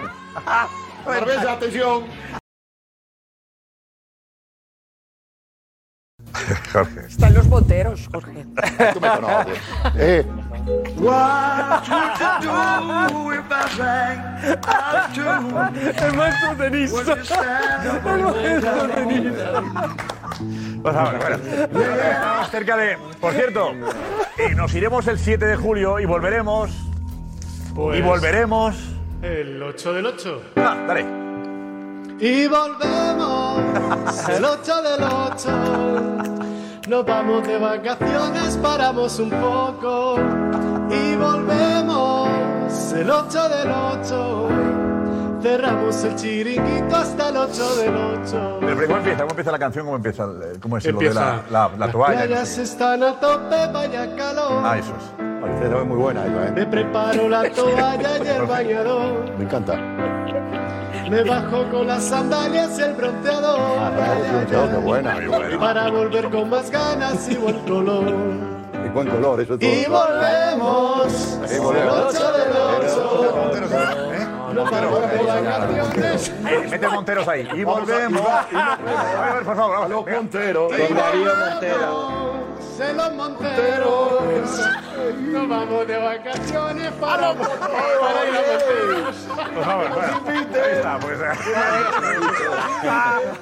Speaker 15: Cerveza, atención.
Speaker 9: Jorge.
Speaker 7: Están los boteros, Jorge.
Speaker 15: Tú me conoces. Eh,
Speaker 5: El maestro tenista. El maestro tenista.
Speaker 9: Pues ahora, bueno. Estamos cerca de. Por cierto, eh, nos iremos el 7 de julio y volveremos.
Speaker 12: Pues-
Speaker 9: Y volveremos.
Speaker 12: El 8 del 8.
Speaker 9: Ah, dale.
Speaker 12: Y volvemos el 8 del 8. Nos vamos de vacaciones, paramos un poco. Y volvemos el 8 del 8. Cerramos el chiringuito hasta el 8 del 8.
Speaker 9: Pero, pero, ¿Cómo empieza? ¿Cómo empieza la canción? ¿Cómo empieza? el- ¿Cómo es
Speaker 12: Empieza-
Speaker 9: lo de la, la, la toalla?
Speaker 12: Playas están a tope, vaya calor.
Speaker 9: Ah, eso es.
Speaker 15: es muy buena esa,
Speaker 12: Me
Speaker 15: ¿eh?
Speaker 12: preparo la toalla y el bañador.
Speaker 15: Me encanta.
Speaker 12: Me bajo con las sandalias y el bronceador
Speaker 15: Ah, Qué buena.
Speaker 12: para volver con más ganas y buen color.
Speaker 15: Y buen color, eso es todo.
Speaker 12: Y volvemos.
Speaker 15: Y volvemos.
Speaker 12: Ocho del ocho. No paramos de vacaciones.
Speaker 9: Eh, mete Monteros ahí. Y volvemos. A ver, por favor, vamos. Los
Speaker 15: Monteros.
Speaker 12: Con Darío De los monteros. Nos vamos de vacaciones para, para ir a Monteros.
Speaker 9: Por favor, bueno. Ahí está, pues.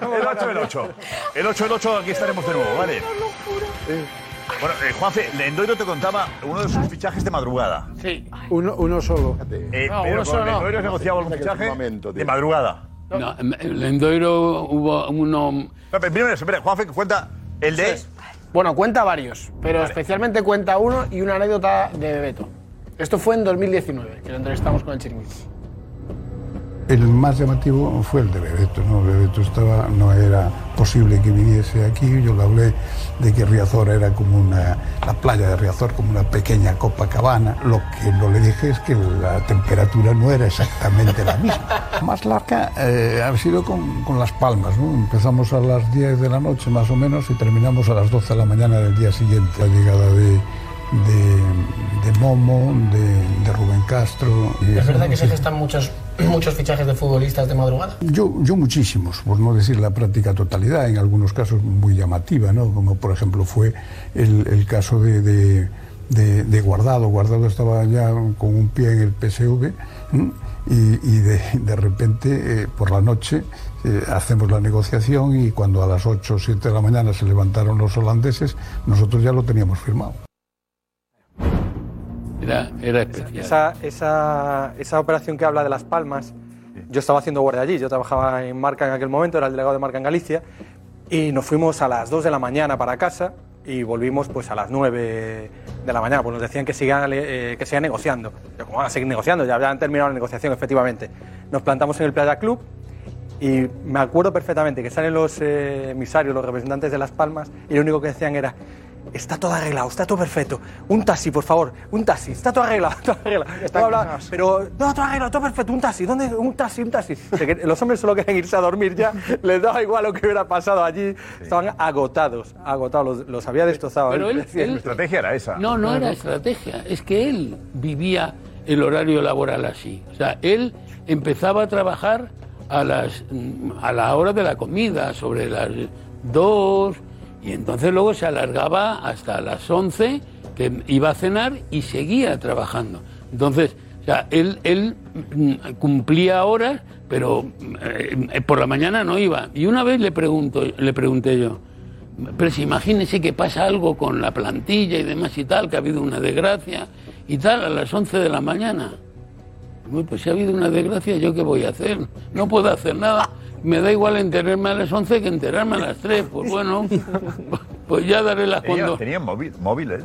Speaker 9: El 8 del 8. El 8 del 8, aquí estaremos de nuevo, ¿vale? Bueno, eh, Juanfe, Lendoiro te contaba uno de sus fichajes de madrugada.
Speaker 2: Sí. Uno, uno solo.
Speaker 9: Eh,
Speaker 2: No,
Speaker 9: pero
Speaker 2: uno solo
Speaker 9: con
Speaker 2: no.
Speaker 9: Lendoiro has
Speaker 2: No,
Speaker 9: negociado
Speaker 2: sí,
Speaker 9: algún
Speaker 2: sí, que es un
Speaker 9: fichaje
Speaker 2: momento, tío.
Speaker 9: de madrugada.
Speaker 13: No, en Lendoiro hubo uno.
Speaker 9: Primero, espera, Juanfe, cuenta el de.
Speaker 5: Bueno, cuenta varios, pero especialmente cuenta uno y una anécdota de Bebeto. Esto fue en 2019, que lo entrevistamos con el chiringuito.
Speaker 3: El más llamativo fue el de Bebeto, ¿no? Bebeto estaba, no era posible que viniese aquí, yo le hablé de que Riazor era como una, la playa de Riazor como una pequeña Copacabana, lo que no le dije es que la temperatura no era exactamente la misma. Más larga eh, ha sido con, con Las Palmas, ¿no? Empezamos a las 10 de la noche más o menos y terminamos a las 12 de la mañana del día siguiente, la llegada de,
Speaker 24: de, de Momo, de, de Rubén Castro. y
Speaker 22: ¿Es
Speaker 24: esa
Speaker 22: verdad que se
Speaker 24: música.
Speaker 22: gestan muchos, muchos fichajes de futbolistas de madrugada?
Speaker 24: Yo, yo muchísimos, por no decir la práctica totalidad, en algunos casos muy llamativa, ¿no? como por ejemplo fue el, el caso de, de- de- de Guardado. Guardado estaba ya con un pie en el PSV ¿m? y, y de, de repente eh, por la noche eh, hacemos la negociación y cuando a las 8 o 7 de la mañana se levantaron los holandeses, nosotros ya lo teníamos firmado.
Speaker 13: Era, era especial.
Speaker 2: Esa, esa, esa operación que habla de Las Palmas, yo estaba haciendo guardia allí, yo trabajaba en Marca en aquel momento, era el delegado de Marca en Galicia, y nos fuimos a las 2 de la mañana para casa y volvimos pues a las 9 de la mañana, pues nos decían que sigan, eh, que sigan negociando. Yo, como van a seguir negociando? Ya habían terminado la negociación, efectivamente. Nos plantamos en el Playa Club y me acuerdo perfectamente que salen los eh, emisarios, los representantes de Las Palmas, y lo único que decían era, está todo arreglado, está todo perfecto. Un taxi, por favor, un taxi, está todo arreglado, todo arreglado. No hablaba, pero, no, todo arreglado, todo perfecto, un taxi, ¿dónde? Un taxi, un taxi. Se que- los hombres solo querían irse a dormir ya, les daba igual lo que hubiera pasado allí. Estaban agotados, agotados, los, los había destrozado.
Speaker 13: Pero él- él-
Speaker 9: estrategia era esa.
Speaker 13: No, no era estrategia. Es que él vivía el horario laboral así. O sea, él empezaba a trabajar a, las, mm, a la hora de la comida, sobre las dos, y entonces luego se alargaba hasta las 11, que iba a cenar y seguía trabajando. Entonces, o sea, él, él mm, cumplía horas, pero mm, eh, por la mañana no iba. Y una vez le, pregunto, le pregunté yo, pero si imagínese que pasa algo con la plantilla y demás y tal, que ha habido una desgracia y tal, a las 11 de la mañana. Uy, Pues si ha habido una desgracia, ¿yo qué voy a hacer? No puedo hacer nada. Me da igual enterarme a las 11 que enterarme a las 3. Pues bueno, pues ya daré las
Speaker 9: Tenía-
Speaker 13: cuando...
Speaker 9: Tenía móvil, móvil, ¿eh?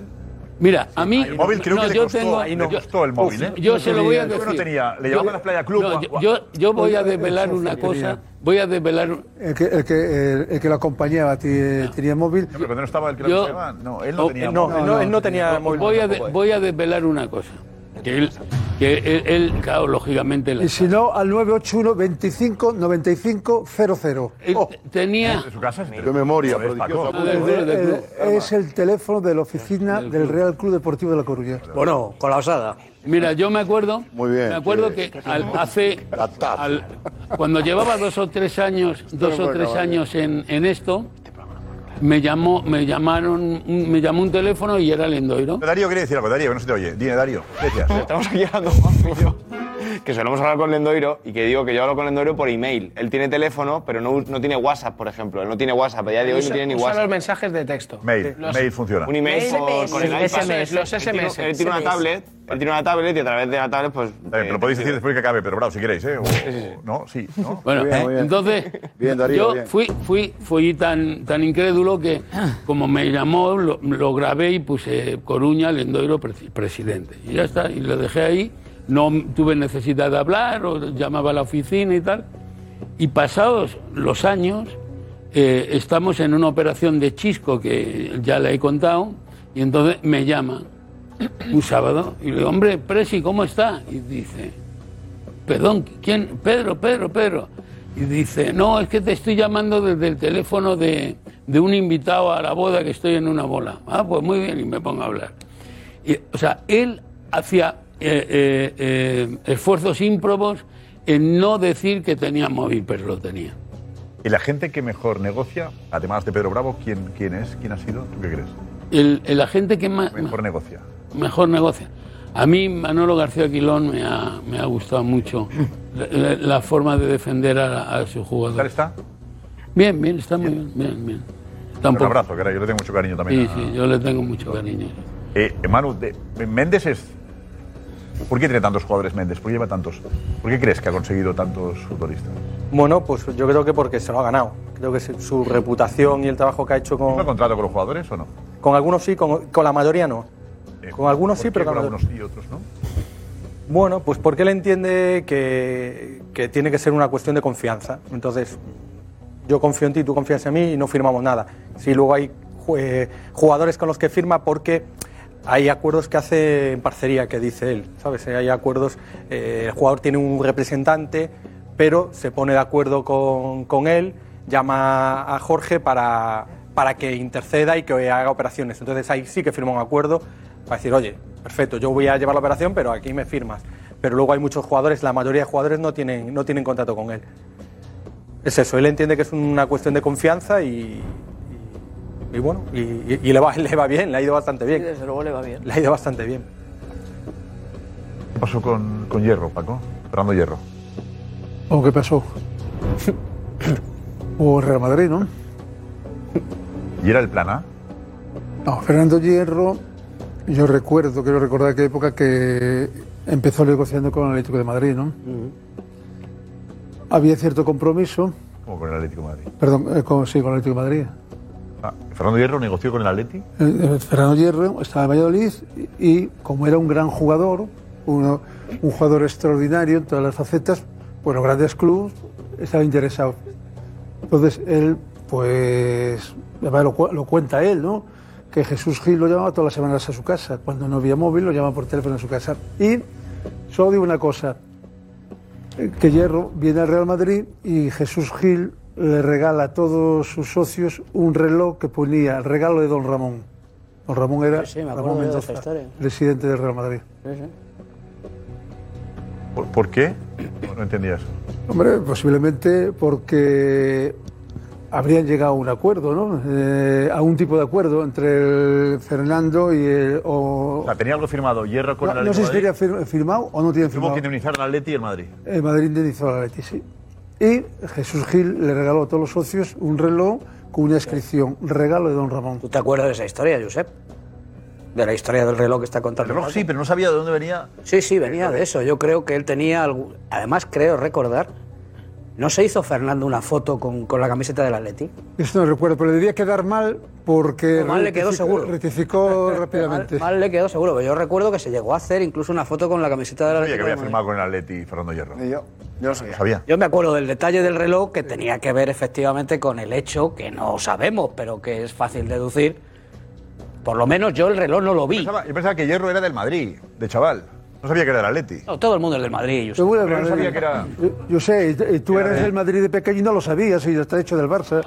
Speaker 13: Mira, a mí...
Speaker 9: El móvil creo
Speaker 13: no,
Speaker 9: que le
Speaker 13: yo
Speaker 9: costó,
Speaker 13: tengo-
Speaker 9: ahí nos
Speaker 13: yo-
Speaker 9: costó el móvil, ¿eh?
Speaker 13: Yo se lo voy a
Speaker 9: Yo
Speaker 13: decir.
Speaker 9: no tenía, le
Speaker 13: Yo-
Speaker 9: llevaban a las Playa Club.
Speaker 13: no,
Speaker 9: a-
Speaker 13: yo, yo- yo voy a desvelar una cosa, voy a desvelar...
Speaker 3: El que, el que, el, el que lo acompañaba ti- eh, tenía móvil.
Speaker 9: pero cuando no estaba el que
Speaker 13: Yo-
Speaker 9: lo llevaba, no, él no
Speaker 13: Oh,
Speaker 9: tenía
Speaker 13: él no,
Speaker 9: móvil.
Speaker 13: él no, él no tenía
Speaker 9: móvil.
Speaker 13: Voy a, de- voy a desvelar una cosa. Que él, que él, él, claro, lógicamente, la-
Speaker 3: Y si no, al 981 25 95 00.
Speaker 13: tenía... Ah,
Speaker 9: su casa es
Speaker 15: de memoria, prodigiosa.
Speaker 3: Eh, es el teléfono de la oficina del Real Club Deportivo de La Coruña.
Speaker 13: Bueno, con la osada. Mira, yo me acuerdo,
Speaker 3: Muy bien,
Speaker 13: me acuerdo
Speaker 3: sí.
Speaker 13: que al- hace, al- cuando llevaba dos o tres años, dos
Speaker 3: no
Speaker 13: o
Speaker 3: puede
Speaker 13: tres
Speaker 3: acabar bien.
Speaker 13: años en, en esto, me llamó, me llamaron, un- me llamó un teléfono y era Lendoiro.
Speaker 9: Darío quiere decir algo, Darío, que no se te oye. Dime, Darío, ¿qué decías?
Speaker 14: Estamos aquí hablando, Juanjo y yo, que solemos hablar con Lendoiro y que digo que yo hablo con Lendoiro por email. Él tiene teléfono, pero no, no tiene WhatsApp, por ejemplo. Él no tiene WhatsApp, a día de hoy no
Speaker 22: Usa-
Speaker 14: tiene ni
Speaker 22: usa
Speaker 14: WhatsApp.
Speaker 22: los mensajes de texto.
Speaker 9: Mail,
Speaker 22: Los-
Speaker 9: mail funciona.
Speaker 14: Un email con, con el iPad.
Speaker 22: SMS, los
Speaker 14: Él tiene-
Speaker 22: SMS.
Speaker 14: Él tiene una tablet, él tiene una tablet y a través de la tablet, pues.
Speaker 9: Pero lo podéis decir después que acabe, pero bravo, si queréis, ¿eh? O- No, sí, ¿no?
Speaker 13: Bueno, ¿eh? entonces
Speaker 9: Bien, Darío,
Speaker 13: yo
Speaker 9: bien.
Speaker 13: fui, fui, fui tan, tan incrédulo que como me llamó, lo, lo grabé y puse Coruña, Lendoiro, presi- presidente. Y ya está, y lo dejé ahí. No tuve necesidad de hablar, o llamaba a la oficina y tal. Y pasados los años, eh, estamos en una operación de Chisco que ya le he contado, y entonces me llama un sábado y le digo, hombre, Presi, ¿cómo está? Y dice, perdón, ¿quién? Pedro, Pedro, Pedro. Y dice, no, es que te estoy llamando desde el teléfono de, de un invitado a la boda que estoy en una bola. Ah, pues muy bien, y me pongo a hablar. Y, o sea, él hacía eh, eh, eh, esfuerzos ímprobos en no decir que tenía móvil, pero lo tenía.
Speaker 9: Y la gente que mejor negocia, además de Pedro Bravo, ¿quién, quién es? ¿Quién ha sido? ¿Tú qué crees?
Speaker 13: El, el agente que más,
Speaker 9: Mejor negocia.
Speaker 13: mejor negocia. A mí Manolo García Quilón me ha, me ha gustado mucho la, la- la forma de defender a, a su jugador. ¿Tal
Speaker 9: está?
Speaker 13: Bien, bien, está muy bien, bien, bien.
Speaker 9: Un
Speaker 13: Tampoco.
Speaker 9: abrazo, que ahora yo le tengo mucho cariño también.
Speaker 13: Sí, sí, yo le tengo mucho cariño.
Speaker 9: Eh, Manu, de- Méndez es. ¿Por qué tiene tantos jugadores Méndez? ¿Por qué lleva tantos? ¿Por qué crees que ha conseguido tantos futbolistas?
Speaker 2: Bueno, pues yo creo que porque se lo ha ganado. Creo que se- su reputación y el trabajo que ha hecho con...
Speaker 9: ¿Tiene contrato con los jugadores o no? Eh,
Speaker 2: Con algunos sí, con, con la mayoría no. Con algunos sí,
Speaker 9: ¿Por qué
Speaker 2: pero con
Speaker 9: con
Speaker 2: la
Speaker 9: algunos y otros no?
Speaker 2: Bueno, pues porque él entiende que, que tiene que ser una cuestión de confianza. Entonces, yo confío en ti, tú confías en mí y no firmamos nada. Si luego hay ju- eh, jugadores con los que firma porque hay acuerdos que hace en parcería, que dice él, ¿sabes? Eh, Hay acuerdos, eh, el jugador tiene un representante, pero se pone de acuerdo con, con él, llama a Jorge para, para que interceda y que haga operaciones. Entonces ahí sí que firma un acuerdo para decir, oye, perfecto, yo voy a llevar la operación, pero aquí me firmas. Pero luego hay muchos jugadores, la mayoría de jugadores no tienen, no tienen contrato con él. Es eso, él entiende que es una cuestión de confianza y, y, y bueno, y, y- y le, va, le va bien, le ha ido bastante bien.
Speaker 4: desde luego le va bien.
Speaker 2: Le ha ido bastante bien.
Speaker 9: ¿Qué pasó con, con Hierro, Paco? Fernando Hierro.
Speaker 3: ¿O qué pasó? o Real Madrid, ¿no?
Speaker 9: ¿Y era el plan A?
Speaker 3: No, Fernando Hierro, yo recuerdo, quiero recordar qué época que empezó negociando con el Atlético de Madrid, ¿no? Había cierto compromiso,
Speaker 9: ¿Cómo con el Atlético de Madrid?
Speaker 3: perdón, eh, con, sí, con el Atlético de Madrid.
Speaker 9: Ah, ¿Fernando Hierro negoció con el Atleti?
Speaker 3: Eh, eh, Fernando Hierro estaba en Valladolid y, y como era un gran jugador, uno- un jugador extraordinario en todas las facetas, pues los grandes clubes estaban interesados. Entonces él, pues, además lo, cu- lo cuenta él, ¿no? Que Jesús Gil lo llamaba todas las semanas a su casa. Cuando no había móvil, lo llamaba por teléfono a su casa. Y solo digo una cosa, eh, que Hierro viene al Real Madrid y Jesús Gil le regala a todos sus socios un reloj que ponía el regalo de Don Ramón. Don Ramón era
Speaker 18: Sí, sí, me acuerdo
Speaker 3: Ramón
Speaker 18: yo de
Speaker 3: Mendoza,
Speaker 18: esta historia.
Speaker 3: presidente del Real Madrid.
Speaker 9: ¿Por, por qué? No, no entendía eso.
Speaker 3: Hombre, posiblemente porque habrían llegado a un acuerdo, ¿no? Eh, a un tipo de acuerdo entre el Fernando y el... O,
Speaker 9: O sea, ¿tenía algo firmado Hierro con
Speaker 3: no,
Speaker 9: el
Speaker 3: no
Speaker 9: Atlético
Speaker 3: sé si
Speaker 9: de Madrid?
Speaker 3: tenía fir- firmado o no tiene
Speaker 9: Tuvo
Speaker 3: firmado.
Speaker 9: que indemnizar al Atleti y el Madrid.
Speaker 3: El Madrid indemnizó a la Leti, sí. Y Jesús Gil le regaló a todos los socios un reloj con una inscripción, regalo de Don Ramón.
Speaker 18: ¿Tú te acuerdas de esa historia, Josep? De la historia del reloj que está contando. reloj sí,
Speaker 9: pero no sabía de dónde venía.
Speaker 18: Sí, sí, venía de eso. Yo creo que él tenía. algún- Además, creo recordar. ¿No se hizo Fernando una foto con, con la camiseta del Atleti?
Speaker 3: Eso no recuerdo, pero le debía quedar mal porque...
Speaker 18: No, mal le quedó
Speaker 3: rectificó-
Speaker 18: seguro.
Speaker 3: Rectificó
Speaker 18: Mal,
Speaker 3: rápidamente.
Speaker 18: mal le quedó seguro, pero yo recuerdo que se llegó a hacer incluso una foto con la camiseta del
Speaker 9: Sabía que
Speaker 18: Atleti. de
Speaker 9: había
Speaker 18: Madrid.
Speaker 9: firmado con el Atleti Fernando Hierro.
Speaker 1: yo, yo lo sabía.
Speaker 9: sabía.
Speaker 18: Yo me acuerdo del detalle del reloj que tenía que ver efectivamente con el hecho que no sabemos, pero que es fácil deducir. Por lo menos yo el reloj no lo vi.
Speaker 9: Yo pensaba que Hierro era del Madrid, de chaval. No sabía que era del Atleti.
Speaker 18: No, todo el mundo es del Madrid.
Speaker 3: Pero bueno,
Speaker 9: Pero no
Speaker 3: Madrid-
Speaker 9: sabía que era...
Speaker 3: Yo, yo sé, y- y tú eres del Madrid de pequeño y no lo sabías, y está hecho del Barça.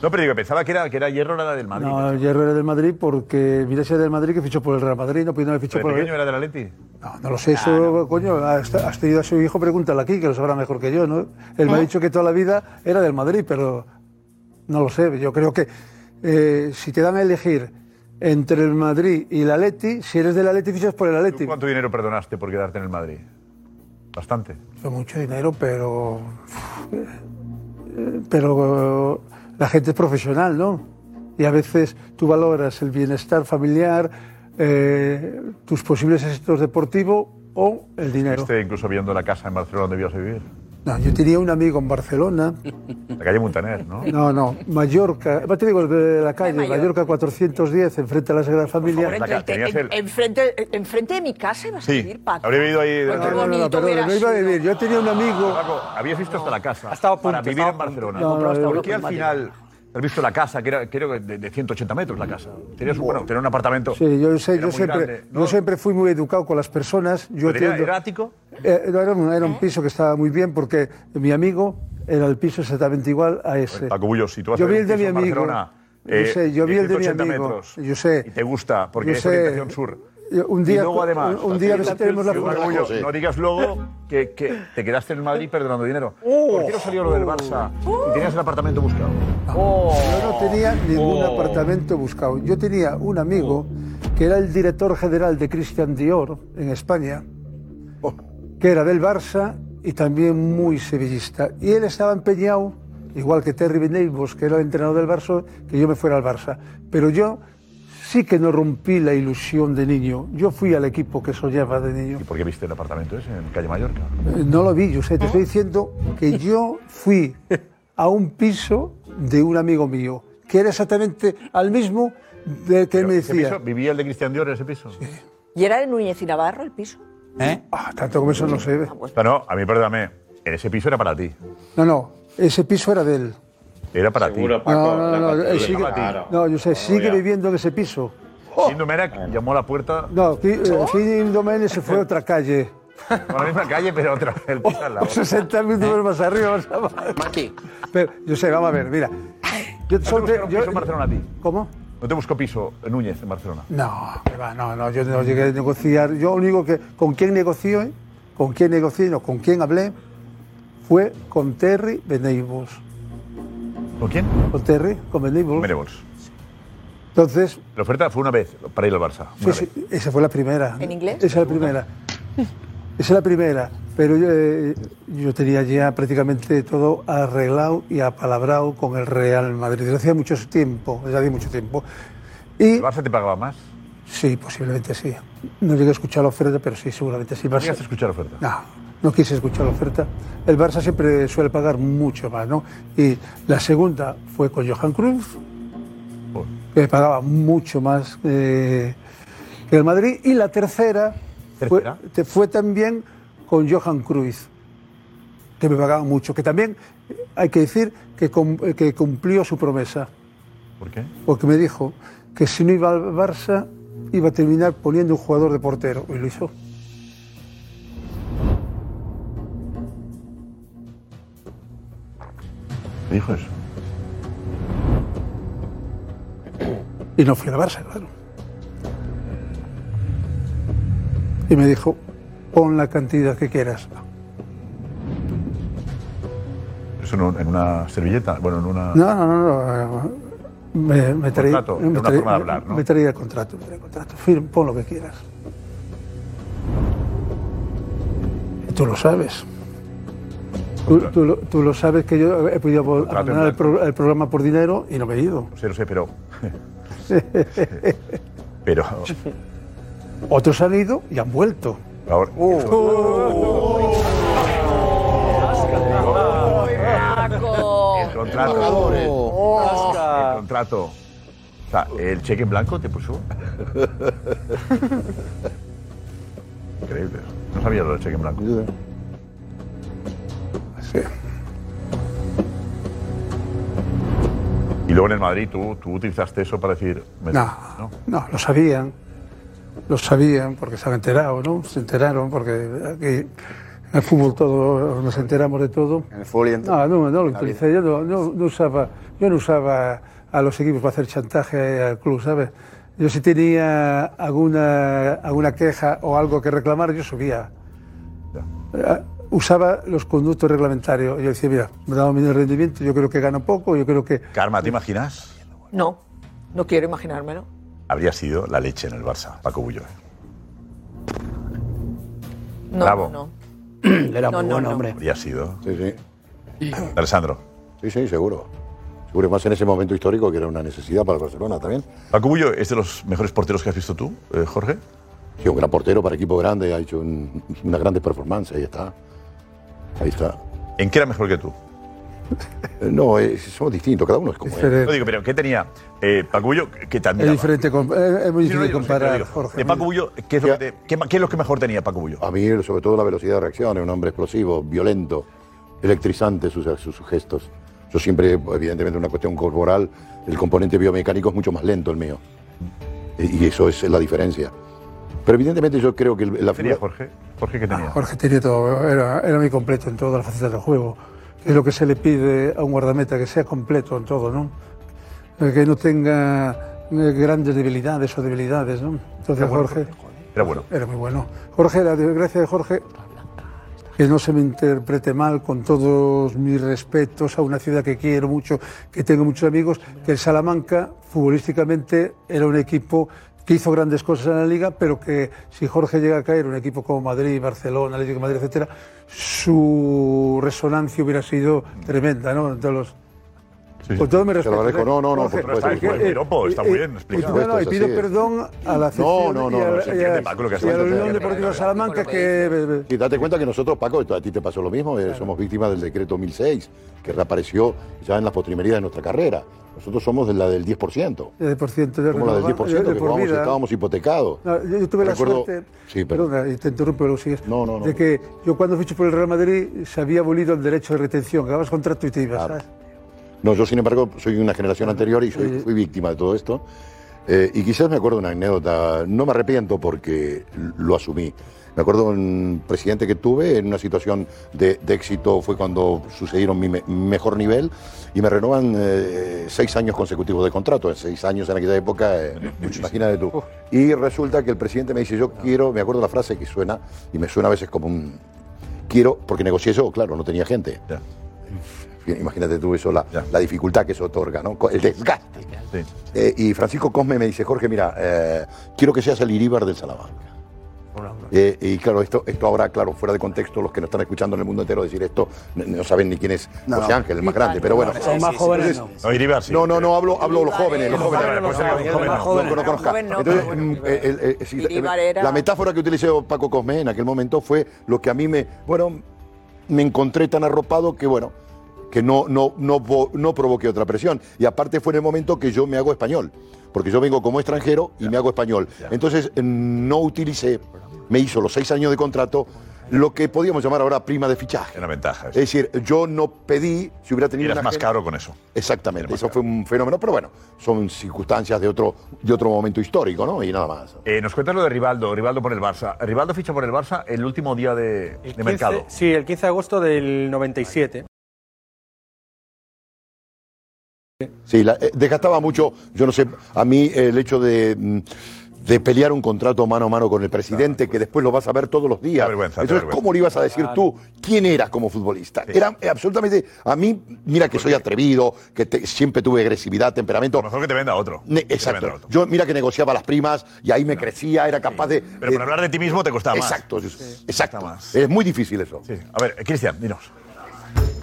Speaker 9: No, pero digo, pensaba que era, que era Hierro era del Madrid.
Speaker 3: No, Hierro era del Madrid porque mira si era del Madrid que fichó por el Real Madrid, no pudieron haber fichado
Speaker 9: ¿Pero
Speaker 3: por
Speaker 9: ¿De
Speaker 3: el
Speaker 9: pequeño era del Atleti?
Speaker 3: No lo sé, eso, coño, has, has tenido a su hijo, pregúntale aquí, que lo sabrá mejor que yo, ¿no? Él me ha dicho que toda la vida era del Madrid, pero no lo sé. Yo creo que eh, si te dan a elegir entre el Madrid y el Atleti, si eres del Atleti, fichas por el Atleti.
Speaker 9: ¿Cuánto dinero perdonaste por quedarte en el Madrid? Bastante.
Speaker 3: Fue mucho dinero, pero... eh, Pero eh, la gente es profesional, ¿no? Y a veces tú valoras el bienestar familiar, eh, tus posibles éxitos deportivos o el dinero.
Speaker 9: Este incluso viendo la casa en Barcelona donde ibas a vivir.
Speaker 3: No, yo tenía un amigo en Barcelona.
Speaker 9: La calle Montaner, ¿no?
Speaker 3: No, no, Mallorca. Te digo de la calle, Mallorca 410, enfrente a la Sagrada
Speaker 1: Pues
Speaker 3: Familia.
Speaker 4: Enfrente, en- enfrente, enfrente de mi casa ibas a
Speaker 3: Sí,
Speaker 4: vivir, Paco.
Speaker 9: Habría vivido ahí.
Speaker 3: No, no, no, no, perdona, no iba a vivir. Yo tenía un amigo.
Speaker 9: Habías visto hasta la casa.
Speaker 3: estado a
Speaker 9: para
Speaker 3: punto,
Speaker 9: vivir
Speaker 3: estaba
Speaker 9: en
Speaker 3: a punto.
Speaker 9: Barcelona.
Speaker 3: No, no, no,
Speaker 9: ¿Por qué
Speaker 3: no,
Speaker 9: al
Speaker 3: no.
Speaker 9: final has visto la casa, que era creo que de, de 180 metros la casa? Tenías un, bueno, tenías un apartamento.
Speaker 3: Sí, yo sé,
Speaker 9: era
Speaker 3: yo
Speaker 9: muy
Speaker 3: siempre,
Speaker 9: grande.
Speaker 3: yo siempre fui muy educado con las personas. Yo
Speaker 9: ¿Pero tenía-
Speaker 3: atiendo-
Speaker 9: era ático?
Speaker 3: Eh, no, era, un, era un piso que estaba muy bien porque mi amigo era el piso exactamente igual a ese.
Speaker 9: Pues, Paco Bullo, si tú vas
Speaker 3: yo
Speaker 9: a
Speaker 3: vi
Speaker 9: ver
Speaker 3: el de
Speaker 9: un
Speaker 3: mi
Speaker 9: piso en
Speaker 3: amigo.
Speaker 9: Barcelona,
Speaker 3: yo
Speaker 9: eh,
Speaker 3: sé, yo vi el de mi
Speaker 9: 180
Speaker 3: amigo.
Speaker 9: metros,
Speaker 3: yo sé.
Speaker 9: Y te gusta, porque
Speaker 3: Yo
Speaker 9: es
Speaker 3: sé.
Speaker 9: orientación sur.
Speaker 3: Yo- Un día,
Speaker 9: y luego, además,
Speaker 3: un, un día
Speaker 9: Paco
Speaker 3: visitaremos la
Speaker 9: Bullo, no digas luego que, que te quedaste en Madrid perdonando dinero.
Speaker 3: Oh.
Speaker 9: ¿Por qué no salió lo del Barça y tenías el apartamento buscado?
Speaker 3: Yo no tenía ningún apartamento buscado. Yo tenía un amigo que era el director general de Christian Dior en España, que era del Barça y también muy sevillista. Y él estaba empeñado, igual que Terry Venables, que era el entrenador del Barça, que yo me fuera al Barça. Pero yo sí que no rompí la ilusión de niño. Yo fui al equipo que soñaba de niño.
Speaker 9: ¿Y por qué viste el apartamento ese en calle Mallorca?
Speaker 3: Eh, No lo vi, yo sé, te estoy diciendo que yo fui a un piso de un amigo mío, que era exactamente al mismo de que él me
Speaker 9: ¿Ese
Speaker 3: decía.
Speaker 9: piso? ¿Vivía el de Cristian Dior en ese piso?
Speaker 4: ¿Y era de Núñez y Navarro el piso?
Speaker 3: Ah, tanto como eso no se ve.
Speaker 9: No, no, a mí perdóname. En ese piso era para ti.
Speaker 3: No, no, ese piso era de él.
Speaker 9: Era para ti.
Speaker 3: no, no, eh, no, no, él sigue,
Speaker 9: Claro.
Speaker 3: no, yo sé, sigue
Speaker 9: ya.
Speaker 3: viviendo en ese piso. Oh.
Speaker 9: Sin Numerac llamó a la puerta,
Speaker 3: No, aquí,
Speaker 9: Oh.
Speaker 3: eh, Fini Doménez se fue a otra calle.
Speaker 9: no a la misma calle, pero otra vez. El piso al lado.
Speaker 3: 60 metros más arriba, más abajo. Pero, yo sé, vamos a ver, mira. Yo, solo te- yo- ¿Cómo?
Speaker 9: ¿No te buscó piso Núñez en Barcelona?
Speaker 3: No, que va, no, no, yo no llegué a negociar. Yo lo único que. ¿Con quién negocié? ¿Con quién negocié? No, ¿con quién hablé? Fue con Terry Venables.
Speaker 9: ¿Con quién?
Speaker 3: Con Terry, con Venables.
Speaker 9: Venables.
Speaker 3: Entonces,
Speaker 9: La oferta fue una vez para ir al Barça. Una
Speaker 3: sí,
Speaker 9: vez.
Speaker 3: sí, esa fue la primera.
Speaker 4: ¿En inglés?
Speaker 3: Esa es la primera. Esa es la primera. Pero yo, eh, yo tenía ya prácticamente todo arreglado y apalabrado con el Real Madrid. Desde hacía mucho tiempo, desde hacía mucho tiempo. Y, ¿El
Speaker 9: Barça te pagaba más?
Speaker 3: Sí, posiblemente sí. No llegué a escuchar la oferta, pero sí, seguramente sí. El
Speaker 9: ¿No
Speaker 3: Barça-
Speaker 9: llegaste a escuchar la oferta?
Speaker 3: No, no quise escuchar la oferta. El Barça siempre suele pagar mucho más, ¿no? Y la segunda fue con Johan Cruyff, que pagaba mucho más eh, que el Madrid. Y la tercera, fue- te- Fue, también con Johan Cruyff, que me pagaba mucho. Que también eh, hay que decir que, cum- eh, que cumplió su promesa,
Speaker 9: ¿Por qué?
Speaker 3: porque me dijo que si no iba al Barça iba a terminar poniendo un jugador de portero, y lo hizo.
Speaker 9: ¿Te dijo eso?
Speaker 3: Y no fui al Barça, claro. Y me dijo, pon la cantidad que quieras.
Speaker 9: Ah. ¿Eso en un- en una servilleta? Bueno, en una...
Speaker 3: No, no, no, no. Me, me traía,
Speaker 9: Contrato, era
Speaker 3: me
Speaker 9: una
Speaker 3: traía-
Speaker 9: forma de hablar, ¿no?
Speaker 3: me traía el contrato, me traía el contrato. Firma, pon lo que quieras. Y tú lo sabes. Tú, tú lo, tú lo sabes que yo he podido abol-
Speaker 9: Contrato en
Speaker 3: abandonar el, pro- el programa por dinero y no me he ido.
Speaker 9: No sé, no sé, pero... pero...
Speaker 3: Otros han ido y han vuelto.
Speaker 9: Ahora...
Speaker 3: Uh. Oh.
Speaker 9: El contrato. El contrato. O sea, ¿el cheque en blanco te puso? Increíble. No sabía lo del cheque en blanco.
Speaker 3: Sí.
Speaker 9: Y luego en el Madrid tú, tú utilizaste eso para decir... me-
Speaker 3: No,
Speaker 9: ¿no?
Speaker 3: no, lo sabían. Lo sabían porque se han enterado, ¿no? Se enteraron porque aquí en el fútbol todo, nos enteramos de todo.
Speaker 17: En el fútbol y en
Speaker 3: No, no, no lo
Speaker 17: La vida.
Speaker 3: utilicé. Yo no, no- no usaba, yo no usaba a los equipos para hacer chantaje al club, ¿sabes? Yo si tenía alguna, alguna queja o algo que reclamar, yo subía. Eh, Usaba los conductos reglamentarios. Yo decía, mira, me daba medio rendimiento, yo creo que gano poco, yo creo que...
Speaker 9: Karma, ¿te imaginas?
Speaker 4: No, no quiero imaginármelo.
Speaker 9: Habría sido la leche en el Barça, Paco Bullo. ¿eh?
Speaker 4: No,
Speaker 9: Bravo.
Speaker 4: no.
Speaker 9: Era
Speaker 4: muy No, no, buen no. hombre.
Speaker 9: Habría sido.
Speaker 15: Sí, sí.
Speaker 9: Alessandro.
Speaker 15: Sí, sí, seguro. Seguro, y más en ese momento histórico que era una necesidad para el Barcelona también.
Speaker 9: Paco Bullo es de los mejores porteros que has visto tú, eh, Jorge.
Speaker 15: Sí, un gran portero para equipo grande, ha hecho un- unas grandes performances, ahí está. Ahí está.
Speaker 9: ¿En qué era mejor que tú?
Speaker 15: No, eh, somos distintos, cada uno es como es.
Speaker 9: No digo, pero ¿qué tenía eh, Paco Bullo que te
Speaker 3: Este Es
Speaker 9: admiraba?
Speaker 3: diferente, com- es es muy
Speaker 9: Sí, no,
Speaker 3: difícil
Speaker 9: yo no sé,
Speaker 3: comparar,
Speaker 9: pero digo,
Speaker 3: Jorge.
Speaker 9: De Paco Bullo, ¿qué es, lo que te- qué ma- qué es lo que mejor tenía Paco Bullo?
Speaker 15: A mí, sobre todo, la velocidad de reacción, era un hombre explosivo, violento, electrizante sus, sus, sus gestos. Yo siempre, evidentemente, una cuestión corporal, el componente biomecánico es mucho más lento el mío. Y y eso es la diferencia. Pero evidentemente yo creo que el- la figura...
Speaker 9: Jorge? Jorge, ¿qué tenía?
Speaker 3: Jorge tenía todo, era, era muy completo en todas las facetas del juego. Es lo que se le pide a un guardameta, que sea completo en todo, ¿no? Eh, Que no tenga eh, grandes debilidades o debilidades, ¿no? Entonces
Speaker 9: Era bueno,
Speaker 3: Jorge
Speaker 9: Era bueno.
Speaker 3: era muy bueno. Jorge, la desgracia de Jorge, que no se me interprete mal, con todos mis respetos a una ciudad que quiero mucho, que tengo muchos amigos, que el Salamanca futbolísticamente era un equipo que hizo grandes cosas en la liga, pero que si Jorge llega a caer un equipo como Madrid, Barcelona, Atlético de Madrid, etcétera, su resonancia hubiera sido tremenda, ¿no? Ante los- Con todo mi
Speaker 15: Te
Speaker 3: respeto.
Speaker 15: lo agradezco. No, no, no,
Speaker 3: Jorge,
Speaker 15: por supuesto.
Speaker 3: porque, eh,
Speaker 15: pues,
Speaker 3: eh, eh, y- no, no, y pido perdón a la
Speaker 15: No,
Speaker 3: afición
Speaker 15: no,
Speaker 3: y
Speaker 15: no.
Speaker 3: a-
Speaker 15: no,
Speaker 3: y
Speaker 15: se
Speaker 3: a-
Speaker 15: entiende, Paco, lo que
Speaker 3: y
Speaker 15: has
Speaker 3: a la
Speaker 15: hecho.
Speaker 3: Unión Deportiva Salamanca que...
Speaker 15: Y date cuenta que nosotros, Paco, a ti te pasó lo mismo, eh, somos víctimas del decreto 1006, que reapareció ya en las postrimerías de nuestra carrera. Nosotros somos de la del 10%.
Speaker 3: eh, por ciento, de
Speaker 15: Somos la del 10%,
Speaker 3: de- eh, de
Speaker 15: que
Speaker 3: por
Speaker 15: jugábamos-
Speaker 3: vida.
Speaker 15: estábamos hipotecados.
Speaker 3: No, yo, yo tuve
Speaker 15: Recuerdo-
Speaker 3: la suerte,
Speaker 15: Sí, perdón.
Speaker 3: perdona, y te interrumpo, pero sigues,
Speaker 15: no,
Speaker 3: de
Speaker 15: no.
Speaker 3: que yo cuando fiché por el Real Madrid se había abolido el derecho de retención, acabas contrato y te ibas, ¿sabes?
Speaker 15: No, yo sin embargo soy de una generación anterior y soy, fui víctima de todo esto. Eh, y quizás me acuerdo una anécdota, no me arrepiento porque lo asumí. Me acuerdo un presidente que tuve en una situación de, de éxito, fue cuando sucedieron mi me- mejor nivel, y me renovan eh, seis años consecutivos de contrato, en seis años en aquella época, eh, imagínate tú. Y resulta que el presidente me dice, yo quiero, me acuerdo la frase que suena, y me suena a veces como un, quiero, porque negocié yo, claro, no tenía gente. Imagínate tú eso, la, la dificultad que eso otorga, ¿no? Co- El desgaste. Eh, y Francisco Cosme me dice, Jorge, mira, eh, quiero que seas el Iríbar del Salamanca. Eh, y claro, esto, esto ahora, claro, fuera de contexto, los que nos están escuchando en el mundo entero decir esto, no, no saben ni quién es
Speaker 9: No,
Speaker 15: José
Speaker 9: no.
Speaker 15: Ángel, el más grande, pero bueno.
Speaker 9: Sí, sí, Los más sí, jóvenes
Speaker 15: Entonces,
Speaker 9: no. No, Iríbar sí.
Speaker 15: No, no, no, hablo, hablo de los jóvenes, los jóvenes.
Speaker 9: Los jóvenes, los jóvenes, los
Speaker 15: Los
Speaker 9: jóvenes.
Speaker 15: que no conozcan.
Speaker 9: Los jóvenes no,
Speaker 15: Entonces,
Speaker 9: pero
Speaker 15: mm, eh, el- eh, sí,
Speaker 4: Iríbar
Speaker 15: eh,
Speaker 4: era-
Speaker 15: La metáfora que utilizó Paco Cosme en aquel momento fue lo que a mí me, bueno, me encontré tan arropado que, bueno, que no, no, no, vo- no provoqué otra presión. Y aparte fue en el momento que yo me hago español, porque yo vengo como extranjero y me hago español. Entonces mm, no utilicé, me hizo los seis años de contrato, lo que podíamos llamar ahora prima de fichaje.
Speaker 9: Una ventaja.
Speaker 15: Es decir, yo no pedí si hubiera tenido...
Speaker 9: Eras
Speaker 15: una
Speaker 9: más
Speaker 15: gente-
Speaker 9: caro con eso.
Speaker 15: Exactamente, eso fue un fenómeno, pero bueno, son circunstancias de otro, de otro momento histórico, ¿no? Y nada más.
Speaker 9: Eh, nos cuentas lo de Rivaldo, Rivaldo por el Barça. Rivaldo ficha por el Barça el último día de, de mercado.
Speaker 2: Sí, el 15 de Este agosto del 97.
Speaker 15: Sí, la- eh, desgastaba mucho, yo no sé, a mí eh, el hecho de, mm, de pelear un contrato mano a mano con el presidente, que después lo vas a ver todos los días.
Speaker 9: qué
Speaker 15: Entonces,
Speaker 9: pues. vergüenza.
Speaker 15: ¿cómo le ibas a decir
Speaker 9: Claro.
Speaker 15: tú quién eras como futbolista? Era eh, absolutamente, a mí, mira que soy atrevido, que te- siempre tuve agresividad, temperamento.
Speaker 9: Mejor que te venda otro.
Speaker 15: Ne-
Speaker 9: Que te venda
Speaker 15: Exacto. Yo mira que negociaba las primas y ahí me crecía, era capaz de...
Speaker 9: Pero por hablar de ti mismo te costaba más.
Speaker 15: Exacto, exacto. Es muy difícil eso.
Speaker 9: A ver, eh, Cristian, dinos.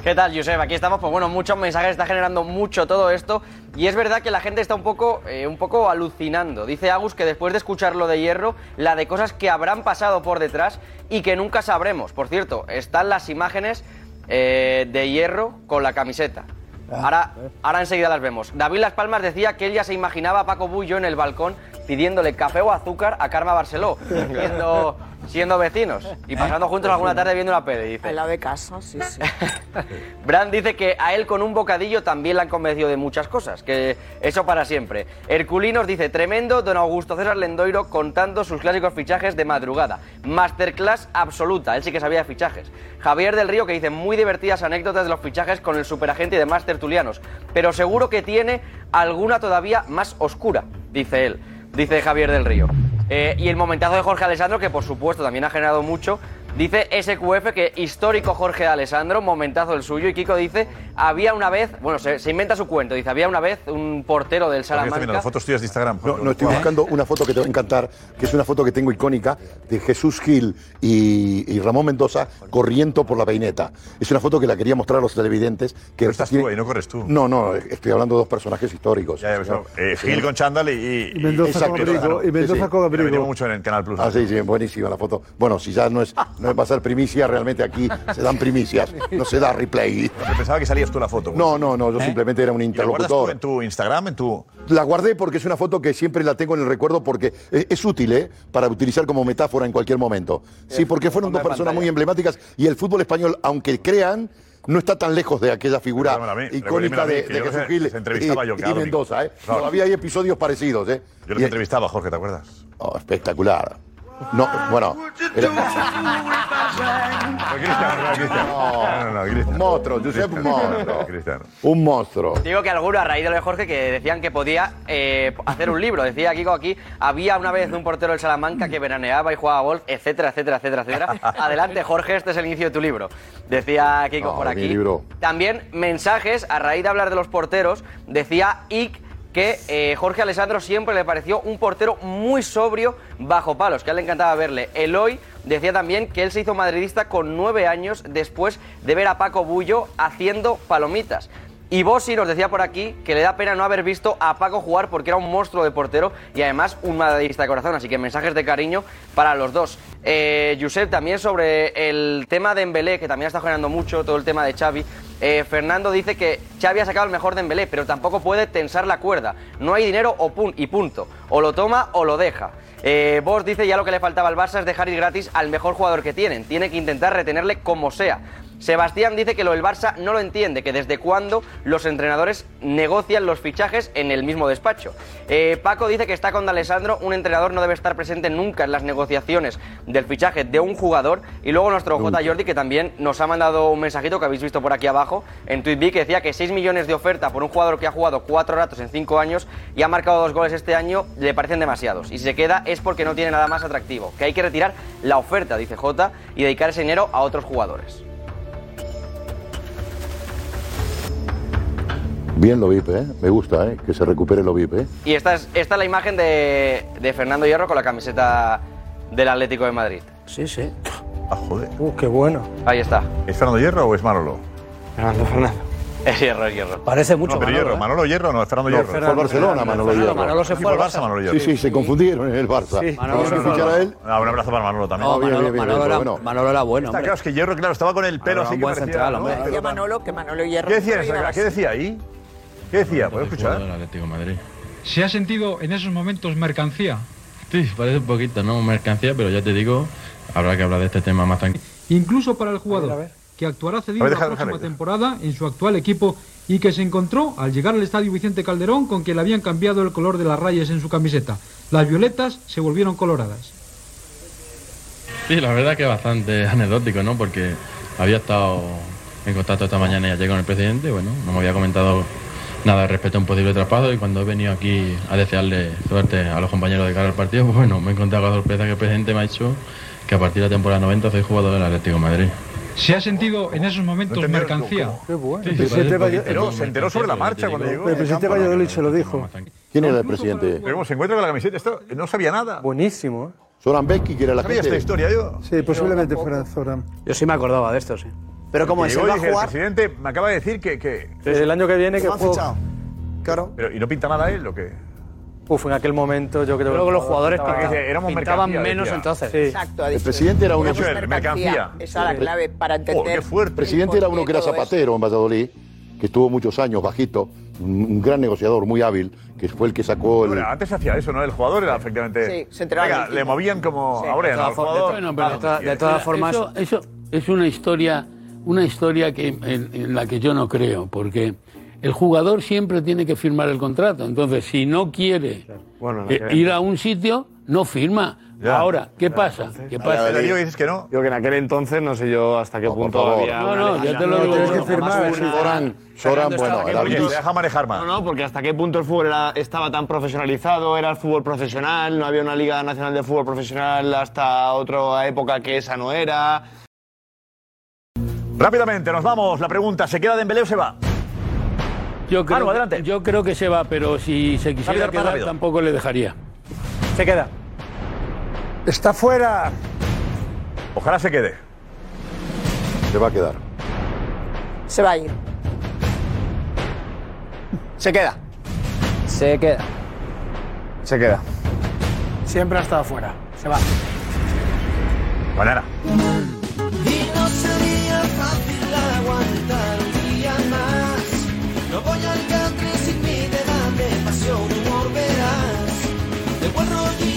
Speaker 10: ¿Qué tal, Josep? Aquí estamos. Pues bueno, muchos mensajes, está generando mucho todo esto. Y es verdad que la gente está un poco, eh, un poco alucinando. Dice Agus que después de escuchar lo de Hierro, la de cosas que habrán pasado por detrás y que nunca sabremos. Por cierto, están las imágenes eh, de Hierro con la camiseta. Ahora, ahora enseguida las vemos. David Las Palmas decía que él ya se imaginaba a Paco Bullo en el balcón pidiéndole café o azúcar a Karma Barceló, siendo, siendo vecinos y pasando juntos alguna tarde viendo una peli. Dice.
Speaker 4: Al lado de casa, sí, sí.
Speaker 10: Brand dice que a él con un bocadillo también le han convencido de muchas cosas, que eso para siempre. Herculinos dice, tremendo don Augusto César Lendoiro contando sus clásicos fichajes de madrugada. Masterclass absoluta, él sí que sabía de fichajes. Javier del Río que dice, muy divertidas anécdotas de los fichajes con el superagente y demás tertulianos, pero seguro que tiene alguna todavía más oscura, dice él, dice Javier del Río. Eh, y el momentazo de Jorge Alessandro, que por supuesto también ha generado mucho. Dice SQF que histórico Jorge Alessandro, momentazo el suyo. Y Kiko dice, había una vez, bueno, se, se inventa su cuento, dice, había una vez un portero
Speaker 9: Porque
Speaker 10: del
Speaker 9: estoy viendo
Speaker 10: Salamanca.
Speaker 9: fotos tuyas de Instagram.
Speaker 15: No, no, estoy buscando una foto que te va a encantar, que es una foto que tengo icónica de Jesús Gil y, y Ramón Mendoza corriendo por la peineta. Es una foto que la quería mostrar a los televidentes. Que estás tú ahí,
Speaker 9: no corres tú.
Speaker 15: No, no, estoy hablando de dos personajes históricos.
Speaker 9: Ya, ya, pues, no. Eh,
Speaker 15: Sí.
Speaker 9: Gil con chándal y,
Speaker 15: Y Mendoza con abrigo, y Mendoza con
Speaker 9: Ya,
Speaker 15: abrigo.
Speaker 9: metimos mucho en el Canal Plus.
Speaker 15: Ah, sí, sí, buenísima la foto. Bueno, si ya no es, no va a ser primicia, realmente aquí se dan primicias, no se da replay.
Speaker 9: Pensaba que salías tú la foto. pues. ¿Eh?
Speaker 15: No, no, no, yo simplemente era un
Speaker 9: ¿Y la guardas tú
Speaker 15: interlocutor.
Speaker 9: en tu Instagram, en tu...?
Speaker 15: La guardé porque es una foto que siempre la tengo en el recuerdo porque es, es útil, ¿eh? Para utilizar como metáfora en cualquier momento. Sí, porque fueron dos personas muy emblemáticas y el fútbol español, aunque crean, no está tan lejos de aquella figura
Speaker 9: Recuérdamela a mí,
Speaker 15: icónica de,
Speaker 9: recuérdamela a mí,
Speaker 15: de
Speaker 9: que yo
Speaker 15: Jesús
Speaker 9: se-
Speaker 15: Gil
Speaker 9: se entrevistaba
Speaker 15: y,
Speaker 9: yo
Speaker 15: y
Speaker 9: cada domingo.
Speaker 15: Mendoza, ¿eh?
Speaker 9: Claro.
Speaker 15: Todavía hay episodios parecidos, ¿eh?
Speaker 9: Yo los entrevistaba, Jorge, ¿te acuerdas?
Speaker 15: Oh, espectacular. No, bueno. era-
Speaker 9: No, no, no, Cristian.
Speaker 15: Monstruo, Josep,
Speaker 9: Cristian,
Speaker 15: monstruo.
Speaker 9: Cristian.
Speaker 15: Un monstruo.
Speaker 10: Digo que algunos, a raíz de lo de Jorge, que decían que podía eh, hacer un libro. Decía Kiko aquí, había una vez un portero del Salamanca que veraneaba y jugaba golf, etcétera, etcétera, etcétera, etcétera. Adelante, Jorge, este es el inicio de tu libro. Decía Kiko
Speaker 15: Ah,
Speaker 10: por
Speaker 15: mi
Speaker 10: aquí.
Speaker 15: libro.
Speaker 10: También mensajes, a raíz de hablar de los porteros, decía Ick que eh, Jorge Alessandro siempre le pareció un portero muy sobrio bajo palos, que a él le encantaba verle. Eloy decía también que él se hizo madridista con nueve años después de ver a Paco Bullo haciendo palomitas. Y Bossi nos decía por aquí que le da pena no haber visto a Paco jugar porque era un monstruo de portero y además un madridista de corazón. Así que mensajes de cariño para los dos. Eh, Josep, también sobre el tema de Embelé, que también está generando mucho, todo el tema de Xavi. Eh, Fernando dice que Xavi ha sacado el mejor de Embelé, pero tampoco puede tensar la cuerda. No hay dinero o pun- y punto. O lo toma o lo deja. Eh, Vos dice ya lo que le faltaba al Barça es dejar ir gratis al mejor jugador que tienen. Tiene que intentar retenerle como sea. Sebastián dice que lo del Barça no lo entiende, que desde cuándo los entrenadores negocian los fichajes en el mismo despacho. Eh, Paco dice que está con D'Alessandro, un entrenador no debe estar presente nunca en las negociaciones del fichaje de un jugador. Y luego nuestro J. Jordi, que también nos ha mandado un mensajito que habéis visto por aquí abajo en TweetBee, que decía que 6 millones de oferta por un jugador que ha jugado 4 ratos en 5 años y ha marcado dos goles este año le parecen demasiados. Y si se queda es porque no tiene nada más atractivo, que hay que retirar la oferta, dice J, y dedicar ese dinero a otros jugadores.
Speaker 15: Bien lo VIP, ¿eh? Me gusta, ¿eh? Que se recupere lo VIP, ¿eh?
Speaker 10: Y esta es, esta es la imagen de, de Fernando Hierro con la camiseta del Atlético de Madrid.
Speaker 18: Sí, sí.
Speaker 9: Ah, joder.
Speaker 2: Uh, qué bueno.
Speaker 10: Ahí está.
Speaker 9: ¿Es Fernando Hierro o es Manolo?
Speaker 10: Fernando Fernando. Es Hierro, es Hierro.
Speaker 18: Parece
Speaker 9: No,
Speaker 18: mucho
Speaker 9: pero
Speaker 18: Manolo,
Speaker 9: Hierro,
Speaker 18: ¿eh?
Speaker 9: Manolo Hierro, no, es Fernando
Speaker 15: No,
Speaker 9: Hierro.
Speaker 15: Fernando, Fue al Barcelona, Fernando, Manolo Fernando, Hierro. Manolo se fue
Speaker 9: por
Speaker 15: al
Speaker 9: Barça,
Speaker 15: Barça.
Speaker 9: Manolo
Speaker 15: Sí,
Speaker 9: Hierro.
Speaker 15: sí, se confundieron en el Barça.
Speaker 9: Sí,
Speaker 15: Manolo Hierro. Escuchar a él.
Speaker 9: Ah, un abrazo para Manolo también.
Speaker 15: No, Bien, Manolo- bien, bien, Manolo era- bueno.
Speaker 9: Manolo era bueno. Está
Speaker 15: hombre.
Speaker 9: claro, es que Hierro, claro, estaba con el
Speaker 15: era
Speaker 9: pelo así
Speaker 15: un
Speaker 9: que
Speaker 15: buen
Speaker 9: parecía,
Speaker 15: central,
Speaker 9: ¿no?
Speaker 15: hombre.
Speaker 4: Decía Manolo que Manolo Hierro.
Speaker 9: ¿Qué decía
Speaker 4: no
Speaker 9: esa
Speaker 4: iba
Speaker 9: cara?
Speaker 4: a
Speaker 9: ¿Qué decía ahí? ¿Qué decía? ¿Puedo escuchar?
Speaker 17: ¿Se ha sentido en esos momentos mercancía? Sí, parece un poquito, ¿no? Mercancía, pero ya te digo, habrá que hablar de este tema más tranquilo. Incluso para el jugador, que actuará cedido
Speaker 9: A ver,
Speaker 17: la
Speaker 9: déjalo,
Speaker 17: próxima
Speaker 9: déjalo.
Speaker 17: temporada en su actual equipo y que se encontró al llegar al estadio Vicente Calderón con que le habían cambiado el color de las rayas en su camiseta. Las violetas se volvieron coloradas. Sí, la verdad que bastante anecdótico, ¿no? Porque había estado en contacto esta mañana y ayer con el presidente, bueno, no me había comentado nada respecto a un posible traspaso y cuando he venido aquí a desearle suerte a los compañeros de cara al partido, pues bueno, me he encontrado con la sorpresa que el presidente me ha hecho que a partir de la temporada 90 soy jugador del Atlético de Madrid. ¿Se ha sentido en esos momentos mercancía?
Speaker 3: Qué bueno.
Speaker 17: Sí,
Speaker 3: El
Speaker 17: sí,
Speaker 3: presidente
Speaker 17: parece un
Speaker 3: Valladolid-
Speaker 17: poquito, Se enteró sobre la marcha
Speaker 9: cuando llegó.
Speaker 3: El presidente Valladolid se lo dijo.
Speaker 15: ¿Quién era el presidente?
Speaker 9: Pero como se encuentra con la camiseta, esto no sabía nada.
Speaker 2: Buenísimo, ¿eh?
Speaker 15: Soran Becky, que era la
Speaker 9: Sabía
Speaker 15: gente-
Speaker 9: esta historia yo.
Speaker 3: Sí, posiblemente fuera Zoran.
Speaker 18: Yo sí me acordaba de esto, sí.
Speaker 9: Pero
Speaker 3: como
Speaker 9: es
Speaker 3: se va a
Speaker 9: El
Speaker 3: jugar-
Speaker 9: presidente me acaba de decir que... que
Speaker 2: Desde el año que viene que juego-
Speaker 9: Claro. Pero, ¿Y no pinta nada él o qué?
Speaker 2: Uf, en aquel momento yo creo
Speaker 9: Creo que los jugadores
Speaker 2: pintaban-
Speaker 9: pintaban- Porque éramos pintaban mercancía, menos decía. entonces.
Speaker 2: Sí.
Speaker 4: Exacto, ha dicho. Éramos Esa es la clave para entender.
Speaker 15: El Oh, presidente era uno que era
Speaker 4: todo esto.
Speaker 15: zapatero en Valladolid, que estuvo muchos años bajito, un un gran negociador, muy hábil, que fue el que sacó el.
Speaker 9: Bueno, antes se hacía eso, ¿no? El jugador era efectivamente...
Speaker 4: Sí, se enteraba
Speaker 9: Venga,
Speaker 4: del equipo.
Speaker 9: le movían como...
Speaker 4: Sí.
Speaker 9: Ahora ya
Speaker 4: De
Speaker 9: no,
Speaker 4: todas
Speaker 9: el
Speaker 4: formas-
Speaker 9: jugador...
Speaker 13: Bueno, pero
Speaker 9: Ah,
Speaker 13: mira,
Speaker 9: bien.
Speaker 13: Eso,
Speaker 9: eh,
Speaker 13: eso es una historia, una historia que, en, en la que yo no creo, porque el jugador siempre tiene que firmar el contrato. Entonces, si no quiere
Speaker 7: Bueno,
Speaker 13: eh, ir a un sitio, no firma. Ahora, ¿qué pasa? ¿Qué pasa?
Speaker 9: dices que no.
Speaker 7: Yo que en aquel entonces no sé yo hasta qué punto
Speaker 13: favor.
Speaker 7: había.
Speaker 13: No,
Speaker 7: una
Speaker 13: no,
Speaker 7: legislación.
Speaker 13: ya te lo digo. Tienes que firmar,
Speaker 7: Más
Speaker 13: sí.
Speaker 7: una-
Speaker 13: Zorán, Zorán,
Speaker 7: Fernando
Speaker 9: bueno,
Speaker 7: estaba-
Speaker 9: el árbitro.
Speaker 7: Oye,
Speaker 9: Deja manejar más.
Speaker 7: No, no, porque hasta qué punto el fútbol era- estaba tan profesionalizado, era el fútbol profesional, no había una Liga Nacional de Fútbol Profesional hasta otra época que esa no era.
Speaker 9: Rápidamente, nos vamos. La pregunta, ¿se queda Dembélé o se va?
Speaker 13: Yo creo,
Speaker 9: Manu,
Speaker 13: yo creo que se va, pero si se quisiera
Speaker 9: Rápido, rápido,
Speaker 13: quedar,
Speaker 9: rápido.
Speaker 13: tampoco le dejaría.
Speaker 2: Se queda.
Speaker 3: Está fuera.
Speaker 9: Ojalá se quede.
Speaker 15: Se va a quedar.
Speaker 4: Se va a ir.
Speaker 1: Se queda.
Speaker 21: Se queda.
Speaker 1: Se queda.
Speaker 22: Siempre ha estado fuera. Se va.
Speaker 9: Banana.
Speaker 12: Y no sería fácil aguantar un día más. No voy al country sin mi dedal de pasión, humor verás. De buen rollito